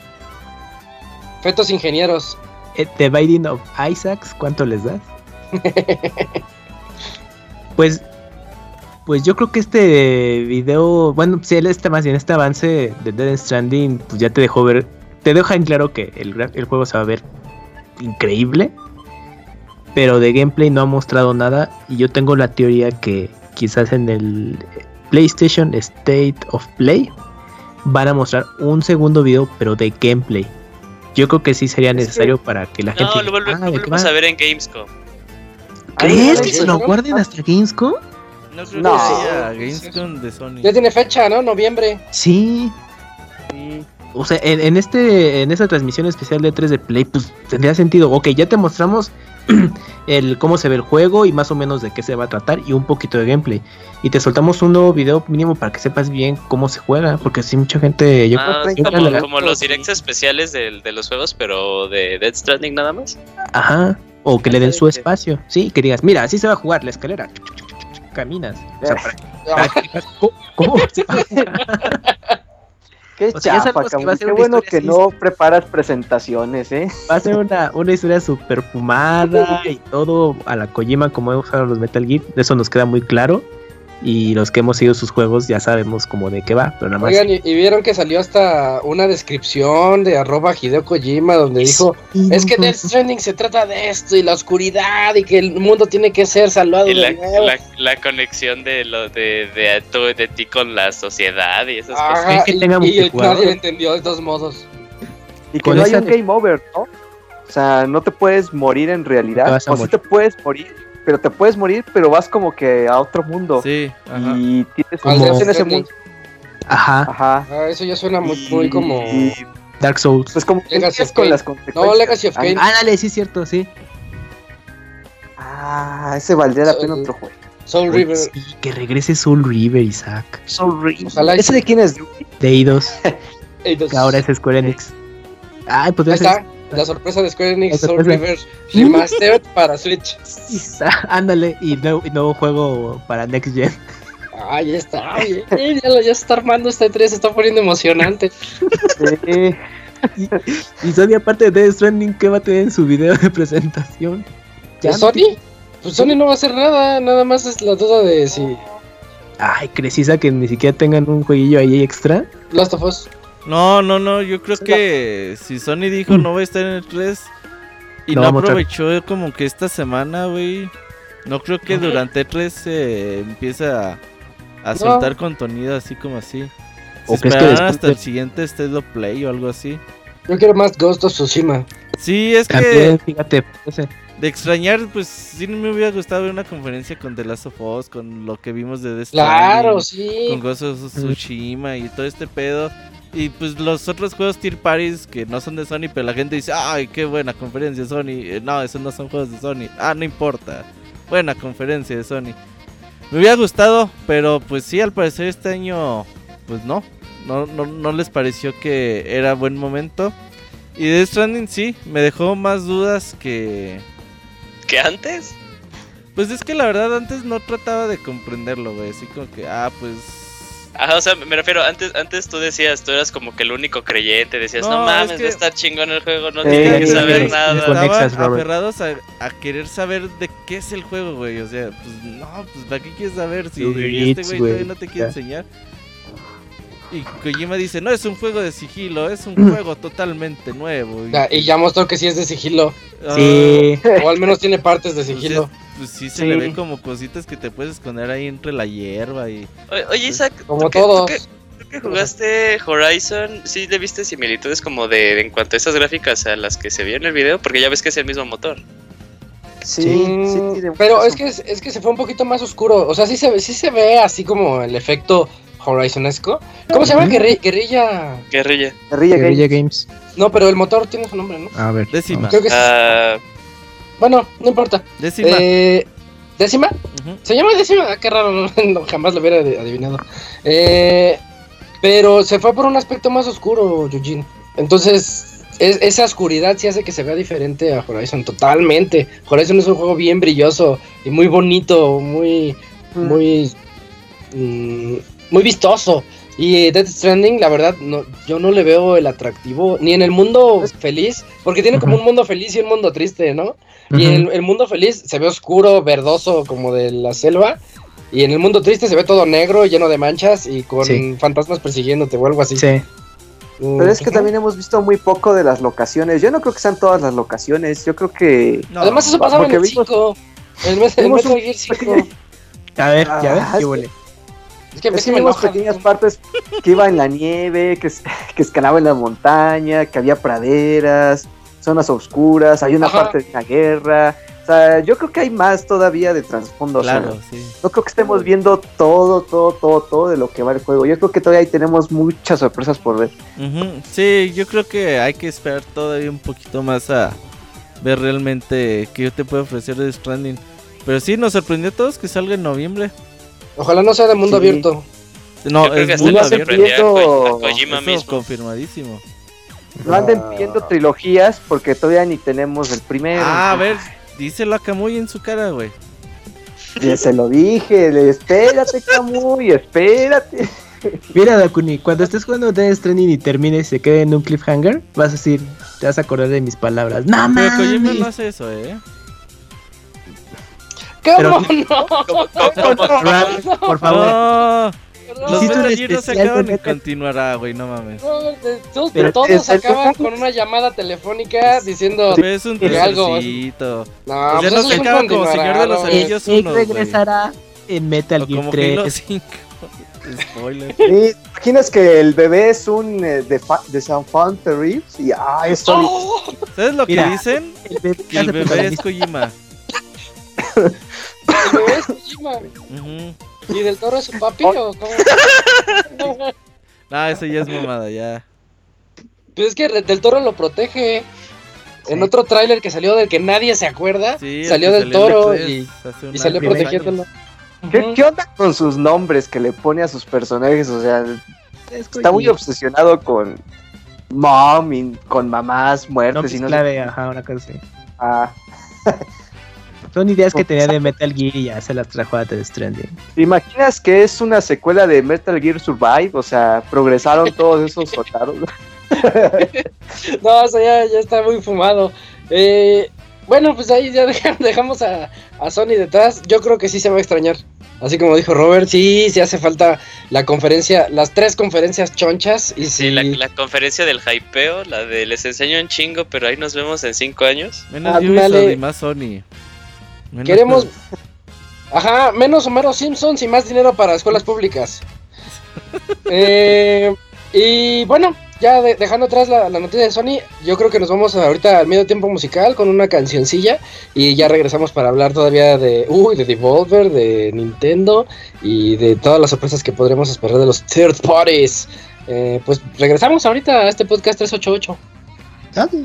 Fetos ingenieros. eh, The Binding of Isaacs, ¿cuánto les das? pues, pues yo creo que este video, bueno, si este más bien este avance de Dead Stranding, pues ya te dejó ver, te deja en claro que el, gra- el juego se va a ver increíble, pero de gameplay no ha mostrado nada y yo tengo la teoría que quizás en el PlayStation State of Play van a mostrar un segundo video, pero de gameplay. Yo creo que sí sería que- necesario para que la gente. no, diga, lo, vuelve- "Ah, lo ¿de qué volvemos va?". a ver en Gamescom. ¿Crees Ahí que va, se lo ¿no? guarden hasta Gamescom? No creo No. que sea Gamescom de Sony. Ya tiene fecha, ¿no? Noviembre. Sí. O sea, en, en este, en esta transmisión especial de 3 de Play, pues tendría sentido. Ok, ya te mostramos [CLEARS THROAT] el cómo se ve el juego y más o menos de qué se va a tratar y un poquito de gameplay. Y te soltamos un nuevo video mínimo para que sepas bien cómo se juega, porque si mucha gente. Yo Ah, creo que- yo creo como, que- como los directs especiales del- de, los juegos, pero de Dead Stranding nada más. Ajá. O que le den su espacio, sí, que digas, mira, así se va a jugar la escalera. Caminas. O [LAUGHS] sea, para- para que digas, "¿Cómo- ¿Cómo se va a Qué O sea, ya chafa, sabemos que va a cabrón. Qué ser una bueno historia que así. no preparas presentaciones, ¿eh? Va a ser una, una historia super fumada y todo a la Kojima como he usado los Metal Gear. Eso nos queda muy claro. Y los que hemos seguido sus juegos ya sabemos como de qué va, pero nada más. Oigan, y, y vieron que salió hasta una descripción de arroba Hideo Kojima donde dijo, es que Death Stranding se trata de esto y la oscuridad y que el mundo tiene que ser Oh, salvado Y la, de nuevo. la, la conexión de lo de, de, tú- de ti con la sociedad y Ah. esas cosas. Ajá, Es que y, tenga y multijugador. nadie lo entendió de todos modos. Y que Con no esa haya un de- game over, ¿no? O sea, no te puedes morir en No te realidad. vas a O sí morir. te puedes morir, pero te puedes morir, pero vas como que a otro mundo. Sí, ajá. Y tienes Al estás Death en ese Stranding. mundo. Ajá, Ajá. Ah, eso ya suena muy, Y- muy como... y, Dark Souls. pues como que Legacy lidias of con Kain. las No, consecuencias. Legacy of Kain. Ah, dale, sí, es cierto, sí. Ah, ese valdría la pena otro juego. Soul Oye, River. sí, que regrese Soul River, Isaac. Ojalá y- ¿Ese de quién es? De Eidos, Pues, Ey, eh, dos. que ahora es Square Enix. Ay, Ahí podría ser. está, la sorpresa de Square Enix, La Soul sorpresa. River Remastered para Switch. Isa- [LAUGHS] Ándale, y nuevo, y nuevo juego para Next Gen. Ahí está, [LAUGHS] ay, eh, ya, lo- ya se está armando este 3, se está poniendo emocionante. Sí. Y Sony, aparte de Death Stranding, ¿qué va a tener en su video de [LAUGHS] presentación? Ya no tiene- ¿Sony? Pues Sony no va a hacer nada, nada más es la duda de si Ay, precisa que ni siquiera tengan un jueguillo ahí extra. Last of Us. No, no, no, yo creo que si Sony dijo no voy a estar en el 3 y Lo no vamos a- aprovechó como que esta semana, güey. No creo que Ajá. durante el 3 se empieza a, a No. soltar contenido así como así. Si ¿O crees que esperaran después hasta de- el siguiente State of Play o algo así. Yo quiero más Ghost of Tsushima. Sí, es También, que fíjate, parece. de extrañar, pues sí me hubiera gustado ver una conferencia con The Last of Us, con lo que vimos de Death Claro, Stranding, con sí. Ghost of Tsushima y todo este pedo. Y pues los otros juegos Tier Parties que no son de Sony, pero la gente dice, ay, qué buena conferencia de Sony. Eh, no, esos no son juegos de Sony. Ah, no importa. Buena conferencia de Sony. Me hubiera gustado, pero pues sí, al parecer este año, pues no. No, no, no les pareció que era buen momento. Y Death Stranding sí, me dejó más dudas que... ¿Que antes? Pues es que la verdad antes no trataba de comprenderlo, güey. Así como que, ah, pues... Ajá, o sea, me refiero, antes, antes tú decías, tú eras como que el único creyente, decías, no, No, es mames, que- va a estar chingón el juego, no Sí, tiene que sí, saber sí, nada. con Estaban Nexus, Eh, Robert. aferrados a, a querer saber de qué es el juego, güey. O sea, pues no, pues ¿para qué quieres saber si Uber este Eats, güey güey, todavía no te quiere ya. enseñar? Y Kojima dice, no, es un juego de sigilo, es Mm. un juego totalmente nuevo. Y, Ya, y ya mostró que sí es de sigilo, ah, Sí. o al menos tiene partes de pues, sigilo. sí, pues sí se Sí. le ve como cositas que te puedes esconder ahí entre la hierba y... O- Oye, Isaac, ¿tú Como que- tú todos. que- tú que jugaste Horizon, ¿sí le viste similitudes como de, de en cuanto a esas gráficas a las que se vio en el video? Porque ya ves que es el mismo motor. Sí, Mm, sí tiene pero mucho es que, es, es que se fue un poquito más oscuro. O sea, sí se, ve- sí se ve así como el efecto Horizonesco. ¿Cómo se llama? Ujú. Guerri- Guerrilla. Guerrilla. Guerrilla Games. Guerrilla Games. No, pero el motor tiene su nombre, [LAUGHS] ¿no? A ver. Décima. vamos. Creo que sí. Ah, Bueno, no importa. Décima. Eh, ¿Décima? Ujú. Se llama décima, ah, qué raro, [LAUGHS] no, jamás lo hubiera adi- adivinado. Eh, pero se fue por un aspecto más oscuro, Eugene. Entonces, es- esa oscuridad sí hace que se vea diferente a Horizon totalmente. Horizon es un juego bien brilloso y muy bonito, muy, Mm. muy, mm, muy vistoso. Y eh, Death Stranding, la verdad, no, yo no le veo el atractivo ni en el mundo feliz, porque tiene como Ujú. un mundo feliz y un mundo triste, ¿no? Y el, el mundo feliz se ve oscuro, verdoso, como de la selva. Y en el mundo triste se ve todo negro, lleno de manchas y con Sí. fantasmas persiguiéndote o algo así. Sí. Mm, Pero es que ujú. también hemos visto muy poco de las locaciones. Yo no creo que sean todas las locaciones. Yo creo que. No, Además, eso pasaba en porque el vimos- 5. El, mes- el vimos Metal un- Gear 5. A ver, ya ves, Ah, qué sí. huele. Es que a Es veces [LAUGHS] que me vimos enoja. pequeñas partes que iba en la nieve, que, es- [LAUGHS] que escalaba en la montaña, que había praderas, zonas oscuras, había una Ajá. parte de una guerra. O sea, yo creo que hay más todavía de trasfondo. o sea, Claro, sí. no creo que estemos viendo todo, todo, todo, todo de lo que va el juego. Yo creo que todavía ahí tenemos muchas sorpresas por ver. Ujú, Sí, yo creo que hay que esperar todavía un poquito más a ver realmente qué te puede ofrecer de Stranding. Pero sí, nos sorprendió a todos que salga en noviembre. Ojalá no sea de mundo Sí. abierto. No, Yo creo que es hasta mundo le muy abierto. sorprendió a Ko- a abierto. Kojima Eso mismo. confirmadísimo. No Ah. anden pidiendo trilogías porque todavía ni tenemos el primero. Ah, a ver, díselo a Kamui en su cara, güey. Ya se lo dije, le- espérate, Camuy, espérate. Mira, Dakuni, cuando estés jugando Death Stranding y termine y se quede en un cliffhanger, vas a decir, te vas a acordar de mis palabras. ¡No, Pero Kojima mames! no hace eso, ¿eh? Pero- ¿Cómo [LAUGHS] no? Como- como- como- Ram, por favor. No, los Hiciste un Metal Gear no se especial de acaban y Metal- continuará, güey, no mames. Robert, de- todos, Pero todos es el- acaban con una llamada telefónica diciendo, Pero es un Sí, algo. teasercito. no, Pues ya pues no eso se es un eh, acaba como continuará, Señor de los ¿no? Anillos. ellos Snake unos, güey. regresará en Metal O Gear como Halo 3. 5. [LAUGHS] Spoiler. ¿Te imaginas que el bebé es un eh, de, fa- de San Juan Reeves? Y ah, es Sonic. [LAUGHS] ¡Oh! ¿Sabes lo que Mira. pues, dicen? [LAUGHS] El bebé, Que el bebé es Kojima. El bebé es Kojima. Ujú. este ¿Y del toro es un papi Oh. o cómo? No, Ah, eso ya es mamada, ya. Pues es que Re- del toro lo protege. En otro tráiler que salió del que nadie se acuerda, Sí, el salió que del toro en y, E3 hace y unos salió primer años. protegiéndolo. ¿Qué, Ujú. qué onda con sus nombres que le pone a sus personajes? O sea, está muy obsesivo. obsesionado con mom, y con mamás No, muertes pues y no sé- clave, ajá, una cosa así. Ah, Son ideas que tenía de Metal Gear y ya se las trajo a Death Stranding. ¿Te imaginas que es una secuela de Metal Gear Survive? O sea, progresaron todos esos soldados. [LAUGHS] No, o sea, ya, ya está muy fumado. Eh, bueno, pues ahí ya [LAUGHS] deja- dejamos a, a Sony detrás. Yo creo que sí se va a extrañar. Así como dijo Robert, sí, sí hace falta la conferencia, las tres conferencias chonchas. Y Sí, sí, la, la conferencia del hypeo, la de les enseño un chingo, pero ahí nos vemos en cinco años. Menos Ándale. Ubisoft y más Sony. Menos Queremos- Ajá, menos Homero Simpsons y más dinero para escuelas públicas. Eh, y bueno, ya de- dejando atrás la, la noticia de Sony, yo creo que nos vamos ahorita al medio tiempo musical con una cancioncilla y ya regresamos para hablar todavía de, uy, de Devolver, de Nintendo y de todas las sorpresas que podremos esperar de los third parties. Eh, pues regresamos ahorita a este podcast 388.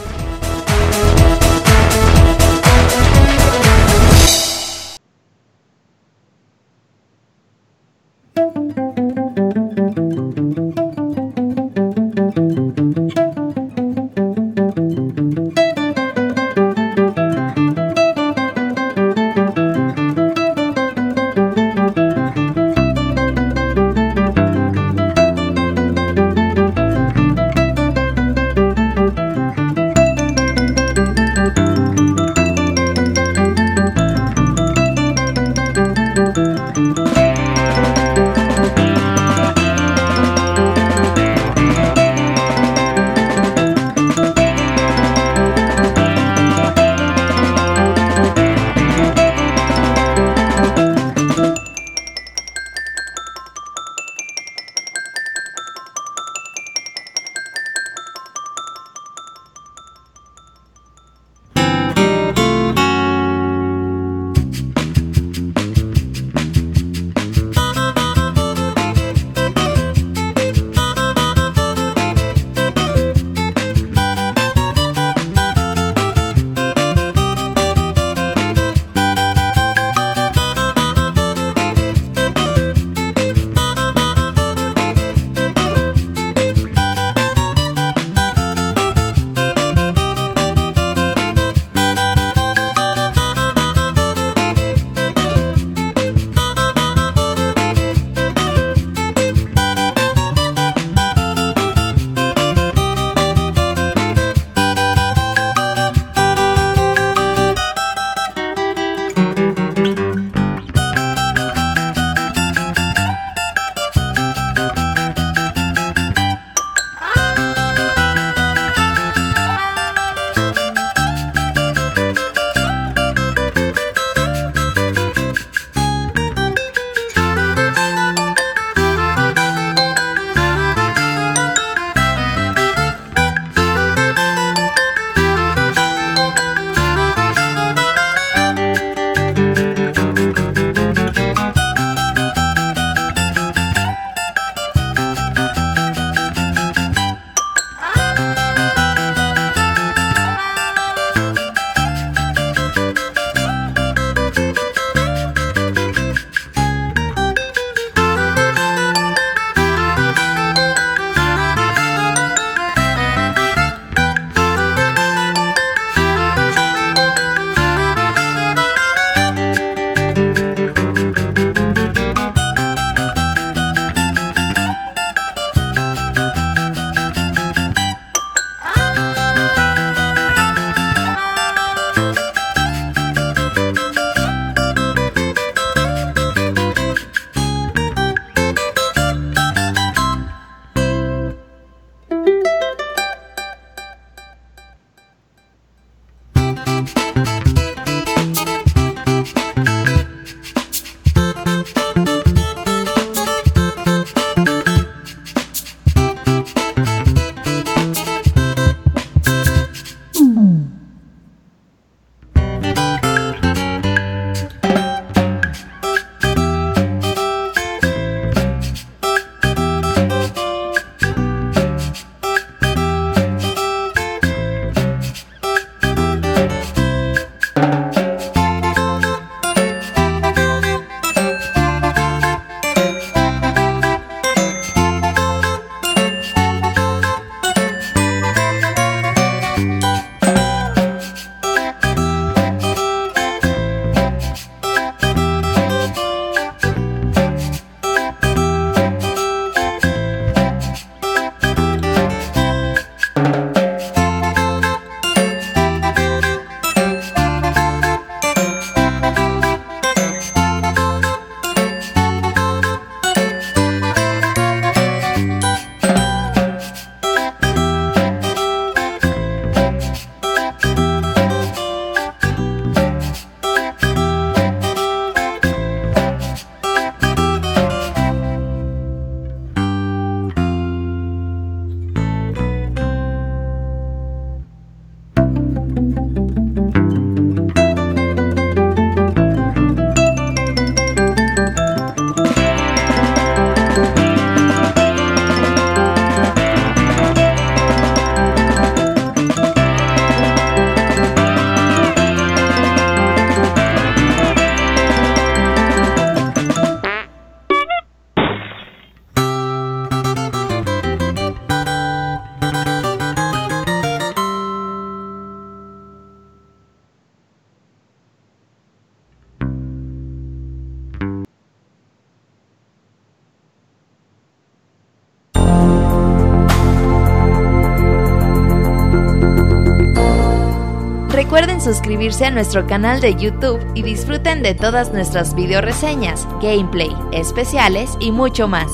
Recuerden suscribirse a nuestro canal de YouTube y disfruten de todas nuestras videoreseñas, gameplay, especiales y mucho más.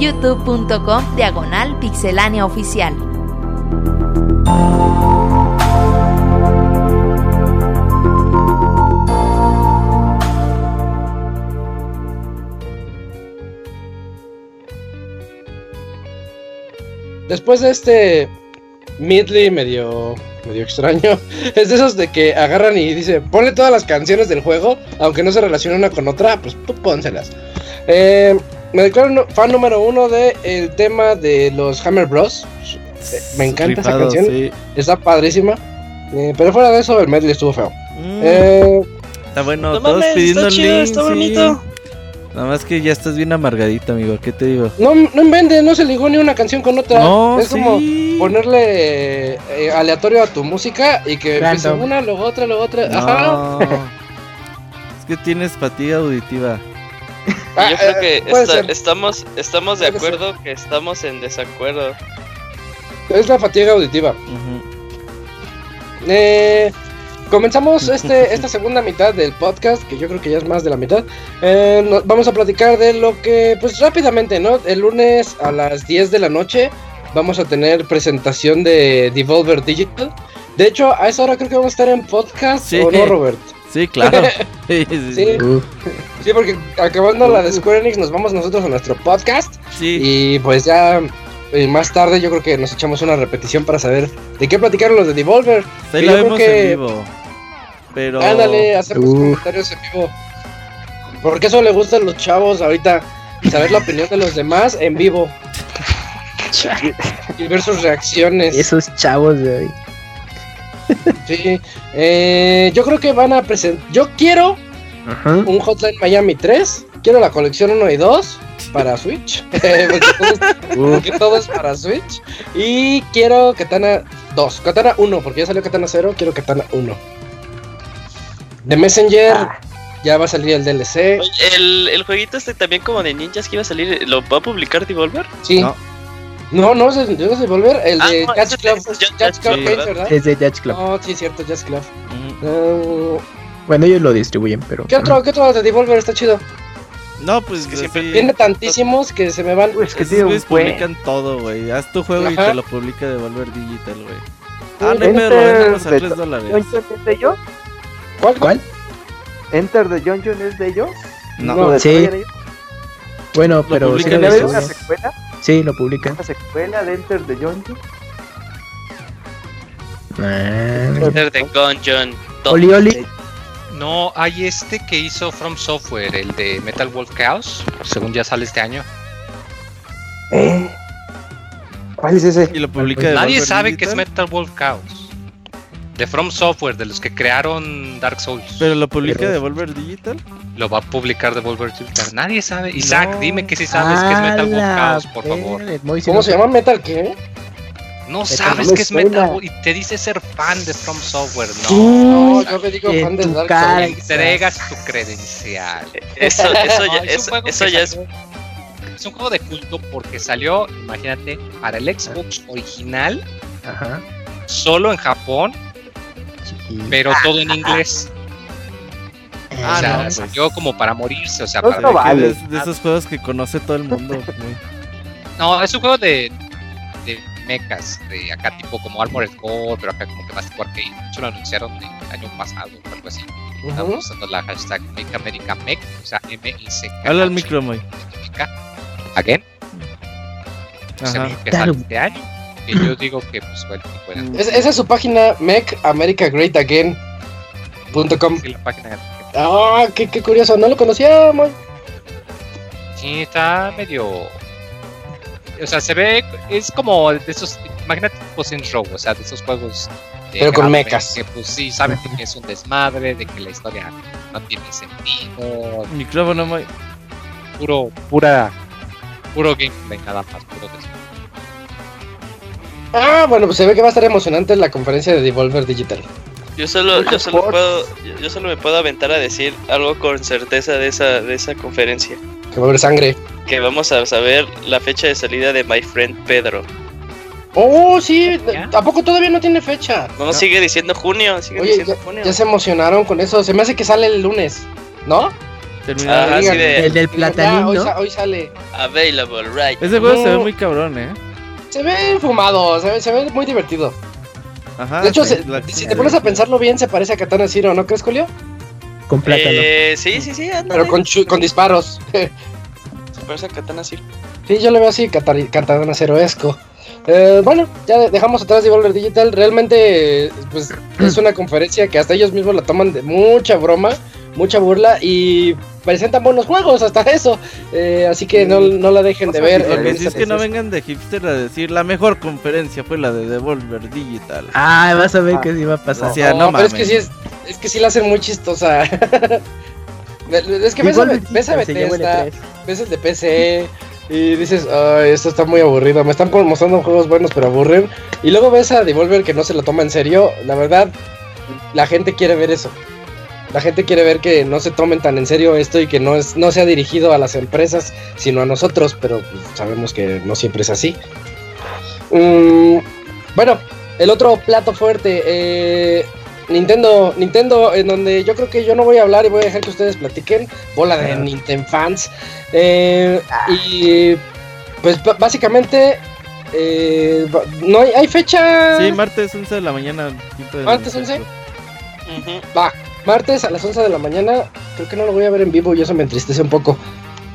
youtube.com diagonal pixelánea oficial. Después de este medley medio, medio extraño, [LAUGHS] es de esos de que agarran y dicen, ponle todas las canciones del juego, aunque no se relacionen una con otra, pues tú pónselas. Eh, me declaro no- fan número uno del el tema de los Hammer Bros. Eh, Me encanta esa Rifado, canción, sí. está padrísima. Eh, pero fuera de eso, el medley estuvo feo. Mm, Eh, está bueno, No todos mames, pidiendo está el chido, link, está sí. bonito. Nada más que ya estás bien amargadito, amigo. ¿Qué te digo? no, no inventes, no se ligó ni una canción con otra. no, es sí. como ponerle eh, aleatorio a tu música y que empiece Random. una, luego otra, luego otra. Ajá. No. es que tienes fatiga auditiva. Ah, yo creo eh, que puede esta- ser. estamos, estamos de Puede ser. acuerdo que estamos en desacuerdo. Es la fatiga auditiva. Ujú. Eh, [LAUGHS] comenzamos este, esta segunda mitad del podcast, que yo creo que ya es más de la mitad. Eh, no- vamos a platicar de lo que, pues rápidamente, ¿no? El lunes a las 10 de la noche vamos a tener presentación de Devolver Digital. De hecho, a esa hora creo que vamos a estar en podcast, Sí. ¿o no, Robert? [LAUGHS] Sí, claro. sí, sí, Sí. sí. Uf, Sí, porque acabando la de Square Enix nos vamos nosotros a nuestro podcast. Uh. Sí. Y pues ya eh, más tarde yo creo que nos echamos una repetición para saber de qué platicaron los de Devolver. Ahí que la yo creo vemos que- en vivo. Pero. Ándale, hacemos Uf. comentarios en vivo. Porque eso le gusta a los chavos ahorita, saber la opinión de los demás en vivo y ver sus reacciones. esos chavos de hoy. Sí. Eh, yo creo que van a presentar... Yo quiero Ajá. un Hotline Miami 3, quiero la colección 1 y 2 para Switch. [LAUGHS] eh, porque todo es- Uf, que todo es para Switch. Y quiero Katana 2. Katana 1, porque ya salió Katana 0, quiero Katana 1. De Messenger, ya va a salir el DLC. Oye, El, el jueguito este también como de ninjas que iba a salir, ¿lo va a publicar Devolver? Sí. No. No, no, es el de Devolver, el Ah, de no, Jazz ese- Club. ese es Jazz Jazz- Jazz Club Club, Games, ¿verdad? Mm. ¿verdad? es de Jazz Club. No, sí, es cierto, Jazz Club. Ujú. Ah, Bueno, ellos lo distribuyen, pero. ¿Qué otro, ¿Qué otro de Devolver está chido? No, pues. Es que siempre sí. Tiene tantísimos que se me van. Uy, es que Esos tiene un güeyes buen. publican todo, güey. Haz tu juego Ajá. y este te lo publica Devolver Digital, güey. Ah, no, Enter pero lo vendemos a de 3 ¿John dólares. John es de ellos? ¿Cuál? ¿Cuál? ¿Enter de John John es de ellos? No, ¿Lo desarrollan ellos? Bueno, pero pues sí publican lo ¿Debería en haber eso, una distribuyen. ¿no? secuela? Sí, lo publican. ¿Una secuela de Enter de John John? Ah. Ser de Gungeon. Oli, oli. No, hay este que hizo From Software, el de Metal Wolf Chaos, según ya sale este año. ¿Eh? ¿Cuál es ese? Y lo publica Nadie Nadie Devolver sabe que es Digital, Metal Wolf Chaos. De From Software, de los que crearon Dark Souls. Pero lo publica Pero- Devolver Digital. Lo va a publicar Devolver Digital. Nadie sabe. Isaac, No. dime que si sabes que es Metal Wolf Chaos, por favor. ¿Cómo se llama? ¿Metal qué? No Metal sabes Wolf que es suena. Metal Wolf y te dice ser fan de From Software. No. No, No, yo me digo en fan de tu Dark cara. Souls. Entregas tu credencial. Eso, eso [LAUGHS] ya, No, es un eso, juego eso que ya es salió- es un juego de culto porque salió, imagínate, para el Xbox original, Ajá. solo en Japón, chiqui. pero todo en inglés. Eh, o sea, no, pues. salió como para morirse, o sea, No, para- no Se ve que vale. es de esos juegos que conoce todo el mundo. güey. No, es un juego de, de mechas, de acá tipo como Armored Core, pero acá como que más tipo arcade. De hecho, lo anunciaron el año pasado o algo así. Estaban Ujú. usando la hashtag Make America Mech, o sea, M-I-C-K. Habla al micro, güey. Again, o sea, Ajá. que sale este año. Que yo digo que, pues, bueno, que pueden Es- esa es su página, makeamericagreatagain.com. Sí, la página de- Ah, qué, qué curioso, no lo conocíamos. Sí, está medio. O sea, se ve. Es como de esos. Imagínate tipo Saints Row, o sea, de esos juegos. de Pero con Gaben, mechas. Que pues sí, saben que es un desmadre, de que la historia no tiene sentido. Micrófono, güey. Puro, pura. Puro gameplay, nada más. Puro desmadre. Ah, bueno, pues se ve que va a estar emocionante la conferencia de Devolver Digital. Yo solo, yo Muchos solo ports. puedo, yo- yo solo me puedo aventar a decir algo con certeza de esa, de esa conferencia. Que va a haber sangre. Que vamos a saber la fecha de salida de My Friend Pedro. Oh, sí, tampoco todavía no tiene fecha. No, sigue diciendo junio, sigue Oye, diciendo ya, junio. ya se emocionaron con eso. Se me hace que sale el lunes, ¿no? Terminado. Ajá, sí, de- El del platanín, Ya, hoy, ¿no? sa- hoy sale. Available, Ah, right. Ese juego se ve No. muy cabrón, ¿eh? Se ve fumado, se ve, se ve muy divertido. Ajá. de hecho, Ah, sí, se- la- si te pones a pensarlo bien, se parece a Katana Zero, ¿no crees, Julio? Con plátano. Eh, sí, sí, sí, ándale. Pero con, chu- con disparos. Se parece a Katana Zero. Sí, yo lo veo así, Catar- Cartagena Ceroesco. Eh, bueno, ya de- dejamos atrás Devolver Digital. Realmente, eh, [CLEARS THROAT] pues es una conferencia que hasta ellos mismos la toman de mucha broma, mucha burla y presentan buenos juegos, hasta eso. Eh, así que no, no la dejen de ver. Lo que en sí es que no esas- vengan de hipster a decir la mejor conferencia fue la de Devolver Digital. Ah, vas a ver Ah. qué se iba a pasar. O sea, no, No, pero es que mames. sí es, es que sí la hacen muy chistosa. [LAUGHS] es que ves a, Igual ves a se llevó el E Bethesda, E3. ves el de PC y dices, ay, esto está muy aburrido, me están mostrando juegos buenos pero aburren. Y luego ves a Devolver que no se lo toma en serio, la verdad, la gente quiere ver eso. La gente quiere ver que no se tomen tan en serio esto y que no, es, no sea dirigido a las empresas, sino a nosotros, pero pues, sabemos que no siempre es así. Mm, bueno, el otro plato fuerte, eh, Nintendo, Nintendo, en donde yo creo que yo no voy a hablar y voy a dejar que ustedes platiquen, bola de Nintendo fans. Eh, y pues b- básicamente eh, ba- no hay, hay fecha. Sí, martes 11 de la mañana. quinto de ¿Martes Nintendo. Ujú. Va, martes a las 11 de la mañana. Creo que no lo voy a ver en vivo y eso me entristece un poco.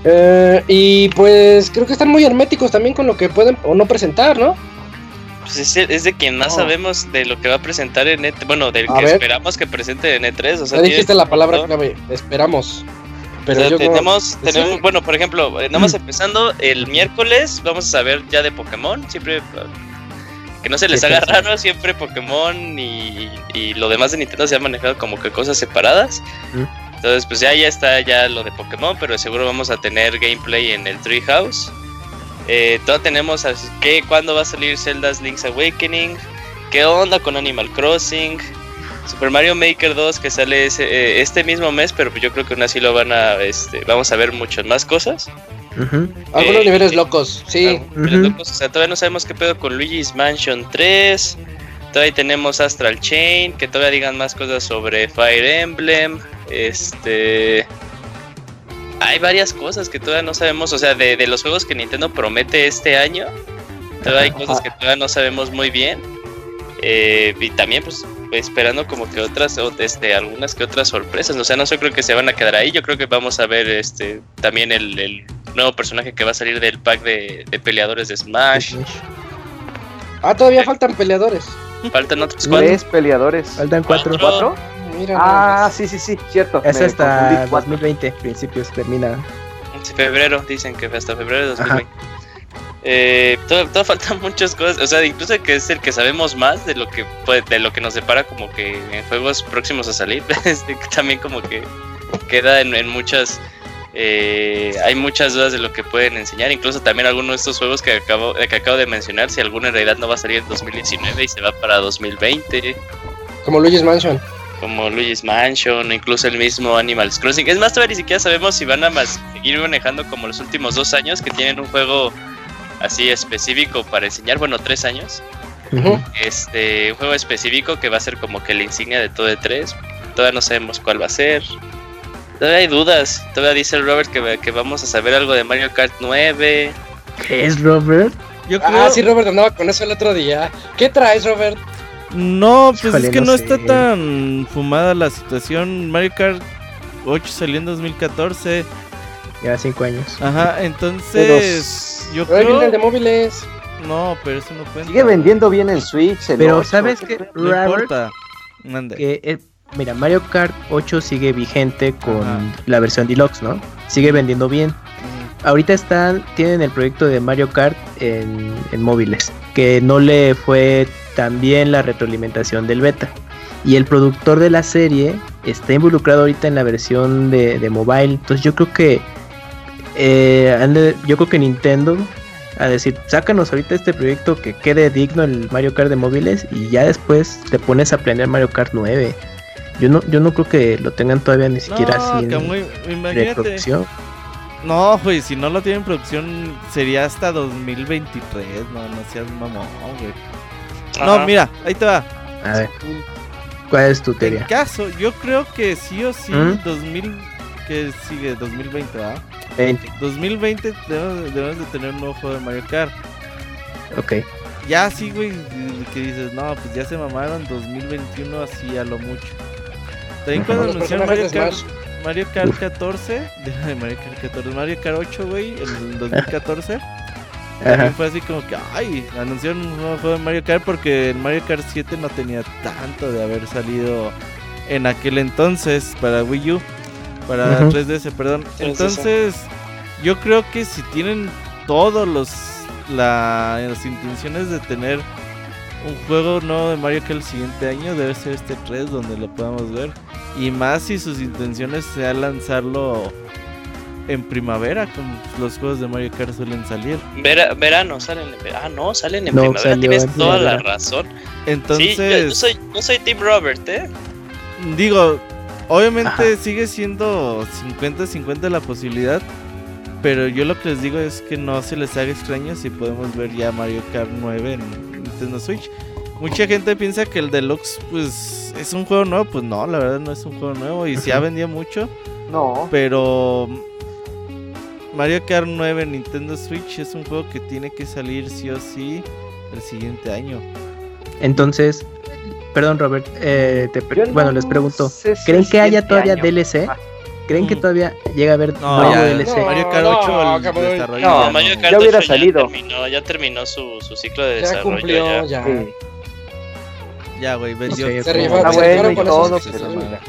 Eh, y pues creo que están muy herméticos también con lo que pueden o no presentar, ¿no? Pues es, es de quien más No. sabemos de lo que va a presentar en E3. Bueno, del A que ver. esperamos que presente en E3. O sea, ya tiene- dijiste la palabra ¿no? clave, esperamos. Pero O sea, yo como- tenemos, pues, tenemos, sí. Mm. bueno, por ejemplo, eh, nada más empezando el miércoles, vamos a saber ya de Pokémon. Siempre eh, que no se les Sí, haga sí, sí. raro, siempre Pokémon y, y lo demás de Nintendo se ha manejado como que cosas separadas. Ujú. Entonces, pues ya, ya está ya lo de Pokémon, pero seguro vamos a tener gameplay en el Treehouse. Eh, todavía tenemos así que cuándo va a salir Zelda's Link's Awakening, qué onda con Animal Crossing, Super Mario Maker 2 que sale ese, eh, este mismo mes, pero yo creo que aún así lo van a, este, vamos a ver muchas más cosas. Ujú. Algunos eh, niveles eh, locos, sí. Ah, pero Ujú. no, pues, o sea, todavía no sabemos qué pedo con Luigi's Mansion 3. Todavía tenemos Astral Chain, que todavía digan más cosas sobre Fire Emblem. Este. Hay varias cosas que todavía no sabemos. O sea, de, de los juegos que Nintendo promete este año, todavía hay cosas que todavía no sabemos muy bien. Eh, y también, pues, esperando como que otras, o- este, algunas que otras sorpresas. O sea, no sé, creo que se van a quedar ahí. Yo creo que vamos a ver este también el, el nuevo personaje que va a salir del pack de, de peleadores [LAUGHS] de Smash. Ah, todavía faltan peleadores. Faltan otros cuantos. Tres peleadores. Faltan cuatro. Cuatro. ¿Cuatro? Mira, nada Ah, más. sí, sí, sí, cierto. Es me hasta confundí, cuatro. 2020, principios termina. Febrero, dicen que hasta febrero de Ajá. 2020. Eh, todo, todo faltan [LAUGHS] muchas cosas. O sea, incluso que es el que sabemos más de lo que puede- de lo que nos depara como que en juegos próximos a salir. [LAUGHS] Este, que también como que queda en, en muchas. eh, hay muchas dudas de lo que pueden enseñar. Incluso también algunos de estos juegos que acabo, que acabo de mencionar, si alguno en realidad no va a salir en 2019 y se va para 2020. Como Luigi's Mansion. como Luigi's Mansion, incluso el mismo Animal Crossing. Es más, todavía ni siquiera sabemos si van a mas- seguir manejando como los últimos dos años, que tienen un juego así específico para enseñar, bueno, tres años. Ujú. Este, un juego específico que va a ser como que la insignia de todo de tres. Todavía no sabemos cuál va a ser. Todavía hay dudas. Todavía dice el Robert que, que vamos a saber algo de Mario Kart 9. ¿Crees, Robert? Yo creo. Ah, sí, Robert andaba con eso el otro día. ¿Qué traes, Robert? No, pues Híjole, es que no no, sé. está tan fumada la situación. Mario Kart 8 salió en 2014. Ya cinco años. Ajá, entonces. Yo Pero ahí viene el de creo. móviles. No, pero eso no cuenta. Sigue vendiendo bien el Switch. el Pero ocho, ¿sabes qué, No Robert? importa. Mande. que eh, mira, Mario Kart 8 sigue vigente con Ajá. la versión deluxe, ¿no? Sigue vendiendo bien. Mm, Ahorita están tienen el proyecto de Mario Kart en, en móviles, que no le fue tan bien la retroalimentación del beta. Y el productor de la serie está involucrado ahorita en la versión de, de mobile. Entonces yo creo que eh, han de- yo creo que Nintendo a decir, sácanos ahorita este proyecto que quede digno el Mario Kart de móviles y ya después te pones a planear Mario Kart 9. Yo no, yo no creo que lo tengan todavía ni siquiera No, así en que muy- imagínate. preproducción. No, güey, si no lo tienen en producción sería hasta 2023. No, no seas mamón, güey. No, Ajá. mira, ahí te va. A ver, ¿cuál es tu En teoría? caso, yo creo que sí o sí, ¿Mm? 2000. que sigue? 2020, ¿verdad? 20, 2020 debemos, debemos de tener un nuevo juego de Mario Kart. ok. Ya sí, güey, que dices, no, pues ya se mamaron 2021 así a lo mucho. También cuando Los anunciaron Mario personajes de Kart, Smash. Mario Kart 14, [LAUGHS] de Mario Kart 14, Mario Kart 8, güey, en el 2014, también Ajá. fue así como que, ay, anunciaron un nuevo juego de Mario Kart porque el Mario Kart 7 no tenía tanto de haber salido en aquel entonces para Wii U, para Ujú. 3DS, perdón. sí, sí. Entonces, yo creo que si tienen todos los la- las intenciones de tener un juego nuevo de Mario Kart el siguiente año, debe ser este 3 donde lo podamos ver. Y más si sus intenciones sea lanzarlo en primavera, como los juegos de Mario Kart suelen salir. Vera- verano, salen en verano. Ah, no, salen en No, primavera. salió Tienes en toda la primavera. razón. Entonces, Sí, yo, yo soy, yo soy Team Robert, ¿eh? digo, obviamente sigue siendo 50-50 la posibilidad. Pero yo lo que les digo es que no se les haga extraño si podemos ver ya Mario Kart 9 en Nintendo Switch. Mucha gente piensa que el Deluxe, pues, es un juego nuevo. Pues no, la verdad no es un juego nuevo. Y si ha vendido mucho. No. Pero mm, Mario Kart 9 en Nintendo Switch es un juego que tiene que salir sí o sí el siguiente año. Entonces, perdón, Robert, eh, te pre- Yo no bueno, les pregunto, sé si ¿creen el que haya siguiente todavía año. DLC? ¿Creen que Mm. todavía llega a haber No, nuevo ya, DLC? no. Mario Kart no, 8 el cabrón. desarrollo No, ya Mario Kart Ya hubiera 8 salido. Ya terminó, ya terminó su, su ciclo de Ya desarrollo. cumplió, ya. ya. Sí. Ya, güey, vendió. Ok, Se ok. rifaron, Ah, se bueno, rifaron y con todo, esos- pero esos- mira.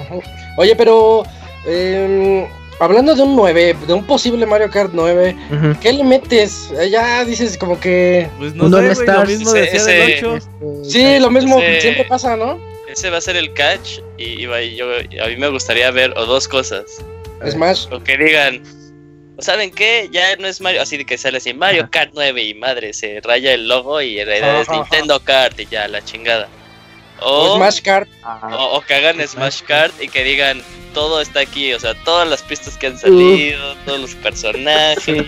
Ajá. Oye, pero em, hablando de un 9, de un posible Mario Kart 9, Ujú. ¿qué le metes? Eh, Ya dices como que... Pues no Un sé, All güey, lo Stars. mismo Ese- decía ese- del 8. Este, Sí, lo mismo Sí. que siempre pasa, ¿no? Ese va a ser el catch. Y, y va- y yo, a mí me gustaría ver o dos cosas. Es más, O que digan, ¿saben qué? Ya no es Mario. Así de que sale así: Mario Kart 9 y madre, se raya el logo y en realidad es Ajá, ajá. Nintendo Kart y ya, la chingada. o O, Smash Kart. Ah, Ajá. o, o que hagan Smash Kart y que digan, todo está aquí. O sea, todas las pistas que han salido, todos los personajes.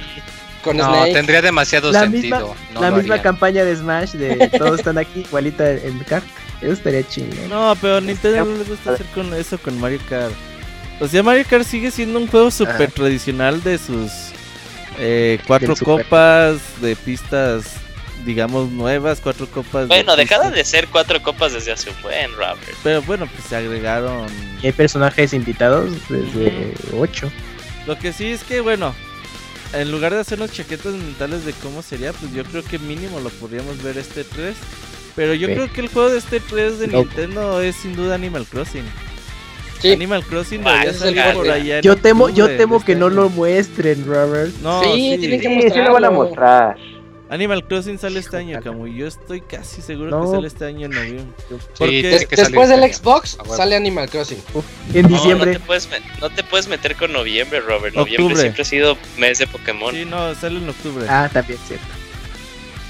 Con No, Snake. tendría demasiado La misma- sentido. no la lo misma harían. campaña de Smash de todos están aquí igualita en Kart. Eso estaría chingón. No, pero Nintendo no le gusta hacer con eso con Mario Kart. O sea, Mario Kart sigue siendo un juego súper tradicional de sus eh, cuatro Del super. copas, de pistas, digamos, nuevas, cuatro copas. Bueno, dejada pistas. de ser cuatro copas desde hace un buen Robert. Pero bueno, pues se agregaron. Y hay personajes invitados desde 8. Lo que sí es que, bueno, en lugar de hacernos chaquetas mentales de cómo sería, pues yo creo que mínimo lo podríamos ver este 3. Pero yo Ve. creo que el juego de este 3 de No. Nintendo es sin duda Animal Crossing. Sí. Animal Crossing Ah, debería ese es el salir por grande. allá. en Yo temo, yo octubre temo de que este no año. lo muestren, Robert. No, Sí, sí, tienen que Sí, sí lo van a mostrar. Animal Crossing sale este año, Camu. y Yo estoy casi seguro No. que sale este año en noviembre. Sí, Porque tiene que salir Después este del año. Xbox Ah, bueno. sale Animal Crossing. En No, diciembre. No, te puedes, me- no te puedes meter con noviembre, Robert. Noviembre Octubre. siempre ha sido mes de Pokémon. Sí, no, sale en octubre. Ah, también cierto.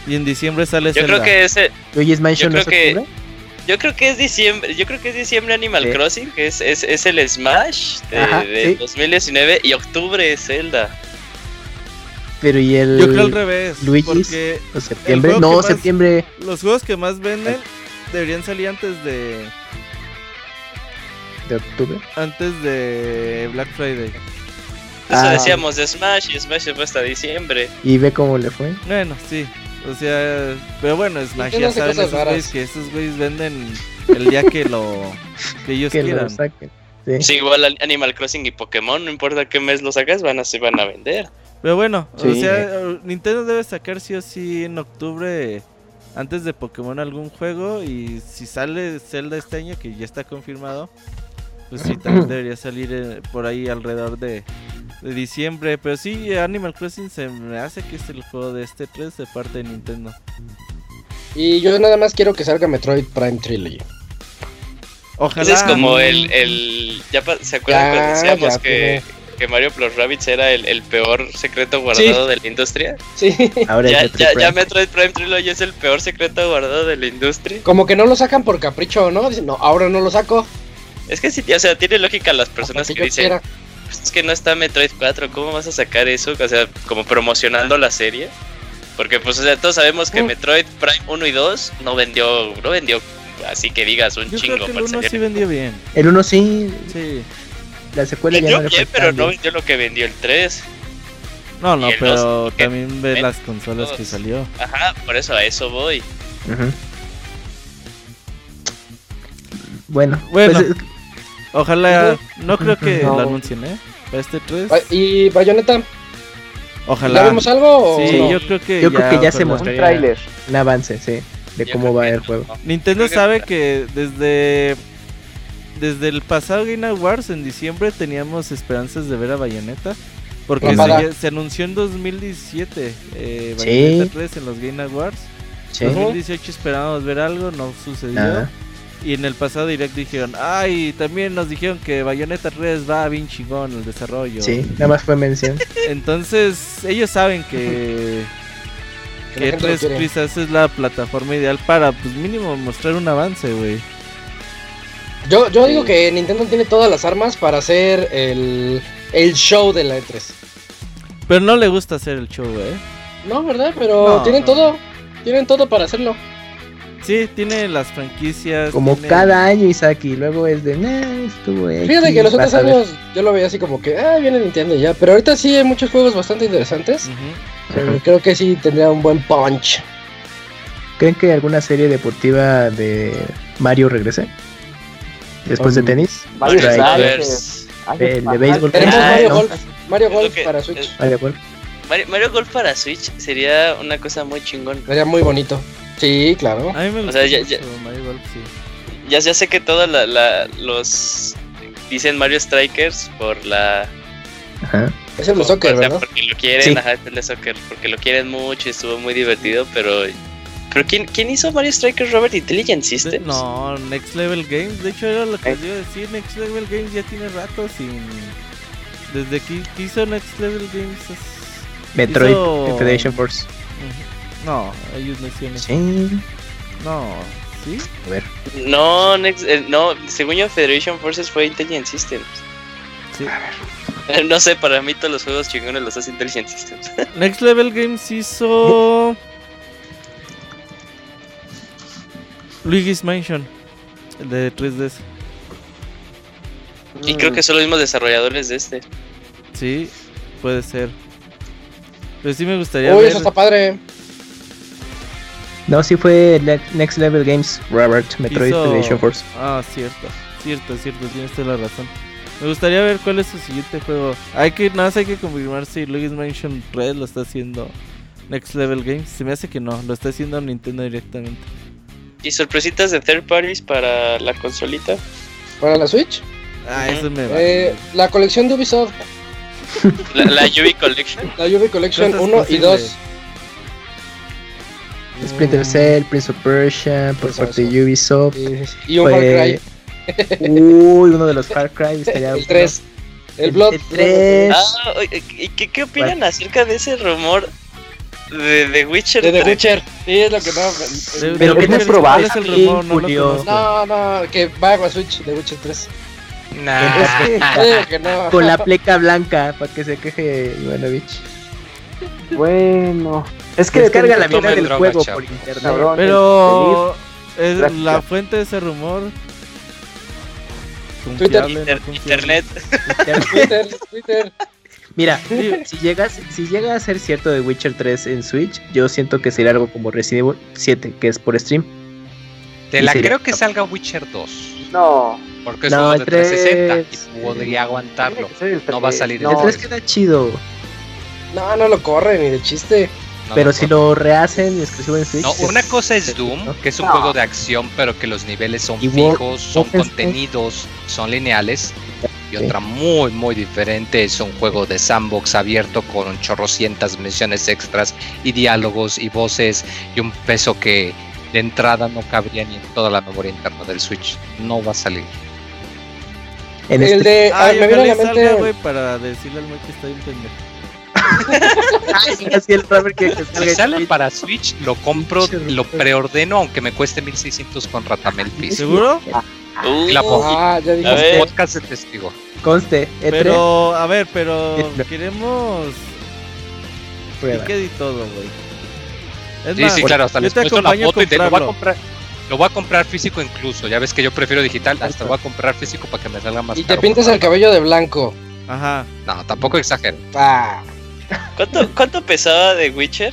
Y en diciembre sale yo creo Zelda. que ese, Luigi's Mansion Yo no creo que- es octubre. yo creo que es diciembre, yo creo que es diciembre Animal Sí. Crossing, que es, es, es el Smash de, Ajá, de sí. 2019 y octubre es Zelda. Pero y el. Yo creo al revés. Luigi's. Porque o septiembre. el juego No, que más- septiembre. los juegos que más venden Ah. deberían salir antes de De octubre. antes de Black Friday. Eso Ah. decíamos de Smash y Smash se fue hasta diciembre. Y ve cómo le fue. Bueno, sí. O sea, pero bueno, Smash Nintendo ya hace saben cosas esos güeyes raras. que esos güeyes venden el día que lo que ellos Que lo quieran. saquen. Sí. Sí, igual al- Animal Crossing y Pokémon, no importa qué mes lo sacas, van a, se van a vender. Pero bueno, o Sí. sea, eh, Nintendo debe sacar sí o sí en octubre antes de Pokémon algún juego y si sale Zelda este año que ya está confirmado, pues sí [CLEARS THROAT] también debería salir eh, por ahí alrededor de, de diciembre, pero sí Animal Crossing se me hace que es el juego de este 3 de parte de Nintendo. Y yo nada más quiero que salga Metroid Prime Trilogy. Ojalá. Ese es como el, el ya pa- se Ah, acuerdan Ya, cuando decíamos ya, que, que Mario Plus Rabbits era el, el peor secreto guardado de la industria. Sí. Ahora ya, es de ya, ya Metroid Prime. Metroid Prime Trilogy es el peor secreto guardado de la industria. Como que no lo sacan por capricho, ¿no? Dicen, no, ahora no lo saco. Es que sí, o sea, tiene lógica las personas hasta que yo dicen, quiera. pues es que no está Metroid 4, ¿cómo vas a sacar eso? O sea, como promocionando la serie. Porque pues o sea, todos sabemos que Mm. Metroid Prime 1 y 2 no vendió, no vendió así que digas un Yo creo chingo que el para 1 salir. sí vendió bien. El 1 sí, Sí. la secuela ya Vendió no le bien, fue pero tan no bien. vendió lo que vendió el 3. No, no, Y el pero dos, que- también ve ven, las consolas que todos. salió. Ajá, por eso a eso voy. Ujú. Bueno, Bueno. pues, eh, Ojalá, no creo que No. lo anuncien, ¿eh? Para este 3. Ba- ¿Y Bayonetta? ¿Ya Ojalá. vemos algo? o Sí, no? yo creo que Yo creo que ya se ojalá. Un mostró. Estaría- tráiler. un avance, sí, de Yo cómo creo va que el no. juego. Nintendo Creo que- sabe que desde desde el pasado Game Awards en diciembre teníamos esperanzas de ver a Bayonetta porque se, Ramada. ya- se anunció en 2017 eh, Sí. Bayonetta 3 en los Game Awards. Sí. En 2018 esperábamos ver algo, no sucedió. Nada. Y en el pasado direct dijeron, ay, también nos dijeron que Bayonetta 3 va bien chingón el desarrollo. Sí, nada más [LAUGHS] fue mención. Entonces, ellos saben que Que la que gente lo 3 quiere. quizás es la plataforma ideal para pues mínimo mostrar un avance, güey. Yo, yo digo que Nintendo tiene todas las armas para hacer el, el show de la E E3. Pero no le gusta hacer el show, ¿eh? No, ¿verdad? Pero No, tienen no. todo. Tienen todo para hacerlo. Sí, tiene las franquicias. Como tiene- cada año, Isaac, y luego es de, nah, estuvo Fíjate X, que los vas otros a ver". años yo lo veía así como que, ah, viene Nintendo y ya. Pero ahorita sí hay muchos juegos bastante interesantes. Ujú. Eh, Creo que sí tendría un buen punch. ¿Creen que alguna serie deportiva de Mario regrese? Después de Um, tenis. Mario Por ahí, ¿eh? Strikers. Ay, El de papá. béisbol. Tenemos Ah, Mario no. Golf, Mario Es lo Golf que- para es- Switch. Vale, bueno. Mario, Mario Golf para Switch sería una cosa muy chingón. Sería muy bonito. Sí, Ah, claro. A mí me gusta. sea, ya- ya- mucho Mario Golf, sí. Ya, ya sé que todos la, la- los dicen Mario Strikers por la Ajá. Es el de soccer, o sea, ¿verdad? porque lo quieren, Sí. ajá, es el de soccer, porque lo quieren mucho y estuvo muy divertido, pero pero quién, quién hizo Mario Strikers Robert Intelligent De- Systems? No, Next Level Games. De hecho, era lo que Eh. les iba a decir. Next Level Games ya tiene rato sin. Desde que que hizo Next Level Games. es- Metroid Hizo- Federation Force. Ujú. No, ellos no hicieron eso. Sí. No, ¿sí? A ver. No, Next- eh, no, según yo Federation Forces fue Intelligent Systems. [LAUGHS] Sí. Eh, No sé, para mí todos los juegos chingones los hace Intelligent Systems. Next Level Games hizo. Luigi's Mansion. el De 3DS. Y Mm. creo que son los mismos desarrolladores de este. Sí, puede ser. Pero sí me gustaría Uy, ver. eso está padre. No, sí fue Le- Next Level Games, Robert, Metroid Hizo- Federation Force. Ah, cierto, cierto, cierto, tienes toda la razón. Me gustaría ver cuál es su siguiente juego. Hay que, nada más hay que confirmar si Luigi's Mansion 3 lo está haciendo Next Level Games. Se me hace que no, lo está haciendo Nintendo directamente. Y sorpresitas de third parties para la consolita. Para la Switch. Ah, Ujú. eso me va. Eh, la colección de Ubisoft. [LAUGHS] La, la Yubi Collection. La Ubi Collection Cosas 1 y 2. Splinter Cell, Prince of Persia, por Pues parte eso. de Ubisoft. Y un Far Cry. Fue- Uy, uno de los Far [LAUGHS] Cry estaría El 3. El Blood. El 3. Ah, oye, ¿y qué, qué opinan acerca de ese rumor de The Witcher De The 3? Witcher. Sí, es lo que De- no. de- Pero ¿qué ¿cuál te es- cuál es probaste, el rumor? No lo Julio? conozco. No, no, que va a Switch, The Witcher 3. Nah. Digo que no. [LAUGHS] Con la pleca blanca, para que se queje Ivanovich. Bueno. Es que Descarga la depende- mitad Tomen del droga, juego chavos. por internet. Cabrón, Pero es Gracias. la fuente de ese rumor. Twitter. confiable, no Inter- confiable. Internet. Twitter, Twitter. Mira, Sí, si llegas, si llega a ser cierto de Witcher 3 en Switch, yo siento que será algo como Resident Evil 7, que es por stream. Te la Sí. creo que salga Witcher 2. No. Porque es No, juego el de 360 y tres. podría tiene aguantarlo. que ser el No va a tres. salir el el No, 3 queda chido, No, no lo corre ni de chiste. No pero lo si puedo. lo rehacen exclusivo en Switch. No, es- una cosa es Doom, que es un No. juego de acción, pero que los niveles son Y Wo- fijos, son Wolfenstein. contenidos, son lineales. Y Sí. otra muy, muy diferente es un juego de sandbox abierto con chorrocientas misiones extras y diálogos y voces y un peso que de entrada no cabría ni en toda la memoria interna del Switch. No va a salir. en El este- de. ah, Ay, me viene ojalá a y la salga, mente. güey, para decirle al güey que está bien pendejo. [LAUGHS] Así el Robert [LAUGHS] que, que salga Si en sale Switch. para Switch, lo compro, Pinche lo Roberto. preordeno, aunque me cueste 1600 con Ratamel Piso. ¿Seguro? Uh, La po- Ah, ya dije. A ver. Podcast de testigo. Conste, E3 Pero, a ver, pero E3. queremos prueba. ticket y todo, güey. Es Sí, más, sí, claro, hasta yo les te puesto la acompaño a foto y te lo voy a comprarlo. comprar. Lo voy a comprar físico incluso, ya ves que yo prefiero digital, hasta voy a comprar físico para que me salga más Y te caro. pintas el cabello de blanco. Ajá. No, tampoco exagero. Ah, ¿Cuánto, cuánto pesaba de Witcher?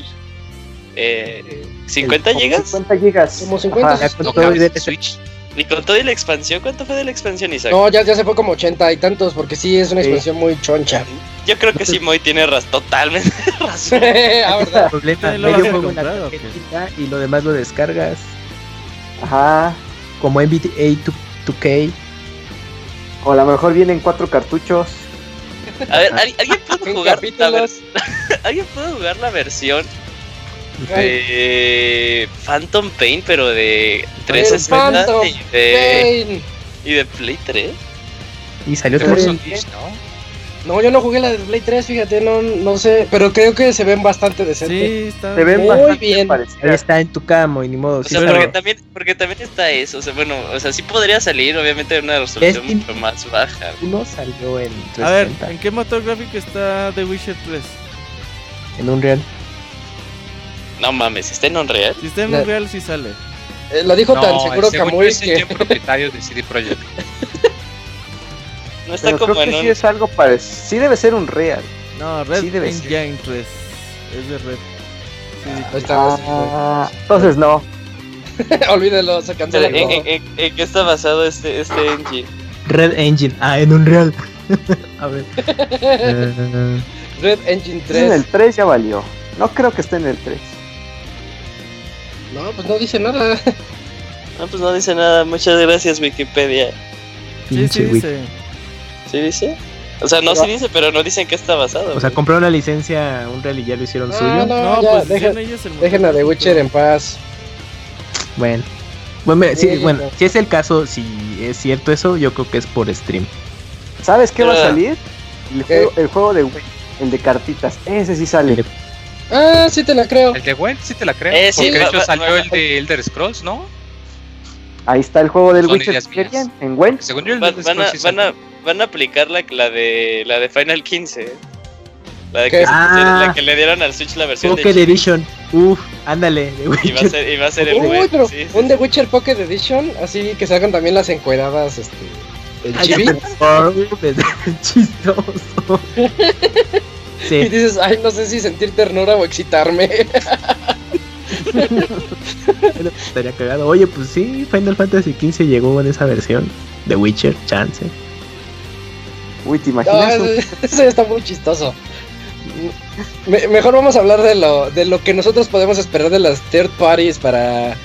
Eh, ¿50 gigas? 50 gigas. Como Ah, 50. Ajá. Ya con No todo y cabes en DLC. Switch. ¿Y con toda la expansión? ¿Cuánto fue de la expansión, Isaac? no, ya, ya se fue como 80 y tantos, porque sí, es una Sí. expresión muy choncha. [LAUGHS] Yo creo que sí, Moy tiene raz- totalmente razón. Ah, ¿verdad? [LAUGHS] problema. ¿Lo vas medio a juego en la comprar o qué? tarjetita y lo demás lo descargas. Ajá. Como NBA 2, 2K. O a lo mejor vienen cuatro cartuchos. A ver, ¿al- ¿alguien pudo Sin jugar la ver- capítulos. ¿Alguien pudo jugar la versión de Phantom Pain, pero de 360 Phantom y de, Pain. y de Play 3? Y salió Pero otra por vez. eso Switch, ¿no? No, yo no jugué la de Play 3, fíjate, no, no sé, pero creo que se ven bastante decentes. Sí, está. Se ven Muy bastante bien. Ahí parecidas. está en tu cama y ni modo. O sí, sea, pero porque también, porque también está eso. O sea, bueno, o sea, sí podría salir, obviamente, de una resolución Es in- mucho más baja. uno salió en A ver, 360. ¿en qué motor gráfico está The Witcher 3? En un real. No mames, está en Unreal. Si está en La- un real, sí sale. Eh, lo dijo tan No, seguro según yo, Camuy ese que... ya propietario de CD Projekt. No está Pero creo como que en un. sí es algo parecido. Sí debe ser un real. No, Red Sí debe ser. Engine 3. Es de Red. Ahí está, Ah. Ah, entonces no. [LAUGHS] olvídelo, se o sea, cancela ¿en, todo. en- en- en qué está basado este, este engine? Red Engine. Ah, en un real. [LAUGHS] A ver. Eh, Red Engine Si es En el 3. 3 ya valió. No creo que esté en el 3. No, pues no dice nada. [LAUGHS] No, pues no dice nada. Muchas gracias, Wikipedia. Sí, sí, pinche güey. dice. ¿Sí dice? O sea, no Pero- sí dice, pero no dicen que está basado. O sea, compraron la licencia un real y ya lo hicieron Ah, No, no, suyo. No, Ah, ya, pues dejen- dejen, ellos el motor Dejen a The gráfico. Witcher en paz. Bueno. Bueno, mira, sí, Sí, bueno, claro. si es el caso, si es cierto eso, yo creo que es por stream. ¿Sabes qué va a Ah. salir? ¿Qué? El juego, el juego de Wii, el de cartitas. Ese sí sale. Ah, sí te la creo. El de Gwen, sí te la creo. Eh, sí, porque de va- hecho va- salió va- el de Elder Scrolls, ¿no? Ahí está el juego del Son Witcher. ideas ¿Qué mías. bien? En Gwen. Según yo, el Va- Elder van, a, Scrolls sí van, salió. a, van a aplicar la, la de la de Final 15. La, de ¿Qué? que, se- Ah. la que le dieron al Switch la versión Pocket de Edition. Uf, ándale. de Y va a Witcher. ser, y va a ser el Uy, buen. pero sí, sí, un The Witcher Pocket Edition, así que salgan también las encueradas, este... El Ay, ya chibi. te- Uf, es [LAUGHS] Chistoso. [LAUGHS] Y Sí, dices, ay, no sé si sentir ternura o excitarme. estaría cagado. Oye, pues sí, Final Fantasy XV llegó en esa versión. The Witcher, chance. Uy, ¿te No, imaginas? un- eso, Ah, [LAUGHS] eso está muy chistoso. Me- mejor vamos a hablar de lo, de lo que nosotros podemos esperar de las third parties para,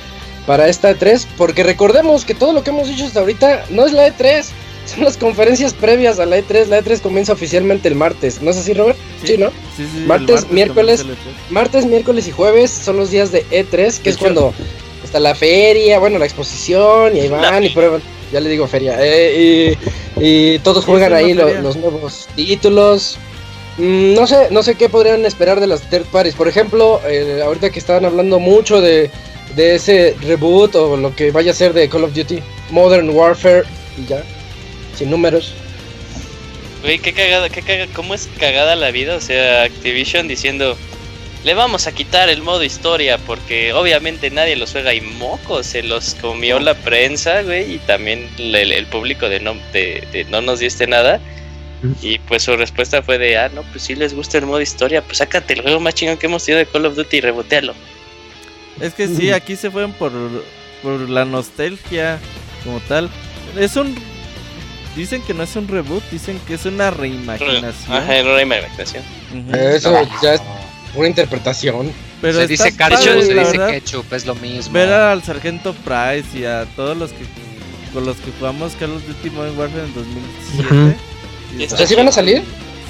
para esta E3, porque recordemos que todo lo que hemos dicho hasta ahorita no es la E3, son las conferencias previas a la E3. La E3 comienza oficialmente el martes, ¿no es así, Robert? Sí, ¿no? Sí, sí, el Martes, también miércoles. sale el E3. Martes, miércoles y jueves son los días de E3, que De es hecho- cuando está la feria, bueno, la exposición, y ahí van y prueban. Ya le digo feria. eh, y, y todos Sí, juegan es una ahí lo- feria. los nuevos títulos. Mm, no sé, no sé qué podrían esperar de las third parties. Por ejemplo, eh, ahorita que estaban hablando mucho de, de ese reboot o lo que vaya a ser de Call of Duty, Modern Warfare, y ya, sin números. Güey, qué cagada, qué cagada, cómo es cagada la vida, o sea, Activision diciendo, le vamos a quitar el modo historia porque obviamente nadie los juega y moco, se los comió la prensa, güey, y también el, el- el público de no, de, de no nos diste nada. Mm. Y pues su respuesta fue de, ah, no, pues sí les gusta el modo historia, pues sácate el juego más chingón que hemos tenido de Call of Duty y rebotealo. Es que sí, aquí se fueron por, por la nostalgia como tal. Es un... Dicen que no es un reboot, dicen que es una reimaginación. Ajá, en una imaginación. Ujú. Eso No, ya es no. una interpretación. Pero se dice está ketchup, padre, se la dice verdad. ketchup, es lo mismo. Pues, Ver al sargento Price y a todos los que con los que jugamos Call of Duty Modern Warfare en 2007. Ujú. Y ¿O sea, sí van a salir?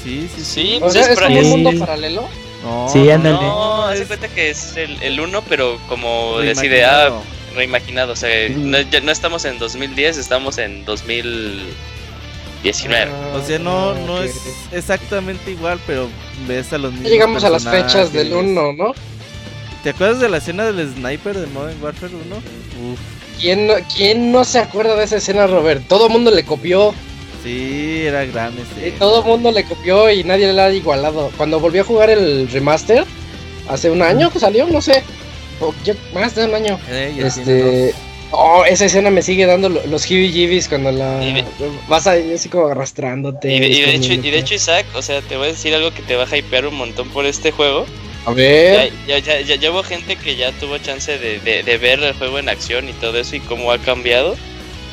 Sí, sí, sí. Sí, O pues sea, es es como un Sí. mundo paralelo. No, Sí, no, ándale. No, hace es cuenta que es el, el uno, pero como decide, ah, reimaginado. reimaginado. O sea, Sí. no, ya no estamos en 2010, estamos en 2019. O sea, Ah, no, no es exactamente igual, pero ves a los mismos Ya llegamos a las fechas del personajes. 1, ¿no? ¿Te acuerdas de la escena del sniper de Modern Warfare 1? Uf, ¿Quién no, quién no se acuerda de esa escena, Robert? Todo el mundo le copió. Sí, era grande. eh, todo el mundo le copió y nadie la ha igualado. Cuando volvió a jugar el remaster, hace un año que salió, no sé. o ya- más de un año. Eh, Este. Oh, esa escena me sigue dando lo- los heebie-jeebies cuando la. Y de- Vas ahí así como arrastrándote. Y de, y de hecho, y de escondiéndote. hecho, Isaac, o sea, te voy a decir algo que te va a hypear un montón por este juego. A ver. Ya, ya, ya, ya- ya hubo gente que ya tuvo chance de, de- de ver el juego en acción y todo eso y cómo ha cambiado.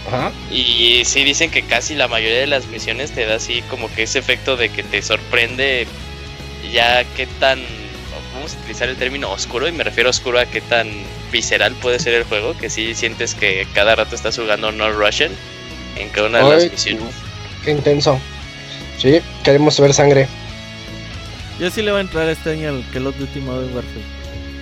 Ajá. Y sí dicen que casi la mayoría de las misiones te da así como que ese efecto de que te sorprende ya qué tan, vamos a utilizar el término oscuro y me refiero a oscuro a qué tan visceral puede ser el juego, que sí sientes que cada rato estás jugando No Russian en cada una de Ay, las misiones. Qué intenso. Sí, queremos ver sangre. Yo sí le voy a entrar este año al Call of Duty Modern Warfare.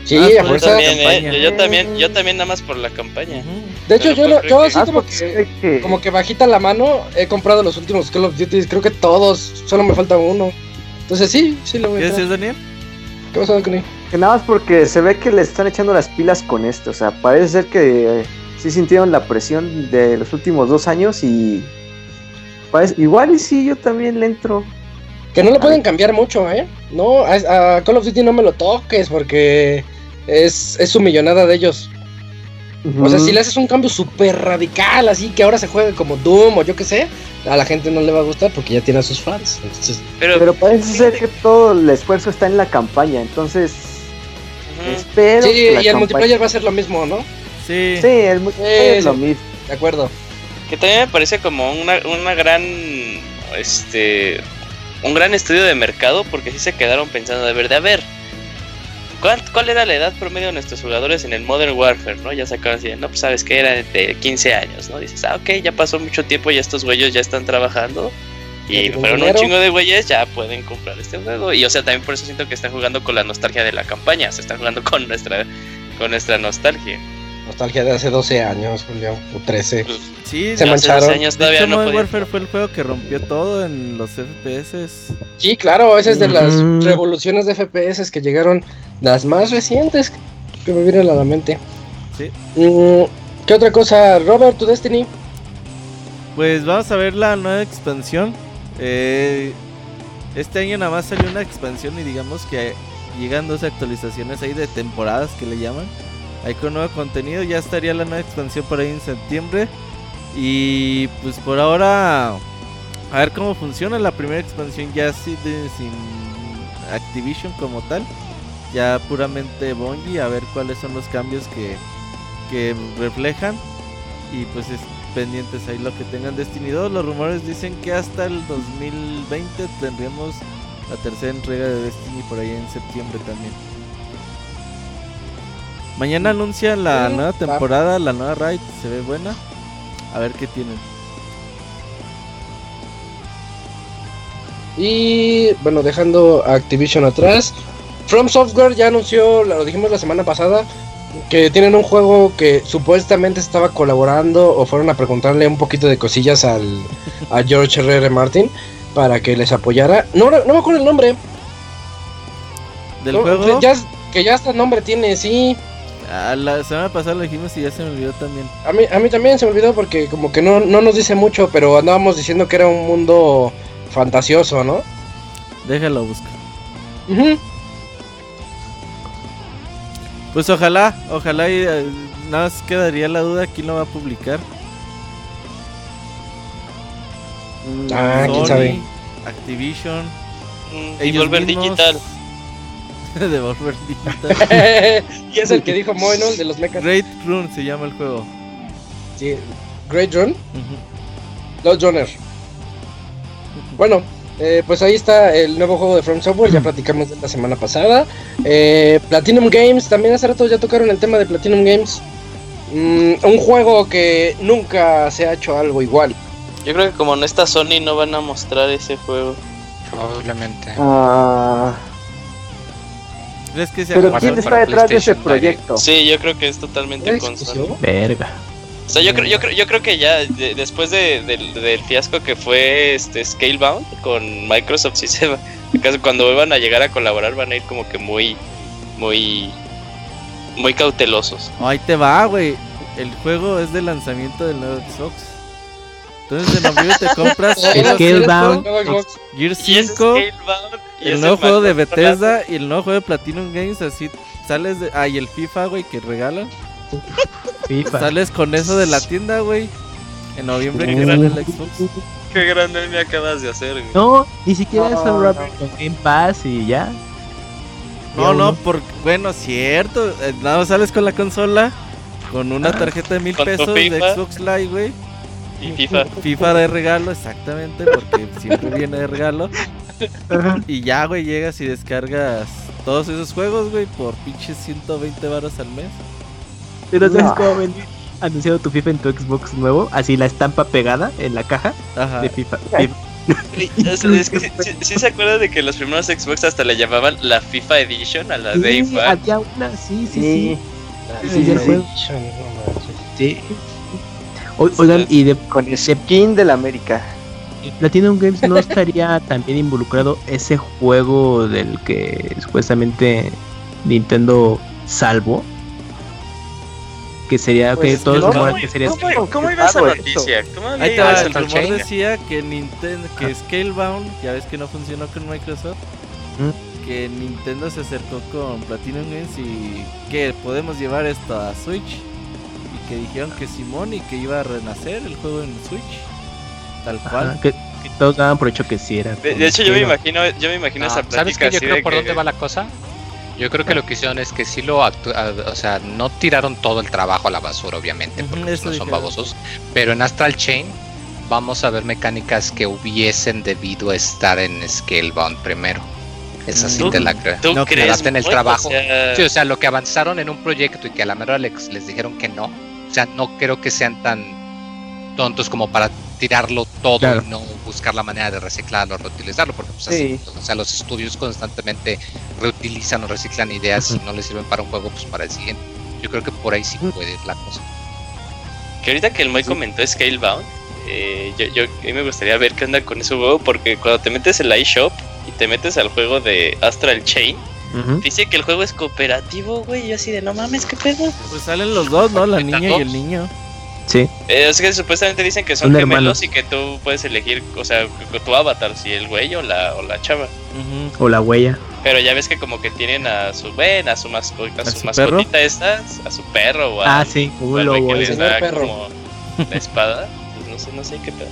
Sí, Ah, a pues Yo fuerza. también, campaña. eh, yo, yo también, yo también nada más por la campaña. De hecho, Pero yo, pues lo- creo yo que- así Ah, como pues, que, eh, es que- como que bajita la mano he comprado los últimos Call of Duty. Creo que todos, solo me falta uno. Entonces sí, sí lo voy ¿Qué a entrar. decías, Daniel? ¿Qué pasó, Connie? que nada más porque se ve que le están echando las pilas con esto. O sea, parece ser que eh, sí sintieron la presión de los últimos dos años y. parece- igual y sí, yo también le entro. Que no lo pueden cambiar mucho, ¿eh? No, a, a Call of Duty no me lo toques porque es, es su millonada de ellos. O Mm. sea, si le haces un cambio súper radical, así que ahora se juegue como Doom o yo qué sé, a la gente no le va a gustar porque ya tiene a sus fans. Entonces, Pero, Pero parece ser fíjate- que todo el esfuerzo está en la campaña, entonces. Ujú. Espero. sí, que la y el campaña- multiplayer va a ser lo mismo, ¿no? Sí. Sí, el multiplayer Sí, es lo sí. mismo. De acuerdo. Que también me parece como una, una gran. Este. Un gran estudio de mercado, porque sí se quedaron pensando de ver, de a ver. ¿Cuál, cuál era la edad promedio de nuestros jugadores en el Modern Warfare? ¿no? Ya sacaron así, de, no, pues sabes que era de 15 años, ¿no? Dices, ah, ok, ya pasó mucho tiempo, ya estos güeyes ya están trabajando. Ya Y tienen fueron un dinero. chingo de güeyes, ya pueden comprar este juego. Y o sea, también por eso siento que están jugando con la nostalgia de la campaña, se están jugando con nuestra, con nuestra nostalgia. Nostalgia de hace 12 años, Julio, o 13. Sí, Se de- Yo hace dos mancharon. años de todavía hecho, no Modern podía- Warfare fue el juego que rompió todo en los FPS. Sí, claro, esa es de las Ujú. revoluciones de FPS que llegaron, las más recientes que me vienen a la mente. Sí. Mm, ¿Qué otra cosa, Robert, tu Destiny? Pues vamos a ver la nueva expansión. Eh, este año nada más salió una expansión y digamos que llegan dos actualizaciones ahí de temporadas que le llaman. Ahí con nuevo contenido, ya estaría la nueva expansión por ahí en septiembre. Y pues por ahora, a ver cómo funciona la primera expansión ya sí de- sin Activision como tal. Ya puramente Bungie, a ver cuáles son los cambios que, que reflejan. Y pues es- pendientes ahí lo que tengan Destiny 2. Los rumores dicen que hasta el 2020 tendremos la tercera entrega de Destiny por ahí en septiembre también. Mañana anuncia la Sí, nueva va. temporada, la nueva raid, se ve buena. A ver qué tienen. Y bueno, dejando a Activision atrás, From Software ya anunció, lo dijimos la semana pasada, que tienen un juego que supuestamente estaba colaborando o fueron a preguntarle un poquito de cosillas al, a George R.R. Martin para que les apoyara. No, no me acuerdo el nombre. Del No, juego, Oh, ya- que ya hasta nombre tiene, sí. a la semana pasada lo dijimos y ya se me olvidó también. A mí, a mí también se me olvidó porque como que no, no nos dice mucho, pero andábamos diciendo que era un mundo fantasioso, ¿no? Déjalo buscar. Ujú. Pues ojalá, ojalá y eh, nada más quedaría la duda quién lo va a publicar. Mm, Ah, quién Sony, sabe. Activision. Mm, Y ellos volver mismos. [LAUGHS] digital. Devolver [LAUGHS] Digital. [LAUGHS] y es el que dijo Moy, ¿no? El de los mechas. Great Run se llama el juego. Sí, Great Drone, Ujú. Los Joner. Bueno, eh, pues ahí está el nuevo juego de From Software, ya platicamos de la semana pasada. Eh, Platinum Games, también hace rato ya tocaron el tema de Platinum Games. Mm, un juego que nunca se ha hecho algo igual. Yo creo que como no está Sony no van a mostrar ese juego. Probablemente. Ah, ¿Crees que sea pero Para- como- ¿quién para está detrás de ese PlayStation proyecto? Sí, yo creo que es totalmente ¿Era con Pues Sony. exclusivo? Verga. O sea, yo creo, Mm. yo creo, yo creo que ya de- después de- del, del fiasco que fue este Scalebound con Microsoft, sí se va. acaso Cuando vuelvan a llegar a colaborar van a ir como que muy, muy, muy cautelosos. Oh, ahí te va, güey. el juego es de lanzamiento del nuevo Xbox. Entonces en noviembre te [LAUGHS] compras Ah, Sí, Gears Scalebound. Nuevo Xbox. Gear Y ese 5, Scalebound y el ese nuevo juego de Macross Colossus. Bethesda y el nuevo juego de Platinum Games. Así sales de. Ah, y el FIFA, güey, que regalan. FIFA. Sales con eso de la tienda, güey. En noviembre que Uh. sale el Xbox. Qué grande me acabas de hacer, güey. No, ni siquiera es No, un rapper con Game Pass y ya. No, Ya no, uno. por. Bueno, cierto. eh, Nada, más sales con la consola. Con una Ah. tarjeta de mil Con tu pesos de FIFA. Xbox Live, güey. Y FIFA. FIFA de regalo, exactamente, [LAUGHS] porque siempre viene de regalo. Y ya, güey, llegas y descargas todos esos juegos, güey, por pinches 120 varos al mes. [LAUGHS] Pero ¿sabes No. cómo venir anunciado tu FIFA en tu Xbox nuevo? Así la estampa pegada en la caja Ajá. Ah. de FIFA. Ay. FIFA. Es, es que sí, sí- sí se acuerdan de que los primeros Xbox hasta le llamaban la FIFA Edition a la de Sí, FIFA. había una, sí, sí, sí. Sí, Sí, sí, sí. sí. No manches. sí. O- oigan, y de Con el skin del América. Platinum Games no estaría [LAUGHS] también involucrado ese juego del que supuestamente Nintendo salvo. Que sería Pues, que todos no, rumoran no, que sería no, así. ¿Cómo, cómo iba esa Claro, eso. noticia? ¿Cómo Ahí te iba va, esa el rumor noticia? decía que Nintendo, que Scalebound, ya ves que no funcionó con Microsoft, Mm. que Nintendo se acercó con Platinum Games y que podemos llevar esto a Switch. Y que dijeron que Simón y que iba a renacer el juego en Switch. Tal cual. Ajá, que, que todos daban por hecho que sí era. De, de hecho, yo me imagino, yo me imagino No, esa Ah, ¿Sabes plática qué? Yo así de creo por que- dónde va la cosa. Yo creo que lo que hicieron es que sí lo actu- a- o sea, no tiraron todo el trabajo a la basura, obviamente, Ujú, porque pues, eso no son dijeron. babosos, pero en Astral Chain vamos a ver mecánicas que hubiesen debido estar en Scalebound primero. Esa sí Mm. te la creo. ¿Tú No, que crees? adapten el güey? trabajo. O sea, Sí, o sea, lo que avanzaron en un proyecto y que a la mera les, les dijeron que no, o sea, no creo que sean tan tontos como para tirarlo todo Claro. y no buscar la manera de reciclarlo, reutilizarlo, porque pues, así, Sí. o sea, los estudios constantemente reutilizan o reciclan ideas y no les sirven para un juego, pues para el siguiente. Yo creo que por ahí sí puede ir la cosa. que ahorita que el Moy comentó Scalebound, eh, yo, yo a mí me gustaría ver qué onda con ese juego, porque cuando te metes en la eShop y te metes al juego de Astral Chain, Ujú. dice que el juego es cooperativo, güey, y yo así de no mames, qué pedo. Pues salen [LAUGHS] los dos, ¿no? La Están niña y el dos. niño. Sí. Eh, es que supuestamente dicen que son Son hermanos. gemelos y que tú puedes elegir, o sea, c- tu avatar, si el güey o la, o la chava. Ujú. O la huella. Pero ya ves que como que tienen a su güey, a su, masco- a su su mascotita esta, a su perro o a Ah, sí. un Bueno, lobo, que el les señor da perro. como la espada. Pues no sé, no sé qué pedo.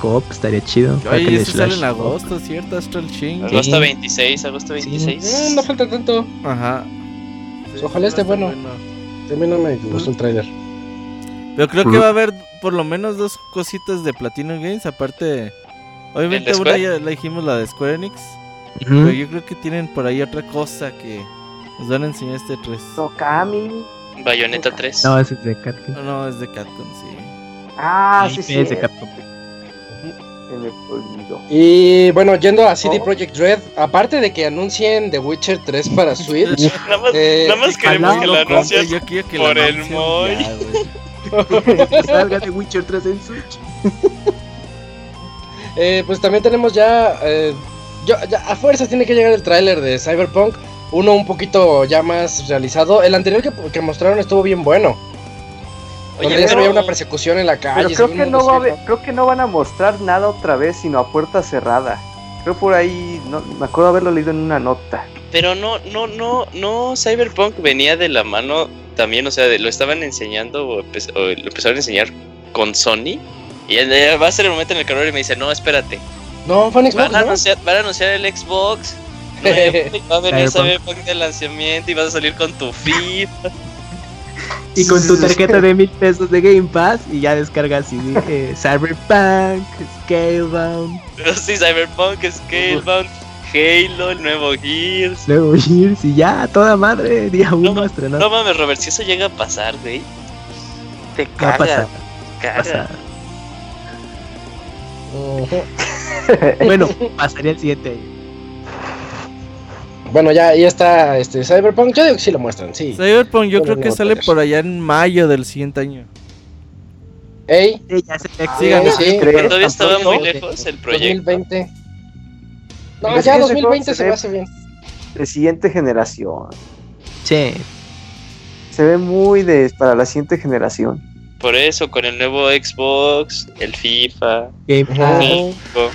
co-op, estaría chido. Hack Oye, and ese este sale en slash. agosto, ¿cierto? Astral Chain. Sí. Agosto 26, agosto 26. Mm, No falta tanto. Ajá. Pues ojalá esté va a estar bueno. También no me gustó el trailer. Pero creo que va a haber por lo menos dos cositas de Platinum Games, aparte... Obviamente ¿El de una Square? ya la dijimos, la de Square Enix. Ujú. Pero yo creo que tienen por ahí otra cosa que nos van a enseñar este 3. Tokami. Bayonetta 3. No, ese es de Capcom. No, es de Capcom, sí. Ah, IP sí, sí. es de Capcom. Se me olvidó. Y bueno, yendo a CD Oh. Projekt Red, aparte de que anuncien The Witcher 3 para Switch, Nada más, eh, nada más queremos ojalá que no lo Yo creo anuncies. yo quiero que por la el anuncien Moy. ya, [LAUGHS] güey. Que salga de Witcher 3 en Switch. eh, pues también tenemos ya, eh, yo- ya a fuerzas tiene que llegar el tráiler de Cyberpunk, uno un poquito ya más realizado. El anterior que, que mostraron estuvo bien bueno, Oye, donde ya se pero- veía una persecución en la calle. Pero se creo veía que un no mundo va a oscuro. haber- creo que no van a mostrar nada otra vez, sino a puerta cerrada. Creo por ahí, no, me acuerdo haberlo leído en una nota. Pero no, no, no, no, Cyberpunk venía de la mano también, o sea, de- lo estaban enseñando o, empe- o lo empezaron a enseñar con Sony. Y el- eh, va a ser el momento en el que Rory me dice, no, espérate, No, fue en Xbox, van a ¿no? anunciar, van a anunciar el [LAUGHS] Xbox, nuevo, y va a venir Cyberpunk. Cyberpunk de lanzamiento y vas a salir con tu feed. [LAUGHS] Y con tu tarjeta de mil pesos de Game Pass y ya descargas y, eh, Cyberpunk, Scalebound, Pero sí, Cyberpunk, Scalebound, Halo, el nuevo Gears. luego Gears y ya, a toda madre, día uno a estrenar. No mames, Robert, si eso llega a pasar, güey. Te Va a pasar, cagas, va a pasar. cagas. Ujú. Bueno, pasaría el siguiente año. Bueno, ya, ya está este, Cyberpunk, yo digo que sí lo muestran, sí. Cyberpunk yo Bueno, creo que no, sale pues. por allá en mayo del siguiente año. Ey, Sí, ya se te Síganos. sí, Pero Todavía estaba tampoco, muy ¿no? lejos el proyecto. 2020. No, Pero ya es que ese juego 2020 se se ve- me hace bien. De siguiente generación. Sí, Se se ve muy de, para la siguiente generación. Por eso, con el nuevo Xbox, el FIFA, Game Ajá. Pass. Ningo.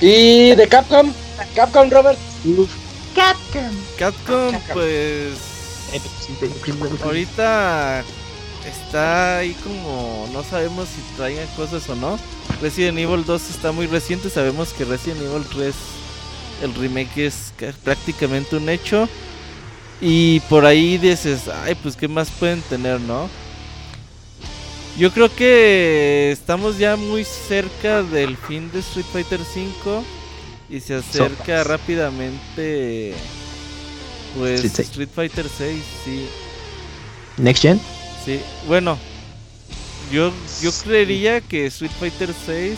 Y de Capcom, Capcom Robert. Capcom, pues. [LAUGHS] Ahorita está ahí como. No sabemos si traigan cosas o no. Resident Evil 2 está muy reciente. Sabemos que Resident Evil 3, el remake es ca- prácticamente un hecho. Y por ahí dices, ay, pues qué más pueden tener, ¿no? Yo creo que estamos ya muy cerca del fin de Street Fighter 5 y se acerca Sopas. rápidamente pues Street seis. Street Fighter 6, sí. Next Gen. Sí, bueno, yo, yo creería que Street Fighter 6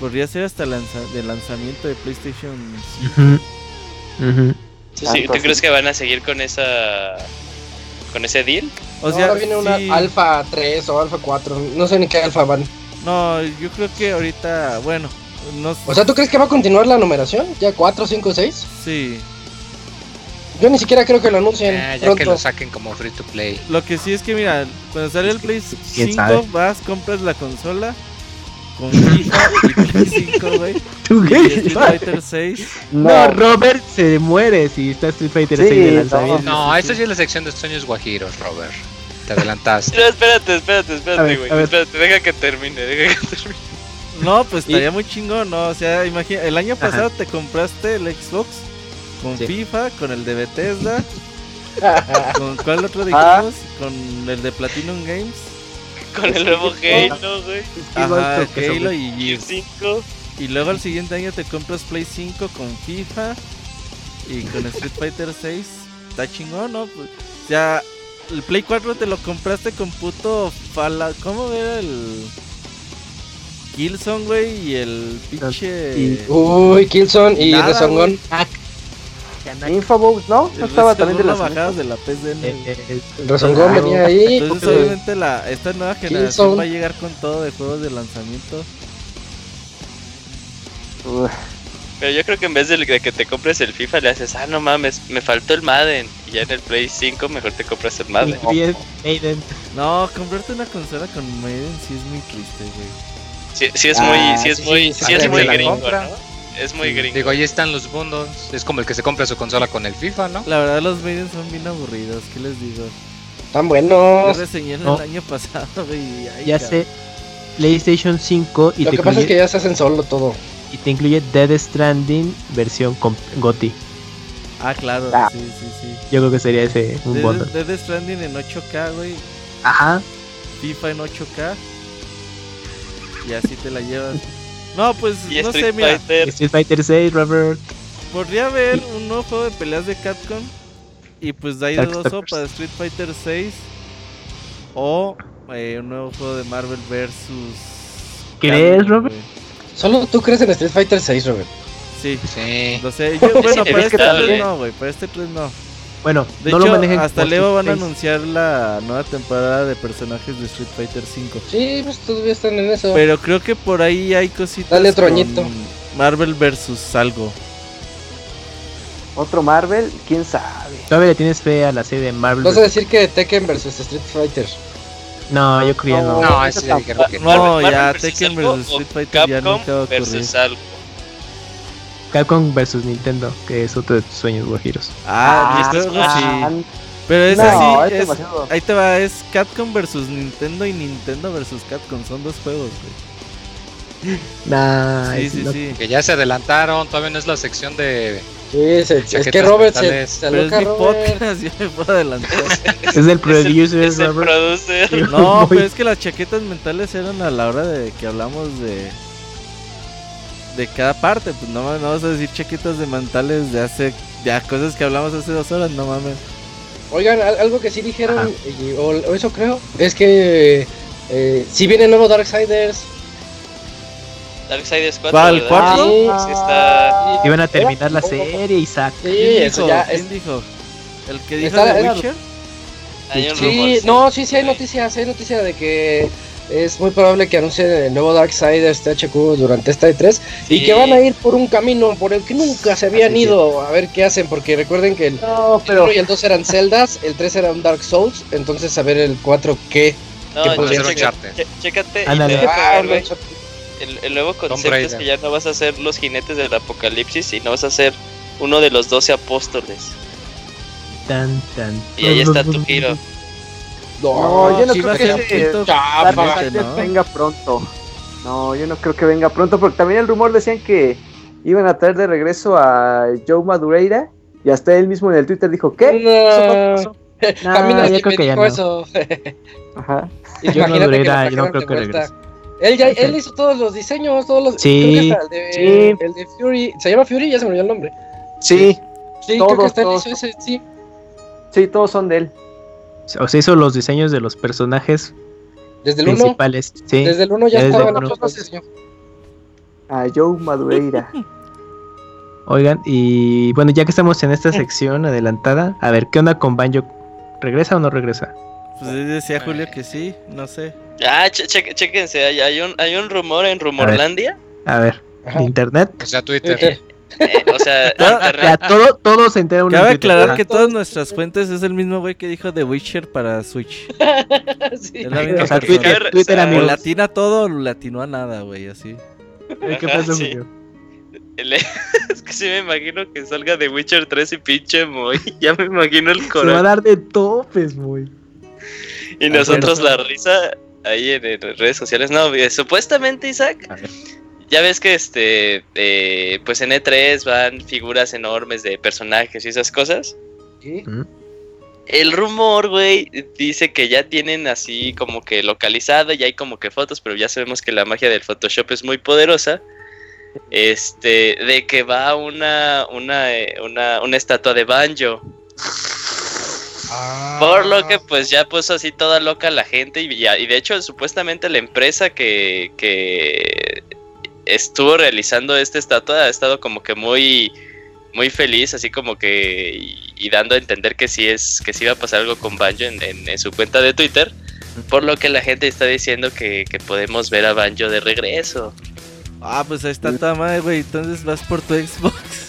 podría ser hasta lanza de lanzamiento de PlayStation 5. Ujú. Ujú. Sí, sí, ¿Tú Tanto crees así. que van a seguir con esa con ese deal? O sea, ahora viene una sí, Alpha 3 o Alpha 4, no sé ni qué Alpha van. no, yo creo que ahorita, bueno, no O sea, ¿tú crees que va a continuar la numeración? ¿Ya 4, 5, 6? sí. Yo ni siquiera creo que lo anuncien Ah, ya que pronto. lo saquen como free to play. Lo que sí es que mira, cuando sale el Play 5 sabe? vas, compras la consola [LAUGHS] con FIFA y Play 5, güey, ¿Tú y qué? Street Fighter 6. No, Robert se muere si está Street Fighter Sí, 6 de no. lanzamiento. No, esta sí es la sección de sueños guajiros, Robert. Te adelantaste. No, espérate, espérate, A espérate, ver, güey. a ver. Espérate, deja que termine, deja que [LAUGHS] termine. No, pues Y- estaría muy chingón, ¿no? O sea, imagina, el año Ajá. pasado te compraste el Xbox con Sí. FIFA, con el de [LAUGHS] Bethesda, con cuál otro Ah. dijimos, con el de Platinum Games, Con el nuevo Halo, güey. ajá, Xbox, Ah, que son- Halo y Y el Gears. 5. Y luego al siguiente año te compras Play 5 con FIFA y con Street Fighter 6. Está chingón, ¿no? Pues, O sea, el Play 4 te lo compraste con puto Fala. ¿Cómo era el Killzone, güey? Y el pinche. y- Uy, Kilson y Nada, Rezongón. güey. Infobos, ¿no? No El estaba Red también de Skull, las una bajada de la PSN. Eh, eh, eh, Rezongón Claro. venía ahí. Entonces pero- Pues, obviamente la, esta nueva generación Killzone. va a llegar con todo de juegos de lanzamiento. Uf, Pero yo creo que en vez de de que te compres el FIFA le haces, ah, no mames, me faltó el Madden. Y ya en el Play 5 mejor te compras el Madden. y es Maiden. No, comprarte una consola con Maiden sí es muy triste, güey. Sí, sí es Ah, muy, sí es sí, muy, sí, sí es sí, muy la gringo, compra. ¿no? Es [LAUGHS] muy gringo. Digo, ahí están los bundos. Es como el que se compra su consola con el FIFA, ¿no? La verdad los Maiden son bien aburridos, ¿qué les digo? Tan Yo buenos. reseñé en No. el año [LAUGHS] pasado, güey. y ay, Ya cabrón. sé. PlayStation 5 y Lo te, que pasa es que incluye, ya se hacen solo todo. y te incluye Dead Stranding versión con GOTI. Ah, claro, Ah. sí, sí, sí. Yo creo que sería ese un bundle. Dead, Dead Stranding en 8K, güey. Ajá. FIFA en 8K. Y así te la llevas. No, pues Y no sé, Street mira. Fighter, Street Fighter 6, Robert. Podría haber un nuevo juego de peleas de Capcom. Y pues de ahí de dos Darkstalkers. sopas, Street Fighter 6 o eh, un nuevo juego de Marvel versus ¿Crees, Capcom, Robert? güey. Solo tú crees en Street Fighter 6, Robert. Sí, Sí. lo sé. [LAUGHS] Yo, bueno, para este inevitable. 3 no, güey. Para este 3 no. Bueno, De no lo manejen hecho, como hasta Leo van a Street anunciar la nueva temporada de personajes de Street Fighter 5. Sí, pues todavía están en eso. Pero creo que por ahí hay cositas. Dale otro con añito. Marvel versus algo. otro Marvel, quién sabe. Fighter. Todavía le tienes fe a la serie de Marvel. Vas a decir que Tekken versus Street Fighter. No, yo creo que no. No, ese ya dijeron que No, no. Marvel ya versus Tekken algo versus o Street Fighter ya Capcom nunca va a ocurrir. versus algo. Capcom versus Nintendo, que es otro de tus sueños [LAUGHS] guajiros. Ah, Ah, yo creo que ah, sí. Pero es no, así. es es- demasiado. Ahí te va, es Capcom versus Nintendo y Nintendo versus Capcom. Son dos juegos, güey. Nah, sí, es- sí, no- sí. Que ya se adelantaron, todavía no es la sección de... Sí, se- es que Chaquetas Robert se, mentales. se Pero es aloca, mi Robert. podcast, [LAUGHS] yo me puedo adelantar. es del producer, Es el Robert. [LAUGHS] producer. No, Muy- pero es que las chaquetas mentales eran a la hora de que hablamos de. De cada parte, pues no mames, no vas a decir chaquetas de mentales de hace. Ya, cosas que hablamos hace dos horas, no mames. Oigan, al- algo que sí dijeron, Ajá. y- o, o eso creo, es que eh, si viene nuevo Darksiders, Darksiders 4. ¿Cuál, ¿verdad? cuatro? Sí, sí está. Iban a terminar Oh, la serie, Isaac. sí, ¿Quién eso dijo? ya ¿Quién es- dijo? ¿El que dijo Está- de era- Witcher? Hay un Sí, rumor, sí. no, sí, sí hay noticias, hay noticias de que es muy probable que anuncien el nuevo Darksiders THQ durante esta E3 y Sí. que van a ir por un camino por el que nunca se habían Así es. ido a ver qué hacen, porque recuerden que el No, pero 1 y el 2 eran celdas, el 3 era un Dark Souls, entonces a ver el 4 qué. No, ¿Qué no, podría checa- ser Uncharted? che- chécate y te Ándale. va a Ah, cagar, güey. no, El, el nuevo concepto Raider. es que ya no vas a ser los jinetes del apocalipsis, sino vas a ser uno de los doce apóstoles. Tan, tan. Y ahí está tu giro. no, yo no Ah, sí va a creo ser que ese punto chapa. Dark aparte, Siders ¿no? venga pronto. No, yo no creo que venga pronto, porque también el rumor decían que iban a traer de regreso a Joe Madureira y hasta él mismo en el Twitter dijo, ¿qué? No. Eso no pasó. [LAUGHS] También Ah, alguien yo creo me que ya dijo no. eso. Ajá. Imagínate no que durera, lo yo no trajeran creo que de vuelta. regrese. Él, ya, Ahí está. él hizo todos los diseños, todos los. Sí. creo que hasta el de, Sí. el de Fury. ¿Se llama Fury? Ya se me olvidó el nombre. Sí, Sí, creo que Todos, hasta él todos. hizo ese, sí. sí, todos son de él. O sea, hizo los diseños de los personajes Desde el 1. principales. Sí. Desde el 1 ya Desde estaba en el uno. otros diseños. A Joe Madureira. Oigan, y bueno, ya que estamos en esta sección adelantada, a ver, ¿qué onda con Banjo? ¿Regresa o no regresa? Pues decía Julio que sí, no sé. Ah, che- che- chéquense, hay, hay un, hay un rumor en Rumorlandia. A ver, Ajá. ¿de internet? O sea, Twitter. eh, o sea, [LAUGHS] Ya, internet, todo, todo se entera Ah, uno en Cabe Twitter, aclarar ajá. que todas nuestras fuentes es el mismo güey que dijo The Witcher para Switch. Sí. Es la misma O persona. sea, Twitter, Cabe Twitter rezar. O amigos. latina todo o latino a nada, güey, así. ¿Qué pasó, Sí. Julio? el- [LAUGHS] es que sí me imagino que salga de Witcher 3 y pinche muy. [LAUGHS] Ya me imagino el Se va a corazón. dar de topes, muy. Y nosotros la risa ahí en, en las redes sociales. No, eh, supuestamente, Isaac. A ver. Ya ves que este. eh, pues en E3 van figuras enormes de personajes y esas cosas. Sí. ¿Mm? El rumor, güey, dice que ya tienen así como que localizada y hay como que fotos, pero ya sabemos que la magia del Photoshop es muy poderosa. Este, de que va una, una, eh, una, una estatua de Banjo. Ah. Ah. Por lo que pues ya puso así toda loca la gente y, ya- y de hecho supuestamente la empresa que, que estuvo realizando esta estatua ha estado como que muy muy feliz así como que y, y dando a entender que sí es que sí va a pasar algo con Banjo en, en- en su cuenta de Twitter por lo que la gente está diciendo que, que podemos ver a Banjo de regreso Ah, pues ahí está toda madre, güey. Entonces vas por tu Xbox.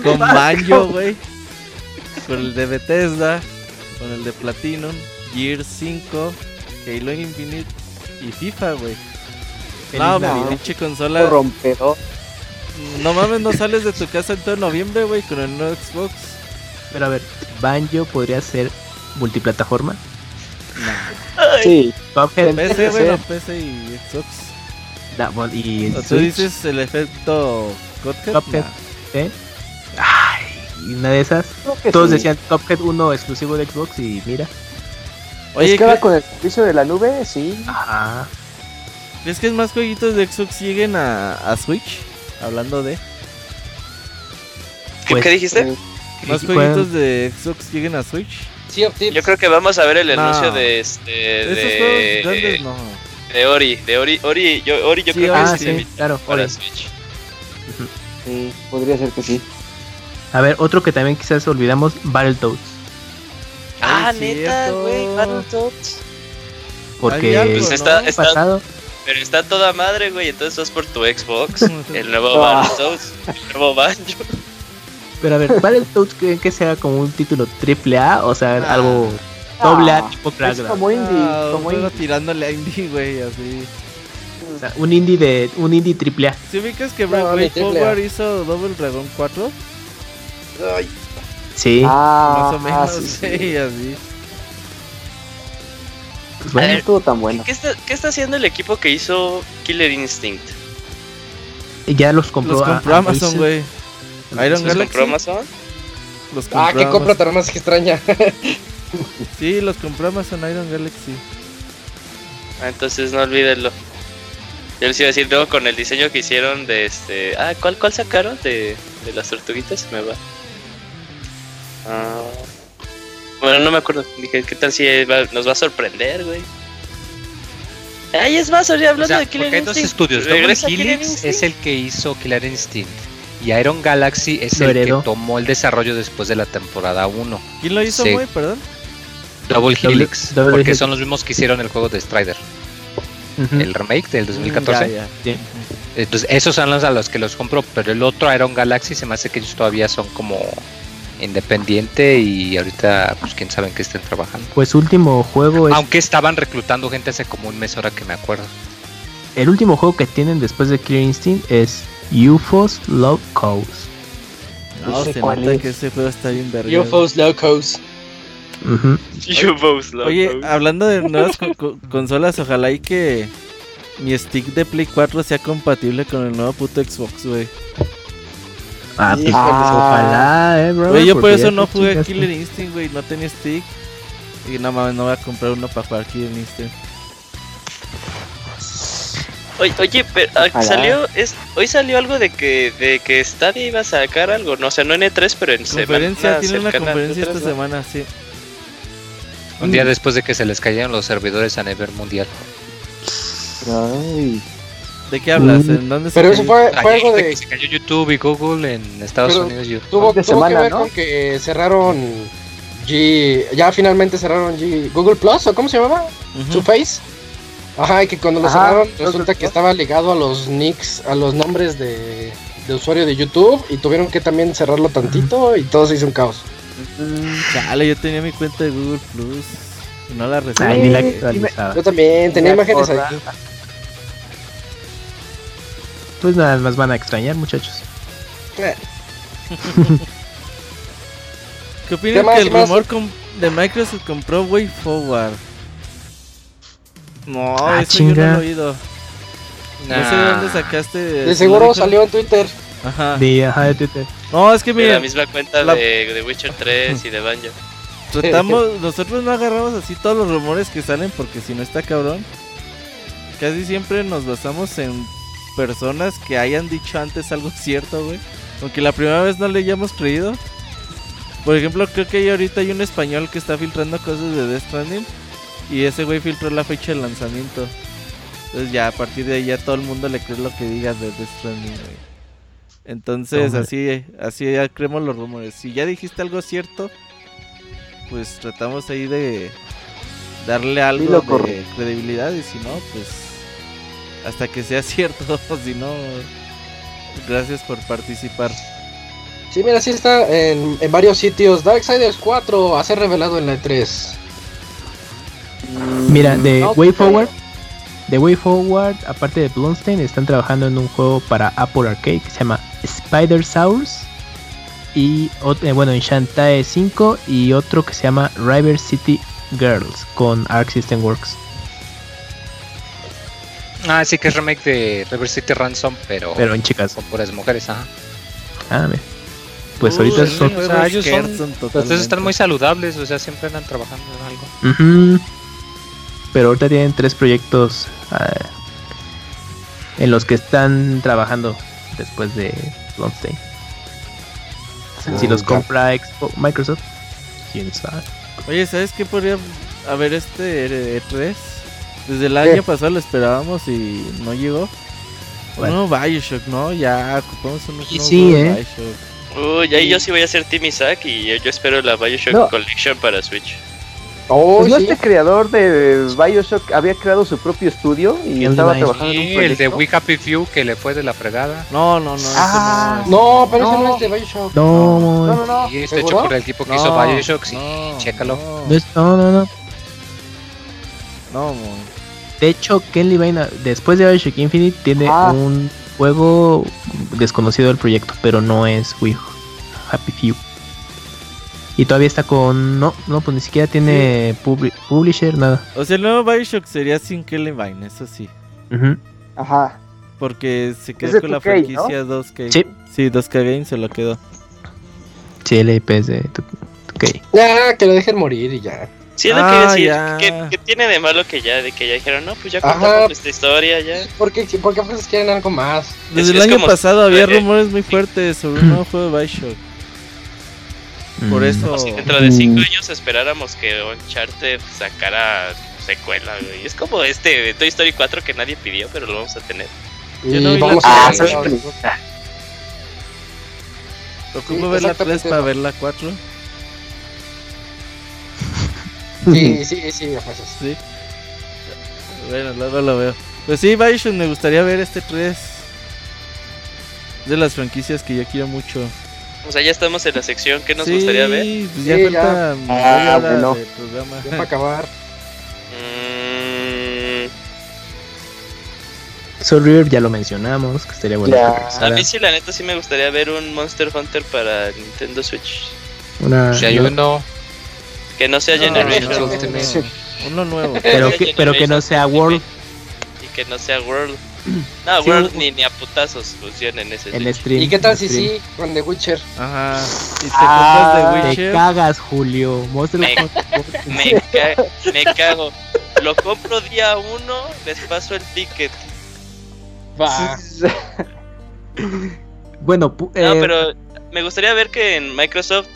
[LAUGHS] con Banjo, güey. Con el de Bethesda. Con el de Platinum. Gear 5. Halo Infinite. Y FIFA, güey. No, Navidad. güey, pinche consola. Rompedor. No mames, no sales de tu casa en todo noviembre, güey, con el nuevo Xbox. Pero a ver, Banjo podría ser multiplataforma. Sí, Cuphead, Tendría PC, que güey, ser. no, PC y Xbox. da- bueno, y el ¿O tú Switch, dices el efecto Godhead? Cuphead. Nah. ¿eh? Ay, y una de esas. creo que Todos sí. decían Cuphead 1 exclusivo de Xbox y mira. Oye, es que va ¿crees, con el servicio de la nube, sí. Ah, crees que más jueguitos de Xbox lleguen a, a Switch? Hablando de. ¿Qué, Pues, qué dijiste? ¿Más jueguitos de Xbox lleguen a Switch? Sea of Thieves. Yo creo que vamos a ver el No. anuncio de este Esos juegos de, grandes no. de Ori, de Ori, Ori, yo, Ori yo Sí, creo que Ah, sí se sí, evita claro. para Ori. Switch. Sí, podría ser que sí. A ver, otro que también quizás olvidamos, Battletoads. Ah, Ay, neta, cierto. güey, Battletoads. Porque algo, el Pues ¿no? está, está- pasado, pero está toda madre, güey. Entonces vas por tu Xbox, [LAUGHS] el nuevo Ah. Battletoads, el nuevo Banjo. pero a [LAUGHS] ver, Battletoads creen que sea como un título triple A, o sea, Ah. algo doble A Ah, tipo Es Crackdown. como indie, Ah, un como juego indie. tirándole a indie, güey, así. O sea, un indie de un indie triple A. ¿Si ubicas que No, Brad ni Wade triple A. Power hizo Double Dragon 4? Ay, Sí, Ah, más o menos, sí, sí, sí. así. pues No bueno, estuvo tan [LAUGHS] bueno. ¿Qué está, ¿Qué está haciendo el equipo que hizo Killer Instinct? ya los compró, Los a- compró a Amazon, Wilson. güey. Iron ¿Los Galaxy. compró Amazon? Los compró Ah, qué compra Amazon. tan más [LAUGHS] extraña. Sí, los compró Amazon Iron Galaxy. Ah, entonces no olvídenlo. Yo les iba a decir, luego con el diseño que hicieron de este. Ah, ¿cuál, cuál sacaron de, de las tortuguitas? Se me va. Ah, bueno, no me acuerdo. Dije, ¿qué tal si va- nos va a sorprender, güey? Ay, es más, ahorita O hablando sea, de porque Killer hay dos Instinct, estudios. Double regresa Killer Helix Instinct. es el que hizo Killer Instinct. Y Iron Galaxy es Lo el que heredó. tomó el desarrollo después de la temporada 1. ¿Quién lo hizo, Sí. güey? Perdón. Double Double- Helix, Double porque Helix. son los mismos que hicieron el juego de Strider, Ujú. el remake del 2014. Ya, ya, tiene- Entonces, esos son los a los que los compro, pero el otro Iron Galaxy se me hace que ellos todavía son como independiente y ahorita, pues quién sabe en qué estén trabajando. Pues su último juego es Aunque estaban reclutando gente hace como un mes ahora que me acuerdo. el último juego que tienen después de Clear Instinct es UFOs Love Coast. No, sé se cuál nota es. que ese juego está bien verga. UFOs Locos. Ujú. [LAUGHS] UFOs, locos. Oye, ah, hablando de nuevas co- co- consolas, ojalá y que mi stick de Play 4 sea compatible con el nuevo puto Xbox, güey. Ah, pues, Ah. ojalá, eh, bro. Güey, yo por porque ya eso te no jugué chingaste. Killer Instinct, güey. No tenía stick. Y no mames, no voy a comprar uno para jugar Killer Instinct. Oye, oye, pero ah, Ojalá. salió, es, hoy salió algo de que, de que Stadia iba a sacar algo, no, o sea, no en E3, pero en Conferencia, semana tiene una cercana a conferencia E3, esta ¿no? semana, sí. Un día después de que se les cayeron los servidores a nivel mundial. Ay. ¿De qué hablas? Mm. ¿En dónde se Pero eso cayó? fue, fue Ayer algo de de. que se cayó YouTube y Google en Estados Pero Unidos. yo- Tuvo, de tuvo semana, que ver ¿no? con que cerraron G. Ya finalmente cerraron G. Google Plus, ¿o cómo se llamaba? Ujú. Su Face. Ajá, y que cuando lo Ajá, cerraron Google resulta que Plus. estaba ligado a los nicks, a los nombres de, de usuario de YouTube y tuvieron que también cerrarlo tantito y todo se hizo un caos. Mm, Chale, yo tenía mi cuenta de Google Plus. y No la recibí. Ay, ni la Dime. Ah. actualizaba. Yo también tenía Me imágenes acorda- ahí. Pues nada más van a extrañar, muchachos. ¿Qué opinan más, que el qué más? rumor com- de Microsoft compró Way Forward? No, Ah, eso yo chinga. no lo he oído. No sé de dónde sacaste. De ¿tú seguro lo dijo? salió en Twitter. Ajá. De, ajá, de Twitter. No, es que De la miren, misma cuenta La- de, de Witcher 3 y de Banjo. tratamos, nosotros no agarramos así todos los rumores que salen porque si no está cabrón. Casi siempre nos basamos en personas que hayan dicho antes algo [LAUGHS] cierto, güey. Aunque la primera vez no le hayamos creído. Por ejemplo, creo que hay ahorita hay un español que está filtrando cosas de Death Stranding. Y ese güey filtró la fecha de lanzamiento. Entonces ya a partir de ahí ya todo el mundo le cree lo que diga de Death Stranding, güey. Entonces Hombre. así, así ya creemos los rumores. Si ya dijiste algo cierto, pues tratamos ahí de darle Sí, algo lo corro. de credibilidad y si no, pues hasta que sea [LAUGHS] cierto, si no, gracias por participar. Sí, mira, sí está en, en varios sitios. Darksiders 4 a ser revelado en la E E3. Mira, de No, Way pero- Forward, de Way Forward, aparte de Blumstein, están trabajando en un juego para Apple Arcade que se llama Spider Source y ot- eh, bueno, en Shantae 5 y otro que se llama River City Girls con Arc System Works. Ah, sí que es remake de River City Ransom, pero, Pero en chicas. con puras mujeres. Ajá. Ah, mira. Pues Uy, ahorita sí, son o sea, ellos son- Scherson Entonces están totalmente. muy saludables, o sea, siempre andan trabajando en algo. Ujú. Pero ahorita tienen tres proyectos ah, en los que están trabajando después de Blumstein. Si los compra Expo- Microsoft, quién sabe. Oye, ¿sabes qué podría haber este E3? Desde el año pasado lo esperábamos y no llegó. ¿Cuál? No, Bioshock, ¿no? Ya ocupamos un Sí, nuevo sí, juego de ¿eh? Bioshock. Uy, ahí yo sí voy a ser Team Isaac y yo, yo espero la Bioshock No. Collection para Switch. Oh, Pues no sí. este creador de Bioshock había creado su propio estudio y El estaba de- trabajando en un el de proyecto. We Happy Few que le fue de la fregada. No, no, no. ese Ah, ese No, pero ese No. no es de Bioshock. No, No, no, no, no. Y está ¿Seguro? hecho por el tipo que hizo No, Bioshock, sí, no, chécalo. No, es- no, no, no. no, mon. De hecho, Ken Levine, ah, después de Bioshock Infinite, tiene Ah. un juego desconocido del proyecto, pero no es We Happy Few. Y todavía está con. No, no, pues ni siquiera tiene publi- publisher, nada. O sea, el nuevo Bioshock sería sin Kelly Vine, eso sí. Ujú. [LAUGHS] Ajá. Porque se Es de quedó con la 2K, ¿no? franquicia 2K. Sí. Sí, 2K Games se lo quedó. Sí, el IP es de. tu- Ok. Ya, que lo dejen morir y ya. Sí, es lo Ah, que decir. ya. ¿Qué, qué tiene de malo que ya, de que ya dijeron, no, pues ya Ajá. contamos esta historia, ya? ¿Por qué, por qué a veces quieren algo más? Desde Es- el es año como- pasado había eh, rumores muy fuertes sobre un nuevo juego de Bioshock. Por Mm. eso. Como si dentro de cinco años esperáramos que Uncharted sacara secuela, güey. Es como este de Toy Story 4 que nadie pidió, pero lo vamos a tener. Yo Y no vi la vamos tres. a Ah, ¿sabes ahora. Ocupo Sí, ver la exactamente. 3 para ver la 4. [LAUGHS] Sí, sí, sí, pues, es- Sí. Bueno, luego lo veo. Pues sí, Bioshock me gustaría ver este 3. De las franquicias que yo quiero mucho. O sea, ya estamos en la sección que nos Sí, gustaría ver. Pues ya Sí, falta media Ah, hora bueno. de programa. ya para acabar. Mm, Soul River ya lo mencionamos, que estaría bueno. Ya. que a regresara. mí sí, la neta, sí me gustaría ver un Monster Hunter para Nintendo Switch. Una- Si hay no, uno, Que no sea No, Generation. no, que no, no- sí. Uno nuevo. pero, Oye, que, pero que no Generation, sea sí, World Y que no sea World. No, Sí, World un- ni, ni a putazos funciona en ese. en Switch. stream. ¿Y qué tal si en stream. sí con The Witcher? Ajá. Y te Ah, compras de Te Witcher. cagas, Julio. Monster Me- Hunter. Me, ca- me cago. Lo compro día uno, les paso el ticket. Va. Bueno, pu- No, eh, pero me gustaría ver que en Microsoft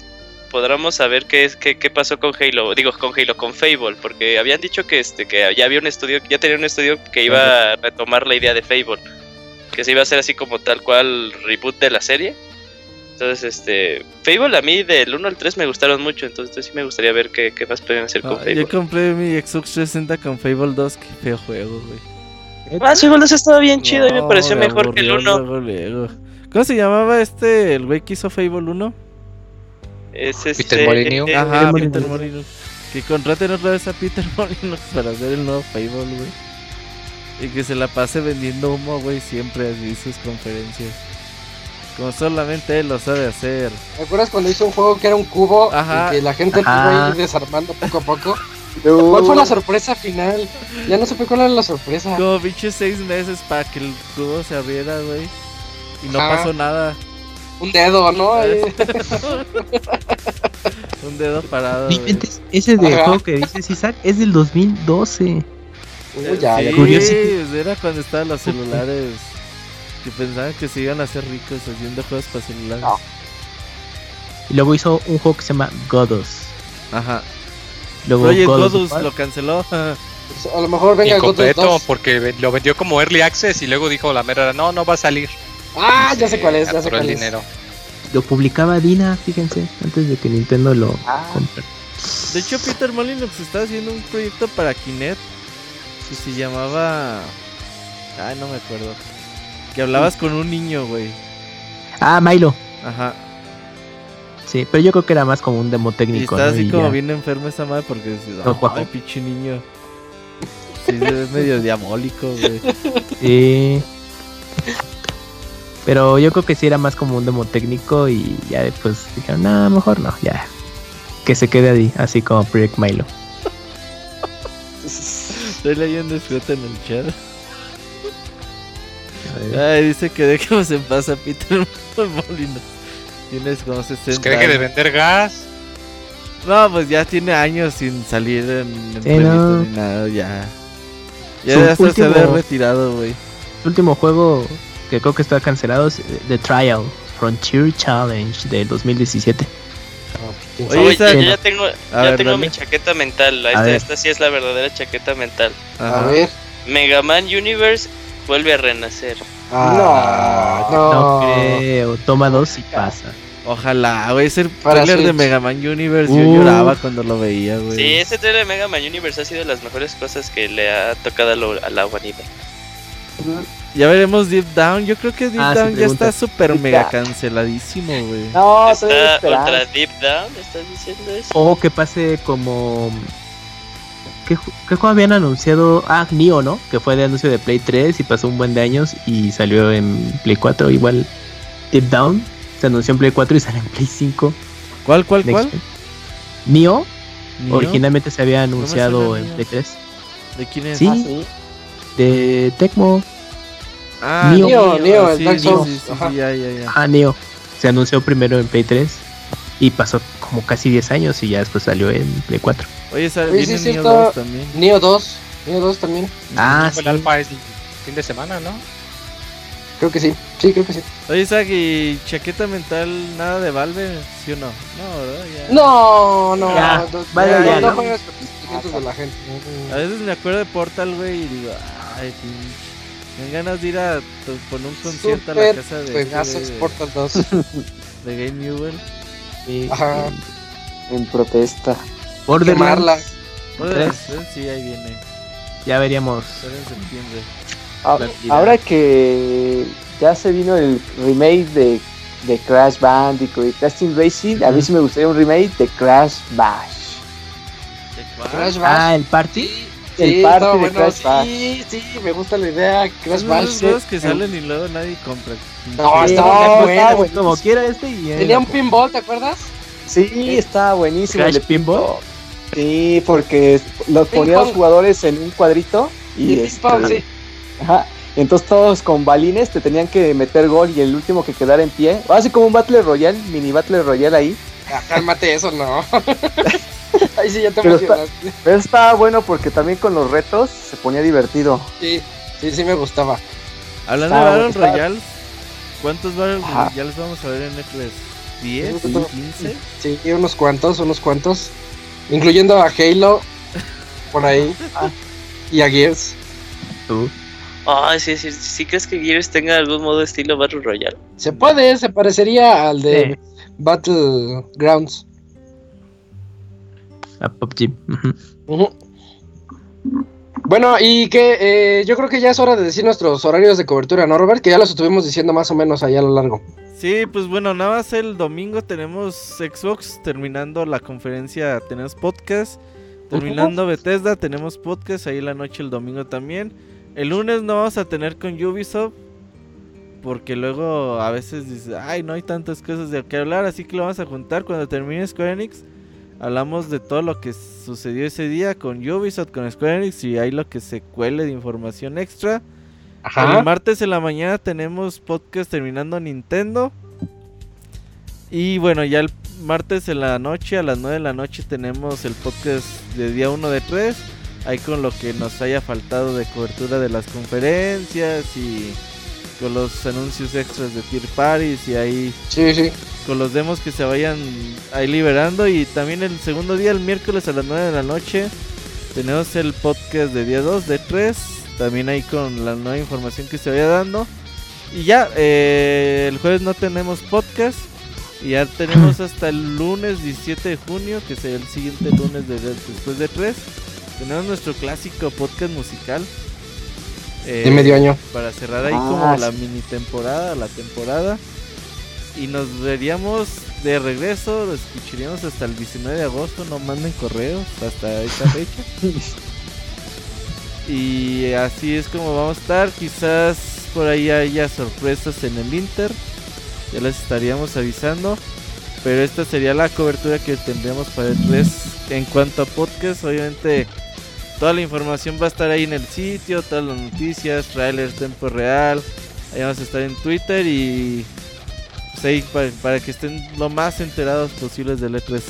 podamos saber qué es qué, qué pasó con Halo, digo con Halo, con Fable, porque habían dicho que este que ya había un estudio, ya tenía un estudio que iba a retomar la idea de Fable, que se iba a hacer así como tal cual reboot de la serie. Entonces, este Fable a mí del 1 al 3 me gustaron mucho, entonces sí me gustaría ver qué, qué más pueden hacer con Ah, Fable. yo compré mi Xbox 360 con Fable 2. Qué feo juego, güey. Ah, Fable 2 estaba bien chido y me No, pareció me mejor que el aburrió 1. luego, luego. ¿Cómo se llamaba este, el güey que hizo Fable 1? Es Peter este, Molyneux. eh, Ajá, Peter Peter Molyneux. Molyneux. Que contraten otra vez a Peter [LAUGHS] Molyneux para hacer el nuevo Fable, güey. Y que se la pase vendiendo humo, güey, siempre así sus conferencias. Como solamente él lo sabe hacer. ¿Te acuerdas cuando hizo un juego que era un cubo Ajá. y que la gente Ajá. pudo ir desarmando poco a poco? ¿Cuál fue la sorpresa final? Ya no supe cuál era la sorpresa. Como pinches seis meses para que el cubo se abriera, güey. Y no Ajá. pasó nada. Un dedo, ¿no? Ah, Eh, Ahí. [LAUGHS] Un dedo parado. no güey. inventes, ese de Ajá. juego que dices, Isaac, es del 2012. Uy, ya, sí, ya. curioso. era cuando estaban los celulares. Que pensaban que se iban a hacer ricos haciendo juegos para celulares. No. Y luego hizo un juego que se llama Godos. Ajá. Luego Oye, God of Godus War. lo canceló. [LAUGHS] Pues, a lo mejor venga God of incompleto, 2. porque ve- lo vendió como Early Access y luego dijo la mera, no, no va a salir. Ah, ya sé cuál es, Se ya sé atoró cuál el es. dinero. Lo publicaba Dina, fíjense, antes de que Nintendo lo Ah. comprara. De hecho, Peter Molyneux pues, estaba haciendo un proyecto para Kinect que se llamaba. Ay, no me acuerdo. Que hablabas con un niño, güey. Ah, Milo. Ajá. Sí, pero yo creo que era más como un demo Y técnico. está ¿no? así Y como ya. bien enfermo esa madre porque dices, No, guapo. ay, pinche niño. Sí, se ve medio diabólico, [LAUGHS] güey. Sí. Pero yo creo que sí era más como un demo técnico y ya después dijeron, no, mejor no, ya. Que se quede ahí, así como Project Milo. Estoy leyendo escrito en el chat. Ay, dice que dejemos en paz a Peter Molino. Tienes como 60 Pues que deje de años. vender gas. No, pues ya tiene años sin salir en entrevistas no. ni nada, ya. Su Ya hasta se último- ve retirado, güey. El último juego que creo que está cancelado es eh, The Trial Frontier Challenge del 2017. Oye, Pues Oye, esa- yo sí, ya tengo, ya ver, tengo dale. mi chaqueta mental. A Esta, ver. esta sí es la verdadera chaqueta mental. A Ajá. ver. Mega Man Universe vuelve a renacer. Ah, no. No creo, toma dos y pasa. Ojalá, güey. Ese Para trailer de Switch. Mega Man Universe. Uh. Yo lloraba cuando lo veía, güey. Sí, ese trailer de Mega Man Universe ha sido de las mejores cosas que le ha tocado a, lo- a la humanidad. Ya veremos Deep Down. Yo creo que Deep Ah, sí, Down ya pregunta. está súper Deep mega Down. Ah, canceladísimo, güey. No, estoy Está ultra esperando. deep down, ¿estás diciendo eso? O que pase como... ¿Qué, ju- qué juego habían anunciado? Ah, Nioh, ¿no? Que fue de anuncio de Play 3 y pasó un buen de años y salió en Play 4 igual. Deep Down se anunció en Play 4 y salió en Play 5. ¿Cuál, cuál, Next cuál? Gen. Nioh ¿Nioh? originalmente se había me suena anunciado en Nioh. Ah, Play 3 ¿De quién es? Sí. de Tecmo. Ah, Neo, Neo, Neo, el sí, Dark sí, Souls, sí, sí, ajá. sí, ya, ya, ya. Ah, Neo. Se anunció primero en Play 3 y pasó como casi 10 años y ya después salió en Play 4. Oye, ¿sabes? Oye, sí, Viene es Neo cierto. 2 también. Neo 2. Neo 2 también. Este Ah, Fue Pues El alfa es el fin de semana, ¿no? Creo que sí. Sí, creo que sí. Oye, Isaac, ¿y chaqueta mental nada de Valve? ¿Sí o no? No, ¿verdad? Ya. No, no. Ya, no, vale, no, ya, no ¿no? juegues con los sentimientos de la gente. A veces me acuerdo de Portal, güey, y digo, ay, pinche. Me dan ganas de ir a to- poner un concierto a la Súper casa de, Pegasus de, Portal 2. de Game Newell. sí. Ajá. En protesta. Borderlands. Quemarla. Tres. Tres, sí, ahí viene. Ya veríamos. Tres en septiembre. A- Cantidad. Ah, Ahora que ya se vino el remake de, de Crash Bandicoot y Crash Team Racing, a mí sí me gustaría un remake de Crash Bash. Crash Bash. Ah, el party. sí, el sí, party estaba de bueno, Crash Bash. Sí, sí, me gusta la idea. Crash Son Bash. los juegos que eh, salen y luego nadie compra. No, Sí, Ah, estaba no, bien está bueno. buenísimo. Como quiera este y eh, Tenía un pinball, ¿te acuerdas? Sí, estaba buenísimo. Crash el de- Pinball. Sí, porque los Ping ponía a los pong. jugadores en un cuadrito y, Y pinball, este, sí. ajá, y entonces todos con balines te tenían que meter gol y el último que quedara en pie, así como un Battle Royale, mini Battle Royale ahí. Ah, cálmate, eso no. Ahí sí, ya te Pero está- emocionaste. Pero estaba bueno porque también con los retos se ponía divertido. Sí, sí, sí me gustaba. Hablando Está- de Battle está- Royale, ¿cuántos Battle Ajá. Royales vamos a ver en E3? ¿10? Sí, sí. ¿15? Sí, unos cuantos, unos cuantos. Incluyendo a Halo, por ahí. Y a Gears. Tú. Ay, sí, sí, sí crees que Gears tenga algún modo estilo Battle Royale. Se puede, se parecería al de Battlegrounds. A PUBG. Ujú. Ujú. Bueno, y que eh, yo creo que ya es hora de decir nuestros horarios de cobertura, ¿no, Robert? Que ya los estuvimos diciendo más o menos allá a lo largo. Sí, pues bueno, nada más el domingo tenemos Xbox, terminando la conferencia tenemos podcast, terminando Bethesda tenemos podcast, ahí la noche el domingo también. El lunes no vamos a tener con Ubisoft, porque luego a veces dice, ay, no hay tantas cosas de que hablar, así que lo vamos a juntar cuando termine Square Enix. Hablamos de todo lo que sucedió ese día con Ubisoft, con Square Enix y hay lo que se cuele de información extra. El martes en la mañana tenemos podcast terminando Nintendo. Y bueno, ya el martes en la noche, a las 9 de la noche, tenemos el podcast de día 1 de 3. Ahí con lo que nos haya faltado de cobertura de las conferencias y con los anuncios extras de Tier Paris y ahí Sí, sí. con los demos que se vayan ahí liberando. Y también el segundo día, el miércoles a las 9 de la noche, tenemos el podcast de día 2, de 3. También ahí con la nueva información que se vaya dando. Y ya, eh, el jueves no tenemos podcast. Y [LAUGHS] ya tenemos hasta el lunes 17 de junio, que sería el siguiente lunes de- de- después de 3. Tenemos nuestro clásico podcast musical. Eh, De medio año. para cerrar ahí Ah, como la sí. mini temporada, la temporada. Y nos veríamos de regreso, lo escucharíamos hasta el 19 de agosto, no manden correos hasta esta fecha. [LAUGHS] y así es como vamos a estar, quizás por ahí haya sorpresas en el Inter, ya les estaríamos avisando. Pero esta sería la cobertura que tendríamos para el 3 en cuanto a podcast, obviamente... Toda la información va a estar ahí en el sitio, todas las noticias, trailers, tiempo real. Ahí vamos a estar en Twitter y pues ahí pa- para, que estén lo más enterados posibles del E E3.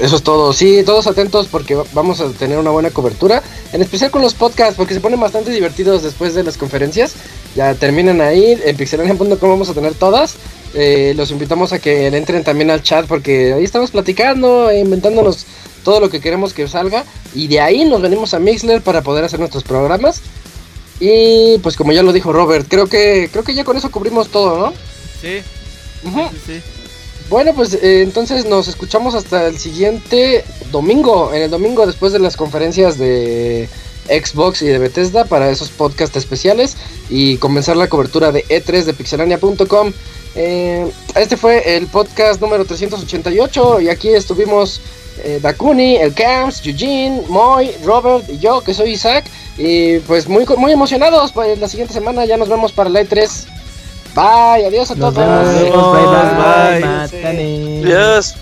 Eso es todo. Sí, todos atentos porque va- vamos a tener una buena cobertura. En especial con los podcasts, porque se ponen bastante divertidos después de las conferencias. Ya terminan ahí. En pixelania.com vamos a tener todas. Eh, los invitamos a que le entren también al chat porque ahí estamos platicando, e inventándonos todo lo que queremos que salga. Y de ahí nos venimos a Mixler para poder hacer nuestros programas. Y pues como ya lo dijo Robert, creo que, creo que ya con eso cubrimos todo, ¿no? Sí, Ujú. sí, sí. Bueno, pues eh, entonces nos escuchamos hasta el siguiente domingo, en el domingo después de las conferencias de Xbox y de Bethesda para esos podcasts especiales y comenzar la cobertura de E3 de pixelania.com. Eh, este fue el podcast número 388 y aquí estuvimos eh, Dakuni, el Camps, Eugene, Moy, Robert y yo, que soy Isaac. Y pues muy, co- muy emocionados, pues la siguiente semana ya nos vemos para la E3. Bye, adiós a Nos todos. vemos. Bye, bye, bye. Bye. Mátane. Dios.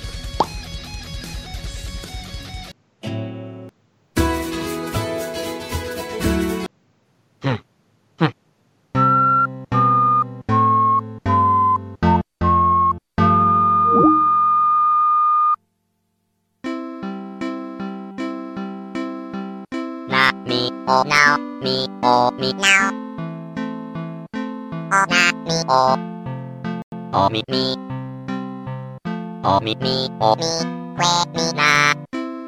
なみおなおみおみなおおなみおおみみおみみおみくえみな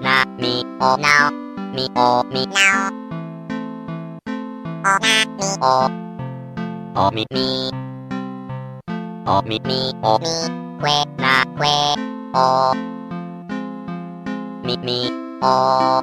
なみおなおみおみなおおなみおおみみおみみおみくえなくえおみみお Mì, mì, ô,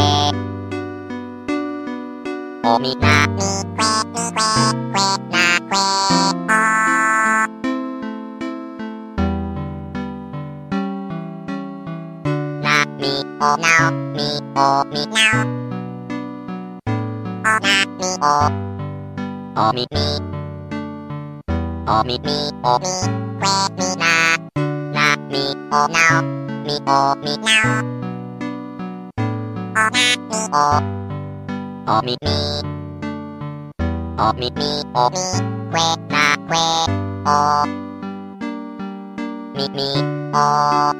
Oh me now, me, we, me, we, we, now, we. Oh. Na, me, oh now, me, oh me now. Oh na, me, oh. Oh me, me. Oh me, me, oh me. Wet me na, na me oh now, me oh me now. Oh na me oh, oh me me, oh me me oh me, wet na wet oh, me me oh.